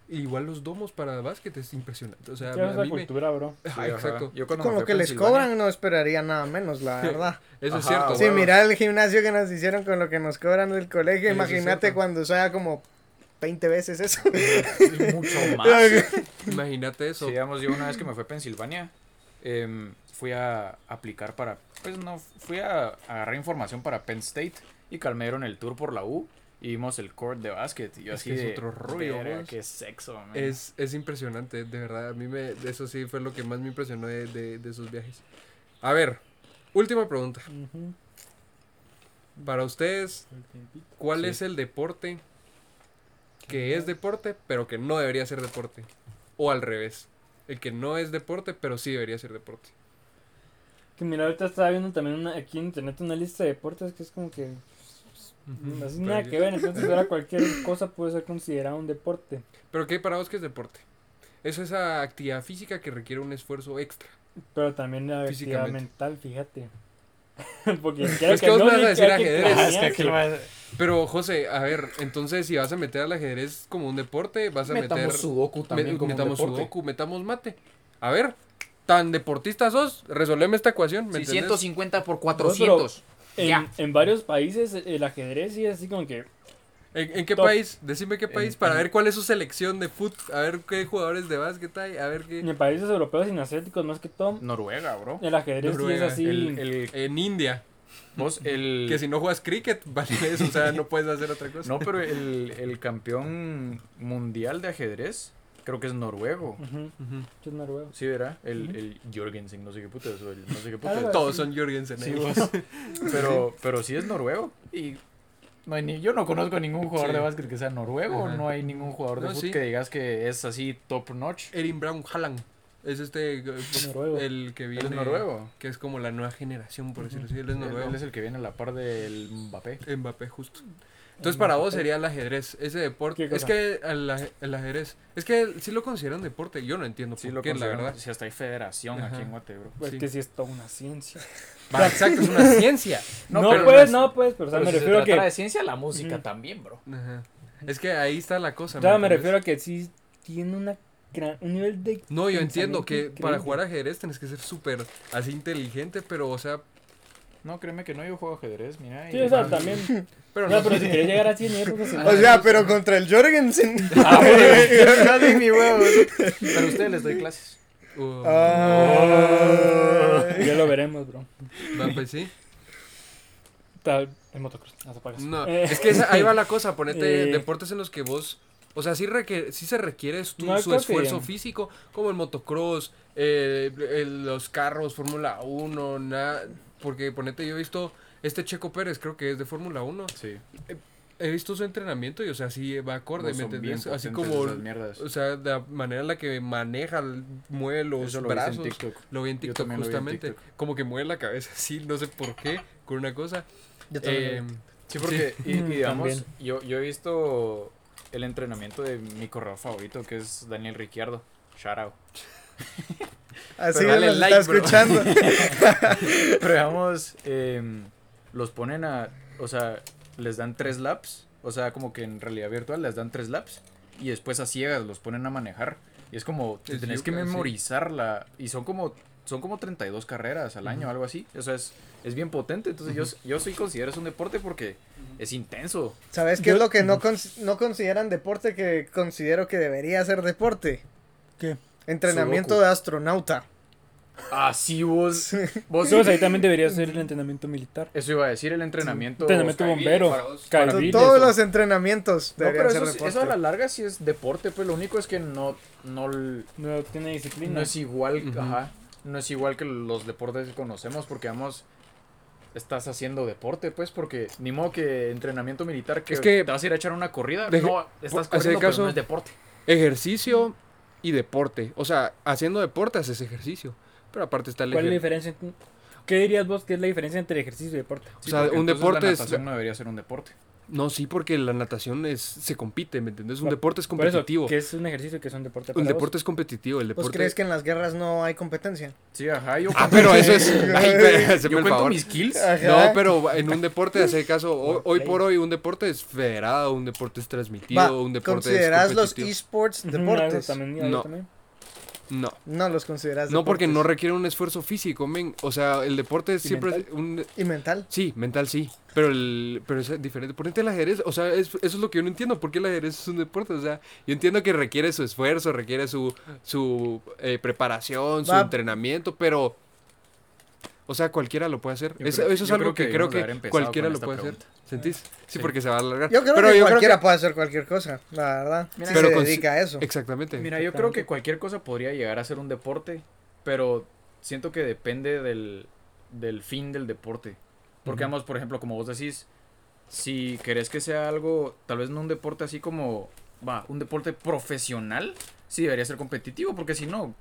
[SPEAKER 1] igual los domos para básquet es impresionante, o sea,
[SPEAKER 2] Ya es
[SPEAKER 1] a
[SPEAKER 2] la
[SPEAKER 1] mí me...
[SPEAKER 2] cultura, bro.
[SPEAKER 1] Ajá,
[SPEAKER 4] sí, ajá.
[SPEAKER 1] exacto,
[SPEAKER 4] Yo cuando
[SPEAKER 3] Con lo
[SPEAKER 4] me fui
[SPEAKER 3] que
[SPEAKER 4] a
[SPEAKER 3] les
[SPEAKER 4] Pensilvania-
[SPEAKER 3] cobran no esperaría nada menos, la verdad.
[SPEAKER 1] eso es
[SPEAKER 4] Ajá,
[SPEAKER 1] cierto.
[SPEAKER 4] Ah,
[SPEAKER 3] Sí,
[SPEAKER 4] huevos.
[SPEAKER 3] mira el gimnasio que nos hicieron con lo que nos cobran del
[SPEAKER 1] Eso
[SPEAKER 3] colegio.
[SPEAKER 1] es
[SPEAKER 3] Imagínate
[SPEAKER 1] cierto.
[SPEAKER 3] cuando sea como 20 veces eso.
[SPEAKER 4] mucho más.
[SPEAKER 1] Imagínate eso.
[SPEAKER 4] Sí, digamos, yo una vez que me fui a Pensilvania, em, fui a aplicar para, pues no, fui a agarrar información para Penn State y que me dieron el tour por la U y vimos el court de básquet. Y yo
[SPEAKER 1] Es
[SPEAKER 4] así
[SPEAKER 1] que es
[SPEAKER 4] de,
[SPEAKER 1] otro rollo,
[SPEAKER 4] "Verga,
[SPEAKER 1] vos".
[SPEAKER 4] qué sexo, man".
[SPEAKER 1] Es, es impresionante, de verdad. A mí me, eso sí fue lo que más me impresionó de, de- de esos viajes. A ver, última pregunta.
[SPEAKER 2] Ujú.
[SPEAKER 1] Para ustedes, ¿cuál
[SPEAKER 4] Sí.
[SPEAKER 1] es el deporte que es deporte, pero que no debería ser deporte? O al revés, el que no es deporte, pero sí debería ser deporte.
[SPEAKER 2] Que mira, ahorita estaba viendo también una- aquí en internet una lista de deportes que es como que
[SPEAKER 4] Pues
[SPEAKER 2] no es nada
[SPEAKER 1] Pero-
[SPEAKER 2] que ver, entonces ahora cualquier cosa puede ser considerada un deporte.
[SPEAKER 1] Pero ¿qué para vos que es deporte? Es esa actividad física que requiere un esfuerzo extra.
[SPEAKER 2] Pero también la actividad
[SPEAKER 1] Físicamente.
[SPEAKER 2] mental, fíjate. Porque quiera
[SPEAKER 1] Es que vos
[SPEAKER 2] no,
[SPEAKER 1] me vas a
[SPEAKER 2] ni-
[SPEAKER 1] decir
[SPEAKER 2] hay que
[SPEAKER 1] ajedrez.
[SPEAKER 4] Ah, es que
[SPEAKER 2] planearse.
[SPEAKER 4] aquí lo va a-
[SPEAKER 1] Pero José, a ver, entonces si vas a meter al ajedrez como un deporte, vas a meter...
[SPEAKER 4] Metamos sudoku también
[SPEAKER 1] Me-
[SPEAKER 4] como un
[SPEAKER 1] metamos
[SPEAKER 4] deporte.
[SPEAKER 1] sudoku, metamos mate. A ver, tan deportista sos, resolveme esta ecuación. ¿me
[SPEAKER 4] Sí,
[SPEAKER 1] entendés?
[SPEAKER 4] 150 por
[SPEAKER 2] En,
[SPEAKER 4] Ya.
[SPEAKER 2] en varios países el ajedrez sí es así como que
[SPEAKER 1] ¿En, en qué
[SPEAKER 2] Top.
[SPEAKER 1] país? Decime qué país
[SPEAKER 4] En-
[SPEAKER 1] para
[SPEAKER 4] en-
[SPEAKER 1] ver cuál es su selección de fútbol, a ver qué jugadores de básquet hay, a ver qué...
[SPEAKER 2] en países europeos y en asiáticos más que todo,
[SPEAKER 4] Noruega, bro.
[SPEAKER 2] el ajedrez sí
[SPEAKER 1] Noruega,
[SPEAKER 2] es así.
[SPEAKER 4] El, el-
[SPEAKER 1] En India,
[SPEAKER 4] vos, el...
[SPEAKER 1] que si no juegas cricket, vale eso, o sea, no puedes hacer otra cosa.
[SPEAKER 4] No, pero el, el campeón mundial de ajedrez creo que es noruego.
[SPEAKER 2] Ujú,
[SPEAKER 1] Ujú.
[SPEAKER 2] es noruego.
[SPEAKER 4] Sí, ¿verdad? El, el Jorgensen, no sé qué putas, o el no sé qué
[SPEAKER 2] Algo
[SPEAKER 4] putas.
[SPEAKER 1] Todos son ¿eh? Jorgensen.
[SPEAKER 4] Sí,
[SPEAKER 1] ahí.
[SPEAKER 4] vos. Pero, pero sí es noruego. Y no hay ni- yo no conozco ningún jugador
[SPEAKER 1] Sí.
[SPEAKER 4] de básquet que sea noruego.
[SPEAKER 1] Ajá.
[SPEAKER 4] No hay ningún jugador de
[SPEAKER 1] No,
[SPEAKER 4] fútbol
[SPEAKER 1] sí. Eh,
[SPEAKER 4] que digas que es así top notch.
[SPEAKER 1] Erin Brown Halland es este... eh,
[SPEAKER 2] Noruego.
[SPEAKER 1] El que
[SPEAKER 4] Él
[SPEAKER 1] viene...
[SPEAKER 4] es noruego.
[SPEAKER 1] Que es como la nueva generación, por decirlo así. Él es
[SPEAKER 4] Él,
[SPEAKER 1] noruego.
[SPEAKER 4] él es el que viene a la par del Mbappé.
[SPEAKER 1] Mbappé, justo. Entonces, para vos sería el ajedrez, ese deporte.
[SPEAKER 2] ¿Qué
[SPEAKER 1] Es
[SPEAKER 2] cosa?
[SPEAKER 1] que el, aje- el ajedrez, es que sí lo consideran deporte. Yo no entiendo
[SPEAKER 4] Sí,
[SPEAKER 1] por
[SPEAKER 4] lo
[SPEAKER 1] qué, la
[SPEAKER 4] consideran-
[SPEAKER 1] verdad.
[SPEAKER 4] Sí, hasta hay federación
[SPEAKER 1] Ajá.
[SPEAKER 4] aquí en Guate, bro.
[SPEAKER 2] Pues
[SPEAKER 1] Sí.
[SPEAKER 2] que sí es toda una ciencia.
[SPEAKER 1] Va, exacto, es una ciencia.
[SPEAKER 2] No,
[SPEAKER 4] pero
[SPEAKER 2] pues,
[SPEAKER 4] es-
[SPEAKER 2] no, pues, pero o sea,
[SPEAKER 4] pero
[SPEAKER 2] me
[SPEAKER 4] si se
[SPEAKER 2] refiero a que
[SPEAKER 4] tratara de ciencia, la música
[SPEAKER 2] Ujú.
[SPEAKER 4] también, bro.
[SPEAKER 1] Ajá. Es que ahí está la cosa.
[SPEAKER 2] O sea,
[SPEAKER 1] ¿me
[SPEAKER 2] me
[SPEAKER 1] entendés?
[SPEAKER 2] refiero a que sí tiene una gran- un nivel de.
[SPEAKER 1] No, yo entiendo
[SPEAKER 2] pensamiento
[SPEAKER 1] que para
[SPEAKER 2] increíble.
[SPEAKER 1] jugar ajedrez tenés que ser súper así inteligente, pero o sea,
[SPEAKER 4] No, créeme que no, yo juego ajedrez, mira. y-
[SPEAKER 2] Sí, o sea, también.
[SPEAKER 1] pero no,
[SPEAKER 2] No, pero si querés llegar así en nivel profesional.
[SPEAKER 3] o sea, pero contra el Jorgensen.
[SPEAKER 4] Ah, bueno, no di mi huevo. Pero a ustedes les doy clases.
[SPEAKER 1] Uh,
[SPEAKER 3] Ah.
[SPEAKER 2] Ya lo veremos, bro.
[SPEAKER 1] va, pues sí.
[SPEAKER 2] Tal, en motocross, no se apagas.
[SPEAKER 1] No,
[SPEAKER 2] Eh,
[SPEAKER 1] es que esa- ahí va la cosa, ponete
[SPEAKER 2] Eh.
[SPEAKER 1] deportes en los que vos, o sea, sí, reque- sí se requiere tu-
[SPEAKER 2] No,
[SPEAKER 1] su
[SPEAKER 2] creo que-
[SPEAKER 1] esfuerzo físico, como el motocross, eh, el- los carros, Fórmula 1, nada, porque ponete, yo he visto este Checo Pérez, creo que es de Fórmula 1,
[SPEAKER 4] Sí.
[SPEAKER 1] he visto su entrenamiento y, o sea, sí va acorde,
[SPEAKER 4] no
[SPEAKER 1] ¿me
[SPEAKER 4] son bien
[SPEAKER 1] entendés? Así
[SPEAKER 4] potentes
[SPEAKER 1] como,
[SPEAKER 4] esas mierdas.
[SPEAKER 1] o sea, la manera en la que maneja, mueve los
[SPEAKER 4] Eso lo hice en
[SPEAKER 1] brazos.
[SPEAKER 4] TikTok.
[SPEAKER 1] Lo vi en
[SPEAKER 4] Yo
[SPEAKER 1] TikTok
[SPEAKER 4] también lo vi en
[SPEAKER 1] justamente,
[SPEAKER 4] TikTok.
[SPEAKER 1] como que mueve la cabeza así, no sé por qué, con una cosa. Eh,
[SPEAKER 4] Sí, porque, y- Y,
[SPEAKER 2] Mm,
[SPEAKER 4] digamos,
[SPEAKER 2] también.
[SPEAKER 4] yo, yo he visto el entrenamiento de mi corredor favorito, que es Daniel Ricciardo. Shout out.
[SPEAKER 3] Así
[SPEAKER 1] Pero
[SPEAKER 3] nos
[SPEAKER 1] dale
[SPEAKER 3] está
[SPEAKER 1] like, bro.
[SPEAKER 3] escuchando.
[SPEAKER 4] Pero digamos, em, los ponen a, o sea, les dan tres laps, o sea, como que en realidad virtual les dan tres laps y después a ciegas los ponen a manejar. Y es como, te
[SPEAKER 1] Es
[SPEAKER 4] tenés que
[SPEAKER 1] yuca, sí.
[SPEAKER 4] memorizarla y son como son como 32 carreras al año, algo así. O sea, es, es bien potente. Entonces, yo, yo sí considero es un deporte porque es intenso.
[SPEAKER 3] ¿Sabes qué es lo que no, cons- no consideran deporte que considero que debería ser deporte?
[SPEAKER 2] ¿Qué?
[SPEAKER 3] Entrenamiento
[SPEAKER 4] Sudoku.
[SPEAKER 3] de astronauta.
[SPEAKER 4] Así vos. vos
[SPEAKER 2] Entonces ahí también debería ser el entrenamiento militar.
[SPEAKER 4] Eso iba a decir, el entrenamiento.
[SPEAKER 2] Entrenamiento
[SPEAKER 1] caibiles, para
[SPEAKER 2] bombero.
[SPEAKER 1] vos.
[SPEAKER 3] To-
[SPEAKER 2] Caibiles.
[SPEAKER 3] Todos los entrenamientos
[SPEAKER 4] No, pero
[SPEAKER 3] deberían
[SPEAKER 4] eso,
[SPEAKER 3] ser
[SPEAKER 4] sí- eso a
[SPEAKER 3] deporte.
[SPEAKER 4] la larga sí es deporte, pues lo único es que no, no, l-
[SPEAKER 2] No tiene disciplina.
[SPEAKER 4] no es igual,
[SPEAKER 1] Ujú.
[SPEAKER 4] ajá, no es igual que los deportes que conocemos, porque vamos, estás haciendo deporte, pues, porque ni modo que entrenamiento militar que,
[SPEAKER 1] Es que-
[SPEAKER 4] te vas a ir a echar una corrida,
[SPEAKER 1] Deje-
[SPEAKER 4] no,
[SPEAKER 1] hacer
[SPEAKER 4] estás corriendo, pero
[SPEAKER 1] caso-
[SPEAKER 4] no es deporte.
[SPEAKER 1] Ejercicio y deporte. O sea, haciendo deporte haces ejercicio. Pero aparte está el
[SPEAKER 2] ¿Cuál es la
[SPEAKER 1] ejer-
[SPEAKER 2] diferencia? ¿Qué dirías vos que es la diferencia entre ejercicio y deporte?
[SPEAKER 1] O sea,
[SPEAKER 4] porque
[SPEAKER 1] un
[SPEAKER 4] entonces
[SPEAKER 1] deporte
[SPEAKER 4] la
[SPEAKER 1] es-
[SPEAKER 4] natación no debería ser un deporte.
[SPEAKER 1] No, sí, porque la natación es se compite, ¿me entiendes? Un
[SPEAKER 2] Por-
[SPEAKER 1] deporte es
[SPEAKER 2] Por eso,
[SPEAKER 1] competitivo.
[SPEAKER 2] que es un ejercicio y que es un deporte para
[SPEAKER 1] Un
[SPEAKER 2] vos?
[SPEAKER 1] deporte es competitivo, el
[SPEAKER 3] ¿Vos
[SPEAKER 1] deporte.
[SPEAKER 3] crees que en las guerras no hay competencia?
[SPEAKER 4] Sí, ajá, yo
[SPEAKER 1] Ah,
[SPEAKER 4] cuento-
[SPEAKER 1] pero eso es. Ay, pero, hazme
[SPEAKER 4] yo
[SPEAKER 1] el
[SPEAKER 4] cuento
[SPEAKER 1] favor.
[SPEAKER 4] mis kills.
[SPEAKER 3] Ajá.
[SPEAKER 1] No, pero en un deporte, hace caso, ho- hoy, por hoy un deporte es federado, un deporte es transmitido,
[SPEAKER 3] Va,
[SPEAKER 1] un deporte
[SPEAKER 3] ¿Considerás
[SPEAKER 1] es
[SPEAKER 3] los
[SPEAKER 1] competitivo.
[SPEAKER 3] esports
[SPEAKER 2] Ujú, ah,
[SPEAKER 3] deportes?
[SPEAKER 2] eso también, ah, yo
[SPEAKER 1] No.
[SPEAKER 2] también.
[SPEAKER 1] No,
[SPEAKER 3] No los consideras
[SPEAKER 1] no porque no
[SPEAKER 3] deportes.
[SPEAKER 1] requiere un esfuerzo físico, men. O sea, el deporte es
[SPEAKER 2] ¿Y
[SPEAKER 1] siempre
[SPEAKER 2] mental?
[SPEAKER 1] un
[SPEAKER 3] ¿Y mental?
[SPEAKER 1] sí, mental sí, pero el pero es diferente. Por ejemplo, el ajedrez, o sea, es- eso es lo que yo no entiendo, por qué el ajedrez es un deporte, o sea, yo entiendo que requiere su esfuerzo, requiere su su eh, preparación, su
[SPEAKER 3] Va.
[SPEAKER 1] entrenamiento, pero o sea, cualquiera lo puede hacer.
[SPEAKER 4] Yo
[SPEAKER 1] Es-
[SPEAKER 4] creo-
[SPEAKER 1] eso es
[SPEAKER 4] yo
[SPEAKER 1] algo
[SPEAKER 4] creo que
[SPEAKER 1] que, creo
[SPEAKER 4] debimos de haber
[SPEAKER 1] que
[SPEAKER 4] empezado
[SPEAKER 1] cualquiera
[SPEAKER 4] con
[SPEAKER 1] lo
[SPEAKER 4] esta
[SPEAKER 1] puede
[SPEAKER 4] pregunta.
[SPEAKER 1] hacer. ¿Sentís? Sí,
[SPEAKER 4] Sí.
[SPEAKER 1] porque se va a alargar.
[SPEAKER 3] Yo creo
[SPEAKER 1] pero
[SPEAKER 3] que
[SPEAKER 1] yo creo
[SPEAKER 3] cualquiera
[SPEAKER 1] que-
[SPEAKER 3] puede hacer cualquier cosa, la verdad.
[SPEAKER 4] Mira,
[SPEAKER 3] si
[SPEAKER 1] Pero
[SPEAKER 3] se
[SPEAKER 1] cons-
[SPEAKER 3] dedica a eso.
[SPEAKER 1] Exactamente.
[SPEAKER 4] Mira, yo creo que
[SPEAKER 2] Exactamente.
[SPEAKER 4] cualquier cosa podría llegar a ser un deporte, pero siento que depende del, del fin del deporte. Porque,
[SPEAKER 1] Ujú.
[SPEAKER 4] vamos, por ejemplo, como vos decís, si querés que sea algo, tal vez no un deporte así como, va, un deporte profesional, sí debería ser competitivo, porque si no,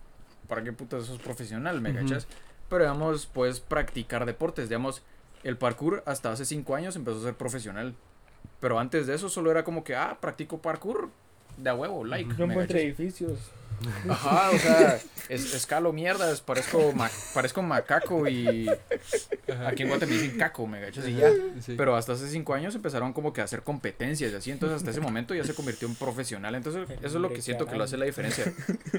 [SPEAKER 4] ¿para qué putas sos profesional, me
[SPEAKER 1] Ujú.
[SPEAKER 4] cachas? Pero, digamos, puedes practicar deportes, digamos, el parkour hasta hace cinco años empezó a ser profesional. Pero antes de eso solo era como que, ah, practico parkour, de a huevo, like.
[SPEAKER 2] Yo
[SPEAKER 4] ¿me
[SPEAKER 2] encuentro
[SPEAKER 4] cachas?
[SPEAKER 2] edificios.
[SPEAKER 4] Ajá, o sea, es- escalo mierdas, parezco, ma- parezco macaco y aquí en Guate me dicen caco, me gachas y ya.
[SPEAKER 1] Sí.
[SPEAKER 4] Pero hasta hace cinco años empezaron como que a hacer competencias y así, entonces hasta ese momento ya se convirtió en profesional. Entonces eso es lo que siento que lo hace la diferencia.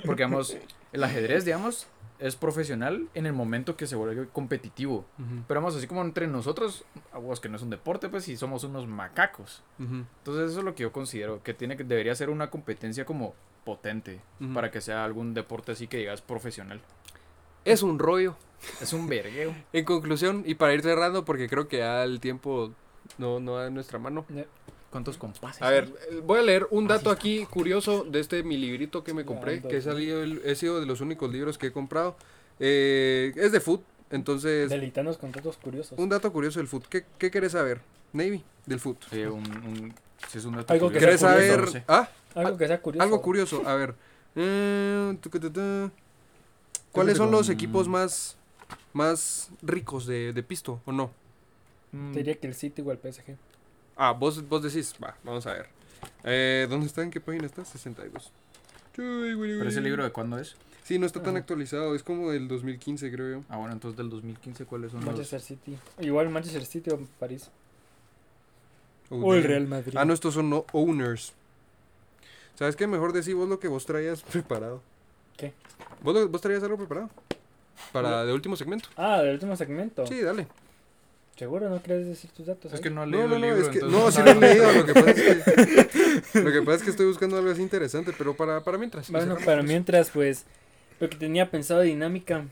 [SPEAKER 4] Porque, digamos, el ajedrez, digamos, es profesional en el momento que se vuelve competitivo.
[SPEAKER 1] Ujú,
[SPEAKER 4] Pero vamos, así como entre nosotros, a vos que no es un deporte, pues sí somos unos macacos.
[SPEAKER 1] ujú.
[SPEAKER 4] Entonces eso es lo que yo considero, que tiene que debería ser una competencia como potente
[SPEAKER 1] Ujú.
[SPEAKER 4] para que sea algún deporte así que digas profesional.
[SPEAKER 1] Es un rollo.
[SPEAKER 4] Es un vergueo.
[SPEAKER 1] En conclusión, y para ir cerrando, porque creo que ya el tiempo no, no da en nuestra mano.
[SPEAKER 4] ¿Cuántos compases?
[SPEAKER 1] A ver, eh, voy a leer un
[SPEAKER 4] Ah,
[SPEAKER 1] dato aquí curioso de este mi librito que me compré, que he, salido el- he sido de los únicos libros que he comprado. Eh, es de food, entonces,
[SPEAKER 2] Deleitanos con datos curiosos.
[SPEAKER 1] un dato curioso del food. ¿Qué, qué querés saber, Navy, del food?
[SPEAKER 4] Sí, un, un- sí, es un dato
[SPEAKER 2] Algo que
[SPEAKER 4] curioso.
[SPEAKER 1] ¿Querés
[SPEAKER 2] sea curioso,
[SPEAKER 1] saber?
[SPEAKER 4] No sé.
[SPEAKER 1] Ah,
[SPEAKER 2] Algo que sea curioso.
[SPEAKER 1] algo curioso, a ver. Eh, tucututú. ¿Cuáles son los equipos más, más ricos de, de pisto o no?
[SPEAKER 4] Mm,
[SPEAKER 2] Te diría que el City o el PSG.
[SPEAKER 1] Ah, vos, vos decís, va, vamos a ver. Eh, ¿Dónde está? ¿En qué página está? 62.
[SPEAKER 4] ¿Pero ese libro de cuándo es?
[SPEAKER 1] Sí, no está tan
[SPEAKER 2] Ajá.
[SPEAKER 1] actualizado, es como del 2015, creo yo.
[SPEAKER 4] Ah, bueno, entonces del 2015, ¿cuáles son los...?
[SPEAKER 2] Manchester City. Igual Manchester City o París.
[SPEAKER 1] Oh,
[SPEAKER 2] O el
[SPEAKER 1] damn.
[SPEAKER 2] Real Madrid.
[SPEAKER 1] Ah, no, estos son no owners. ¿Sabes qué? Mejor decís vos lo que vos traías preparado.
[SPEAKER 2] ¿Qué?
[SPEAKER 1] ¿Vos, lo- vos traías algo preparado? Para de último segmento.
[SPEAKER 2] Ah, del último segmento.
[SPEAKER 1] Sí, dale.
[SPEAKER 2] ¿Seguro no querés decir tus datos? eh.
[SPEAKER 4] Es
[SPEAKER 2] ahí?
[SPEAKER 4] que no ha leído
[SPEAKER 1] No, no,
[SPEAKER 4] el
[SPEAKER 1] no,
[SPEAKER 4] libro,
[SPEAKER 1] es que,
[SPEAKER 4] entonces
[SPEAKER 1] no, sí lo
[SPEAKER 4] sabe
[SPEAKER 1] he leído. Lo que, pasa es que, lo que pasa es que estoy buscando algo así interesante, pero para, para mientras.
[SPEAKER 2] Bueno, para mientras, pues, lo que tenía pensado de dinámica,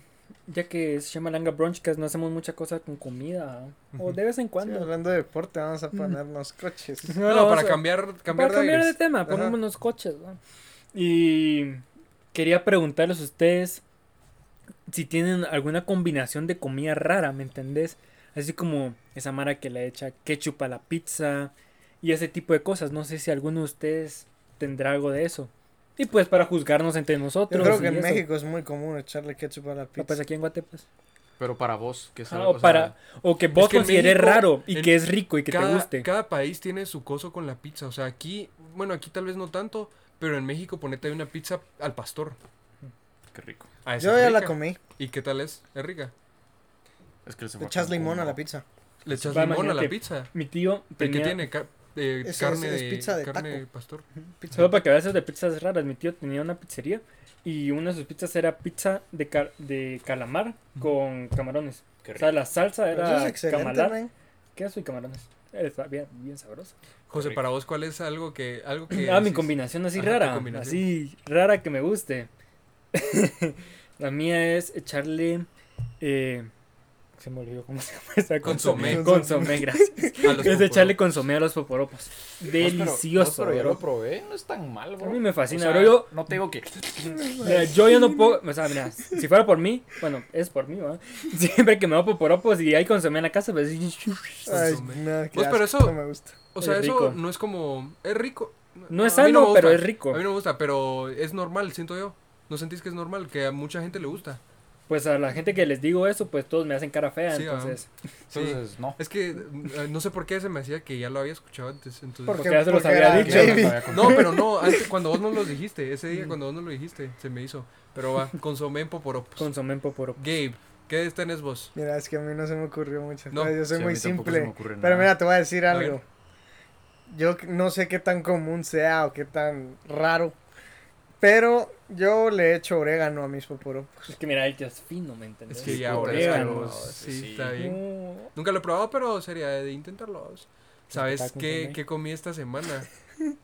[SPEAKER 2] ya que es Shamalanga Brunchcast, no hacemos mucha cosa con comida, ¿ah? o de vez en
[SPEAKER 3] Sí,
[SPEAKER 2] cuando.
[SPEAKER 3] hablando de deporte, vamos a ponernos coches.
[SPEAKER 1] No,
[SPEAKER 2] Ahora
[SPEAKER 1] para
[SPEAKER 2] vamos a-
[SPEAKER 1] cambiar, cambiar
[SPEAKER 2] para
[SPEAKER 1] de
[SPEAKER 2] cambiar de
[SPEAKER 1] aires.
[SPEAKER 2] tema, pongámonos coches. ¿no? Y quería preguntarles a ustedes si tienen alguna combinación de comida rara, ¿me entendés? Así como esa mara que le echa ketchup a la pizza y ese tipo de cosas. No sé si alguno de ustedes tendrá algo de eso. Y pues para juzgarnos entre nosotros.
[SPEAKER 3] Yo creo
[SPEAKER 2] y
[SPEAKER 3] que en
[SPEAKER 2] eso.
[SPEAKER 3] México es muy común echarle ketchup a la
[SPEAKER 2] Ah,
[SPEAKER 3] pizza.
[SPEAKER 2] Pues aquí en Guatepas.
[SPEAKER 4] Pero para vos, que es
[SPEAKER 2] Ah,
[SPEAKER 4] algo,
[SPEAKER 2] o,
[SPEAKER 4] o sea,
[SPEAKER 2] para, o que vos
[SPEAKER 1] que en
[SPEAKER 2] consideres
[SPEAKER 1] México,
[SPEAKER 2] raro y
[SPEAKER 1] en-
[SPEAKER 2] que es rico y que te guste.
[SPEAKER 1] Cada país tiene su coso con la pizza. O sea, aquí, bueno, aquí tal vez no tanto, pero en México ponete una pizza al pastor.
[SPEAKER 4] Qué rico.
[SPEAKER 1] Ah, esa
[SPEAKER 3] Yo
[SPEAKER 1] es
[SPEAKER 3] ya la
[SPEAKER 1] rica.
[SPEAKER 3] comí.
[SPEAKER 1] ¿Y qué tal es? Es rica.
[SPEAKER 4] Es que él se
[SPEAKER 3] Le
[SPEAKER 4] fue
[SPEAKER 3] echas
[SPEAKER 4] Cancún,
[SPEAKER 3] limón a
[SPEAKER 4] ¿no?
[SPEAKER 3] la pizza.
[SPEAKER 1] Le echas
[SPEAKER 2] Pues Va,
[SPEAKER 1] limón a la
[SPEAKER 2] imagínate.
[SPEAKER 1] pizza.
[SPEAKER 2] Mi tío
[SPEAKER 1] ¿Pero qué
[SPEAKER 2] tenía,
[SPEAKER 1] tiene? Ca- eh,
[SPEAKER 3] Es-
[SPEAKER 1] carne,
[SPEAKER 3] es- es
[SPEAKER 1] de,
[SPEAKER 3] pizza de
[SPEAKER 1] carne
[SPEAKER 3] taco.
[SPEAKER 1] de pastor.
[SPEAKER 2] Solo para que veas es de pizzas raras. Mi tío tenía una pizzería y una de sus pizzas era pizza de, car- de calamar con camarones.
[SPEAKER 4] Qué
[SPEAKER 2] O
[SPEAKER 4] rico.
[SPEAKER 2] sea, la salsa
[SPEAKER 3] Eso es
[SPEAKER 2] era
[SPEAKER 3] excelente,
[SPEAKER 2] camalar,
[SPEAKER 3] men.
[SPEAKER 2] queso y camarones. Está bien, bien sabroso.
[SPEAKER 1] José,
[SPEAKER 4] Rico.
[SPEAKER 1] para vos, ¿cuál es algo que. Algo que
[SPEAKER 2] Ah, mi
[SPEAKER 1] decís?
[SPEAKER 2] combinación así
[SPEAKER 1] Ajá, tu
[SPEAKER 2] rara.
[SPEAKER 1] combinación.
[SPEAKER 2] Así rara que me guste. la mía es echarle. eh, se me olvidó cómo se llama esa cosa.
[SPEAKER 1] Consomé.
[SPEAKER 2] Consomé, gracias.
[SPEAKER 1] A los
[SPEAKER 2] es de echarle
[SPEAKER 1] poporos.
[SPEAKER 2] consomé a los poporopos. Delicioso.
[SPEAKER 4] Pero, no, pero ya
[SPEAKER 2] bro.
[SPEAKER 4] lo probé, no es tan mal, bro.
[SPEAKER 2] A mí me fascina,
[SPEAKER 4] O sea,
[SPEAKER 2] bro. Yo,
[SPEAKER 4] No te digo que.
[SPEAKER 2] Mira, yo ya no puedo, o sea, mira, si fuera por mí, bueno, es por mí, ¿verdad? Siempre que me hago poporopos y hay consomé en la casa, pues
[SPEAKER 3] Ay,
[SPEAKER 1] Consomé.
[SPEAKER 3] no, qué
[SPEAKER 1] Vos, pero
[SPEAKER 3] asco,
[SPEAKER 1] eso-
[SPEAKER 3] no me gusta.
[SPEAKER 1] O sea,
[SPEAKER 2] Es
[SPEAKER 1] eso
[SPEAKER 2] rico.
[SPEAKER 1] no es como. Es rico.
[SPEAKER 2] no es
[SPEAKER 1] A mí
[SPEAKER 2] sano,
[SPEAKER 1] me gusta.
[SPEAKER 2] pero es rico.
[SPEAKER 1] A mí no me gusta, pero es normal, siento yo. ¿No sentís que es normal? Que a mucha gente le gusta.
[SPEAKER 2] Pues a la gente que les digo eso, pues todos me hacen cara fea,
[SPEAKER 1] Sí,
[SPEAKER 2] entonces,
[SPEAKER 1] Sí.
[SPEAKER 4] Entonces, no.
[SPEAKER 1] Es que eh, no sé por qué se me hacía que ya lo había escuchado antes. Entonces,
[SPEAKER 2] Porque ya se los había
[SPEAKER 3] era
[SPEAKER 2] dicho.
[SPEAKER 3] gravy.
[SPEAKER 4] Porque-
[SPEAKER 1] No, pero no, antes, cuando vos no los dijiste, ese
[SPEAKER 2] Mm.
[SPEAKER 1] día cuando vos no lo dijiste, se me hizo. Pero va, consomé en poporopos.
[SPEAKER 2] consomé en poporopos.
[SPEAKER 1] Gabe, ¿qué tenés vos?
[SPEAKER 3] Mira, es que a mí no se me ocurrió mucho.
[SPEAKER 1] No,
[SPEAKER 3] yo soy
[SPEAKER 4] Sí, a
[SPEAKER 3] muy
[SPEAKER 4] mí tampoco se me
[SPEAKER 3] simple.
[SPEAKER 4] ocurre
[SPEAKER 3] Pero
[SPEAKER 4] nada.
[SPEAKER 3] mira, te voy a decir
[SPEAKER 1] A
[SPEAKER 3] algo.
[SPEAKER 1] ver.
[SPEAKER 3] Yo c- no sé qué tan común sea o qué tan raro. Pero yo le echo orégano a mis poporopos.
[SPEAKER 2] Es que mira, él ya es fino, ¿me entiendes?
[SPEAKER 1] Es
[SPEAKER 4] Sí,
[SPEAKER 1] que ya ahora
[SPEAKER 4] orégano,
[SPEAKER 1] es que
[SPEAKER 2] Orégano.
[SPEAKER 1] vos-
[SPEAKER 4] sí,
[SPEAKER 1] sí,
[SPEAKER 4] sí.
[SPEAKER 1] está bien.
[SPEAKER 2] No.
[SPEAKER 1] Nunca lo he probado, pero sería de intentarlo. vos. ¿Sabes
[SPEAKER 2] taco
[SPEAKER 1] qué,
[SPEAKER 2] consomé.
[SPEAKER 1] qué comí esta semana?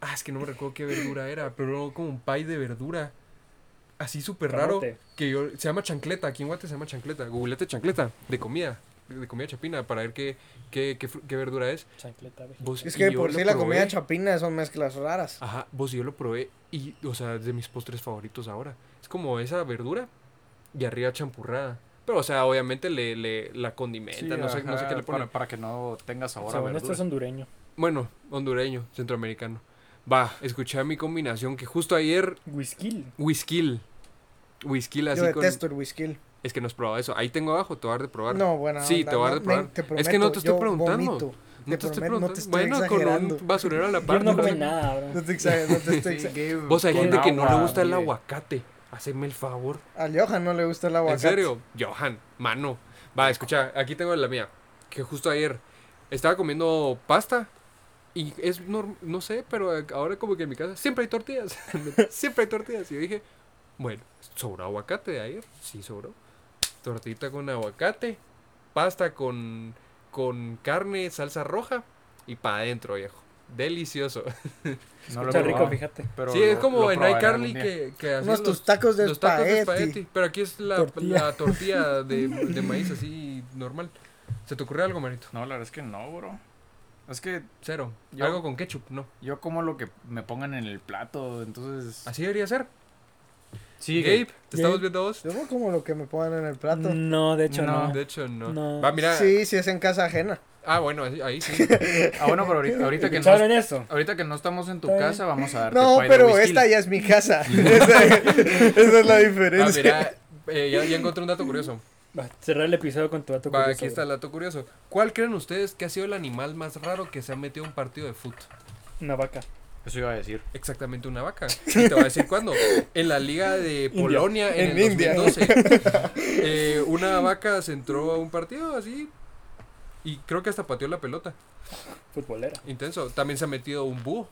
[SPEAKER 1] Ah, es que no me recuerdo qué verdura era, pero como un pie de verdura. Así súper Pues raro.
[SPEAKER 2] Camote.
[SPEAKER 1] Que yo, se llama chancleta, aquí en Guate se llama chancleta. Googleate chancleta, de comida, de comida chapina, para ver qué, qué, qué, fru- qué verdura es.
[SPEAKER 2] Chancleta, ve.
[SPEAKER 1] Vos
[SPEAKER 3] Es
[SPEAKER 1] y
[SPEAKER 3] que
[SPEAKER 1] yo
[SPEAKER 3] por
[SPEAKER 1] lo
[SPEAKER 3] sí la comida
[SPEAKER 1] probé.
[SPEAKER 3] chapina son mezclas raras.
[SPEAKER 1] Ajá, vos y yo lo probé y, o sea, es de mis postres favoritos ahora. Es como esa verdura y arriba champurrada. Pero, o sea, obviamente le, le la condimentan, no, sé, no sé qué le ponen.
[SPEAKER 4] Para, para que no tenga sabor a
[SPEAKER 2] Según
[SPEAKER 4] verdura.
[SPEAKER 2] esto es hondureño.
[SPEAKER 1] Bueno, hondureño, centroamericano. Va, escuché mi combinación que justo ayer,
[SPEAKER 2] Whisky.
[SPEAKER 1] whisky. Whisky Ah, así
[SPEAKER 3] Yo
[SPEAKER 1] con...
[SPEAKER 3] detesto el whisky.
[SPEAKER 1] Es que no has probado eso. Ahí tengo abajo, te voy a dar de probar.
[SPEAKER 3] No, bueno.
[SPEAKER 1] Sí, te voy a dar de probar. es que no te estoy preguntando.
[SPEAKER 3] Te
[SPEAKER 1] No te, estoy
[SPEAKER 3] prometo,
[SPEAKER 1] preguntando.
[SPEAKER 3] no te estoy
[SPEAKER 1] bueno,
[SPEAKER 3] exagerando.
[SPEAKER 1] con un basurero a la
[SPEAKER 2] Yo
[SPEAKER 1] par.
[SPEAKER 2] no
[SPEAKER 1] no
[SPEAKER 2] comí
[SPEAKER 1] sé.
[SPEAKER 2] nada, bro.
[SPEAKER 3] No te exageres, no te estoy
[SPEAKER 4] Sí,
[SPEAKER 3] exagerando.
[SPEAKER 4] Gabe,
[SPEAKER 1] Vos hay
[SPEAKER 4] con
[SPEAKER 1] gente que no le
[SPEAKER 4] agua,
[SPEAKER 1] gusta el
[SPEAKER 4] mire.
[SPEAKER 1] aguacate. Haceme el favor.
[SPEAKER 3] A Johan no le gusta el
[SPEAKER 1] ¿En
[SPEAKER 3] aguacate.
[SPEAKER 1] serio? Johan, mano. Va, escucha, aquí tengo la mía. Que justo ayer estaba comiendo pasta. Y es, norm- no sé, pero ahora como que en mi casa siempre hay tortillas. siempre hay tortillas. Y yo dije, bueno, ¿sobró aguacate de ayer? Sí, sobró. Tortita con aguacate, pasta con, con carne, salsa roja y para adentro, viejo. Delicioso.
[SPEAKER 4] No lo
[SPEAKER 2] Está
[SPEAKER 4] he
[SPEAKER 2] rico,
[SPEAKER 4] probado,
[SPEAKER 2] fíjate.
[SPEAKER 4] pero
[SPEAKER 1] sí, es
[SPEAKER 4] lo-
[SPEAKER 1] como
[SPEAKER 4] lo
[SPEAKER 1] en
[SPEAKER 4] probaré
[SPEAKER 1] iCarly
[SPEAKER 4] algún día.
[SPEAKER 1] que, que hacen
[SPEAKER 3] Unos
[SPEAKER 1] los-
[SPEAKER 3] tus tacos de
[SPEAKER 1] los tacos de
[SPEAKER 3] espagueti.
[SPEAKER 1] espagueti. Pero aquí es la la
[SPEAKER 2] Tortilla.
[SPEAKER 1] tortilla, de, de maíz así normal. ¿Se te ocurrió algo, Marito?
[SPEAKER 4] No, la verdad es que no, bro. Es que
[SPEAKER 1] Cero.
[SPEAKER 4] Yo-
[SPEAKER 1] Algo con ketchup, no.
[SPEAKER 4] yo como lo que me pongan en el plato, entonces.
[SPEAKER 1] Así debería ser.
[SPEAKER 4] Sí,
[SPEAKER 1] Gabe,
[SPEAKER 4] Gabe.
[SPEAKER 1] te estamos viendo a vos.
[SPEAKER 3] Yo no como lo que me pongan en el plato.
[SPEAKER 2] No, de hecho
[SPEAKER 4] No.
[SPEAKER 2] no.
[SPEAKER 1] De hecho, no.
[SPEAKER 2] No.
[SPEAKER 1] Va, Mm, mira.
[SPEAKER 3] Sí, sí es en casa ajena.
[SPEAKER 1] Ah, bueno, ahí, ahí sí.
[SPEAKER 4] Ah, bueno, pero ahorita, ahorita que no.
[SPEAKER 2] ¿Saben eso?
[SPEAKER 4] Ahorita que no estamos en tu
[SPEAKER 2] Está bien.
[SPEAKER 4] casa, vamos a darte
[SPEAKER 3] No,
[SPEAKER 4] pay de
[SPEAKER 3] pero
[SPEAKER 4] whisky.
[SPEAKER 3] esta ya es mi casa. esa, esa es la
[SPEAKER 1] Ah,
[SPEAKER 3] diferencia.
[SPEAKER 1] mira. eh, ya, ya encontré un dato curioso.
[SPEAKER 2] Va, cerrar el episodio con tu dato
[SPEAKER 1] Va,
[SPEAKER 2] curioso,
[SPEAKER 1] aquí está el
[SPEAKER 2] bro.
[SPEAKER 1] dato curioso. ¿Cuál creen ustedes que ha sido el animal más raro que se ha metido a un partido de fútbol?
[SPEAKER 2] Una vaca.
[SPEAKER 4] Eso iba a decir.
[SPEAKER 1] Exactamente una vaca. Y te voy a decir cuándo. En la liga de
[SPEAKER 2] India.
[SPEAKER 1] Polonia en,
[SPEAKER 3] En
[SPEAKER 1] el
[SPEAKER 3] India.
[SPEAKER 1] 2012. eh, una vaca se entró a un partido así y creo que hasta pateó la pelota.
[SPEAKER 2] Futbolera.
[SPEAKER 1] Intenso. También se ha metido un búho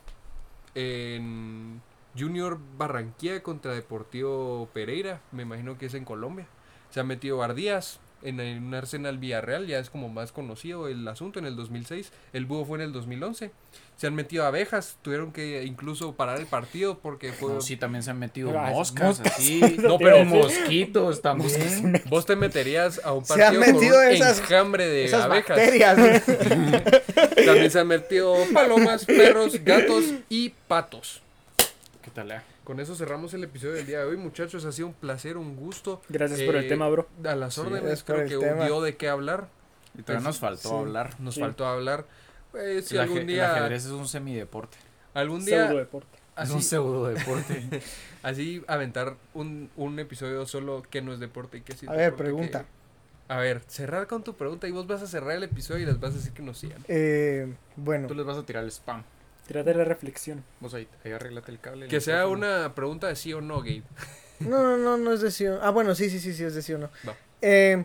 [SPEAKER 1] en Junior Barranquilla contra Deportivo Pereira. Me imagino que es en Colombia. Se ha metido Ardías en, en un Arsenal Villarreal. Ya es como más conocido el asunto en el 2006. El búho fue en el 2011. Se han metido abejas. Tuvieron que incluso parar el partido porque fue...
[SPEAKER 4] No, sí, también se han metido
[SPEAKER 2] Ah,
[SPEAKER 4] moscas,
[SPEAKER 2] moscas.
[SPEAKER 4] así.
[SPEAKER 1] No,
[SPEAKER 4] No,
[SPEAKER 1] pero
[SPEAKER 4] pero mosquitos también.
[SPEAKER 1] Vos te meterías a un
[SPEAKER 3] Se han
[SPEAKER 1] partido con
[SPEAKER 3] metido
[SPEAKER 1] un
[SPEAKER 3] esas-
[SPEAKER 1] enjambre de
[SPEAKER 3] Esas
[SPEAKER 1] eh, abejas.
[SPEAKER 3] bacterias.
[SPEAKER 1] También se han metido palomas, perros, gatos y patos.
[SPEAKER 4] ¿Qué tal, eh?
[SPEAKER 1] Con eso cerramos el episodio del día de hoy, muchachos. Ha sido un placer, un gusto.
[SPEAKER 2] Gracias por el
[SPEAKER 1] Eh,
[SPEAKER 2] tema, bro.
[SPEAKER 1] A las
[SPEAKER 4] Sí,
[SPEAKER 1] órdenes,
[SPEAKER 3] gracias por
[SPEAKER 1] creo
[SPEAKER 3] el
[SPEAKER 1] que
[SPEAKER 3] tema.
[SPEAKER 1] dio de qué hablar.
[SPEAKER 4] Y todavía nos faltó
[SPEAKER 3] Sí.
[SPEAKER 4] hablar.
[SPEAKER 1] Nos
[SPEAKER 2] Sí.
[SPEAKER 1] faltó hablar. Eh, si
[SPEAKER 4] el, aje-
[SPEAKER 1] algún
[SPEAKER 4] el
[SPEAKER 1] día,
[SPEAKER 4] ajedrez es un semideporte.
[SPEAKER 1] algún
[SPEAKER 2] Pseudo
[SPEAKER 1] día,
[SPEAKER 2] deporte.
[SPEAKER 4] Es un
[SPEAKER 1] así,
[SPEAKER 4] pseudodeporte.
[SPEAKER 1] así aventar un, un episodio solo que no es deporte y que sí es
[SPEAKER 3] A ver,
[SPEAKER 1] deporte,
[SPEAKER 3] pregunta.
[SPEAKER 1] que- a ver, cerrar con tu pregunta y vos vas a cerrar el episodio y les vas a decir que nos sigan.
[SPEAKER 3] Eh, bueno,
[SPEAKER 4] Tú les vas a tirar el spam.
[SPEAKER 2] Trata de la reflexión.
[SPEAKER 4] Vos ahí, ahí arreglate el cable. el
[SPEAKER 1] Que sea
[SPEAKER 4] micrófono.
[SPEAKER 1] una pregunta de sí o no, Gabe.
[SPEAKER 3] no, no, no, no es de sí o- Ah, bueno, sí, sí, sí, sí, es de sí o no.
[SPEAKER 1] Va.
[SPEAKER 3] Eh,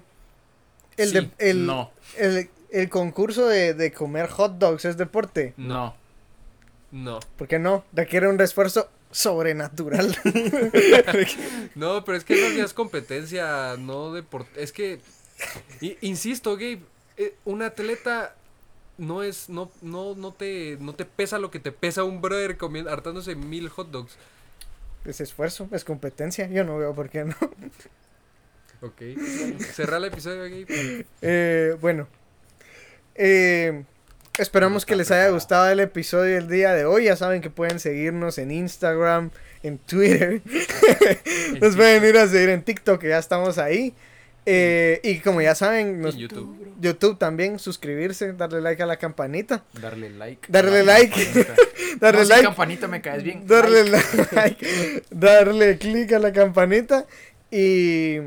[SPEAKER 3] el,
[SPEAKER 1] Sí,
[SPEAKER 3] de- el,
[SPEAKER 4] No,
[SPEAKER 3] el, el concurso de, de comer hot dogs es deporte.
[SPEAKER 4] no.
[SPEAKER 1] No.
[SPEAKER 3] ¿Por qué no? Requiere un esfuerzo sobrenatural.
[SPEAKER 1] No, pero es que no es competencia, no deporte. Es que, i- insisto, Gabe, eh, un atleta no es, no, no, no te, no te pesa lo que te pesa un brother comiendo, hartándose mil hot dogs.
[SPEAKER 3] es esfuerzo, es competencia. Yo no veo por qué no.
[SPEAKER 1] Ok. Cerrar el episodio, Gabe.
[SPEAKER 3] Eh, bueno. Eh, esperamos que les haya gustado el episodio del día de hoy. Ya saben que pueden seguirnos en Instagram, en Twitter. Nos pueden ir a seguir en TikTok, que ya estamos ahí. Eh, y como ya saben, nos-
[SPEAKER 1] En YouTube.
[SPEAKER 3] YouTube también, suscribirse, darle like a la campanita.
[SPEAKER 4] Darle like.
[SPEAKER 3] Darle like. Darle
[SPEAKER 4] Darle like.
[SPEAKER 3] like.
[SPEAKER 4] campanita me caes bien.
[SPEAKER 3] Darle like, darle clic a la campanita y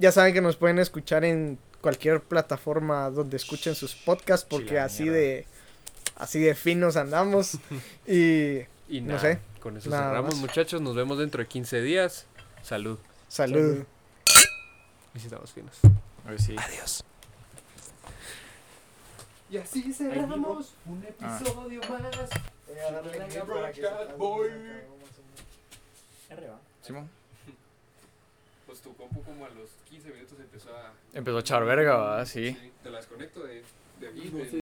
[SPEAKER 3] ya saben que nos pueden escuchar en cualquier plataforma donde escuchen sus podcasts porque
[SPEAKER 4] Chila
[SPEAKER 3] así
[SPEAKER 4] mierda.
[SPEAKER 3] de así de finos andamos y
[SPEAKER 1] Y
[SPEAKER 3] No
[SPEAKER 1] nada,
[SPEAKER 3] sé,
[SPEAKER 1] con eso
[SPEAKER 3] nada
[SPEAKER 1] cerramos,
[SPEAKER 3] más.
[SPEAKER 1] muchachos. Nos vemos dentro de 15 días. Salud.
[SPEAKER 3] salud.
[SPEAKER 1] Visitamos finos.
[SPEAKER 4] A ver si.
[SPEAKER 1] Y así cerramos un episodio más. Ah.
[SPEAKER 4] Simón.
[SPEAKER 1] Pues tu compu como a los 15 minutos empezó a...
[SPEAKER 4] Empezó a echar verga, ¿verdad? Sí.
[SPEAKER 1] Te las conecto de, de aquí.
[SPEAKER 5] No
[SPEAKER 1] de-
[SPEAKER 5] sé.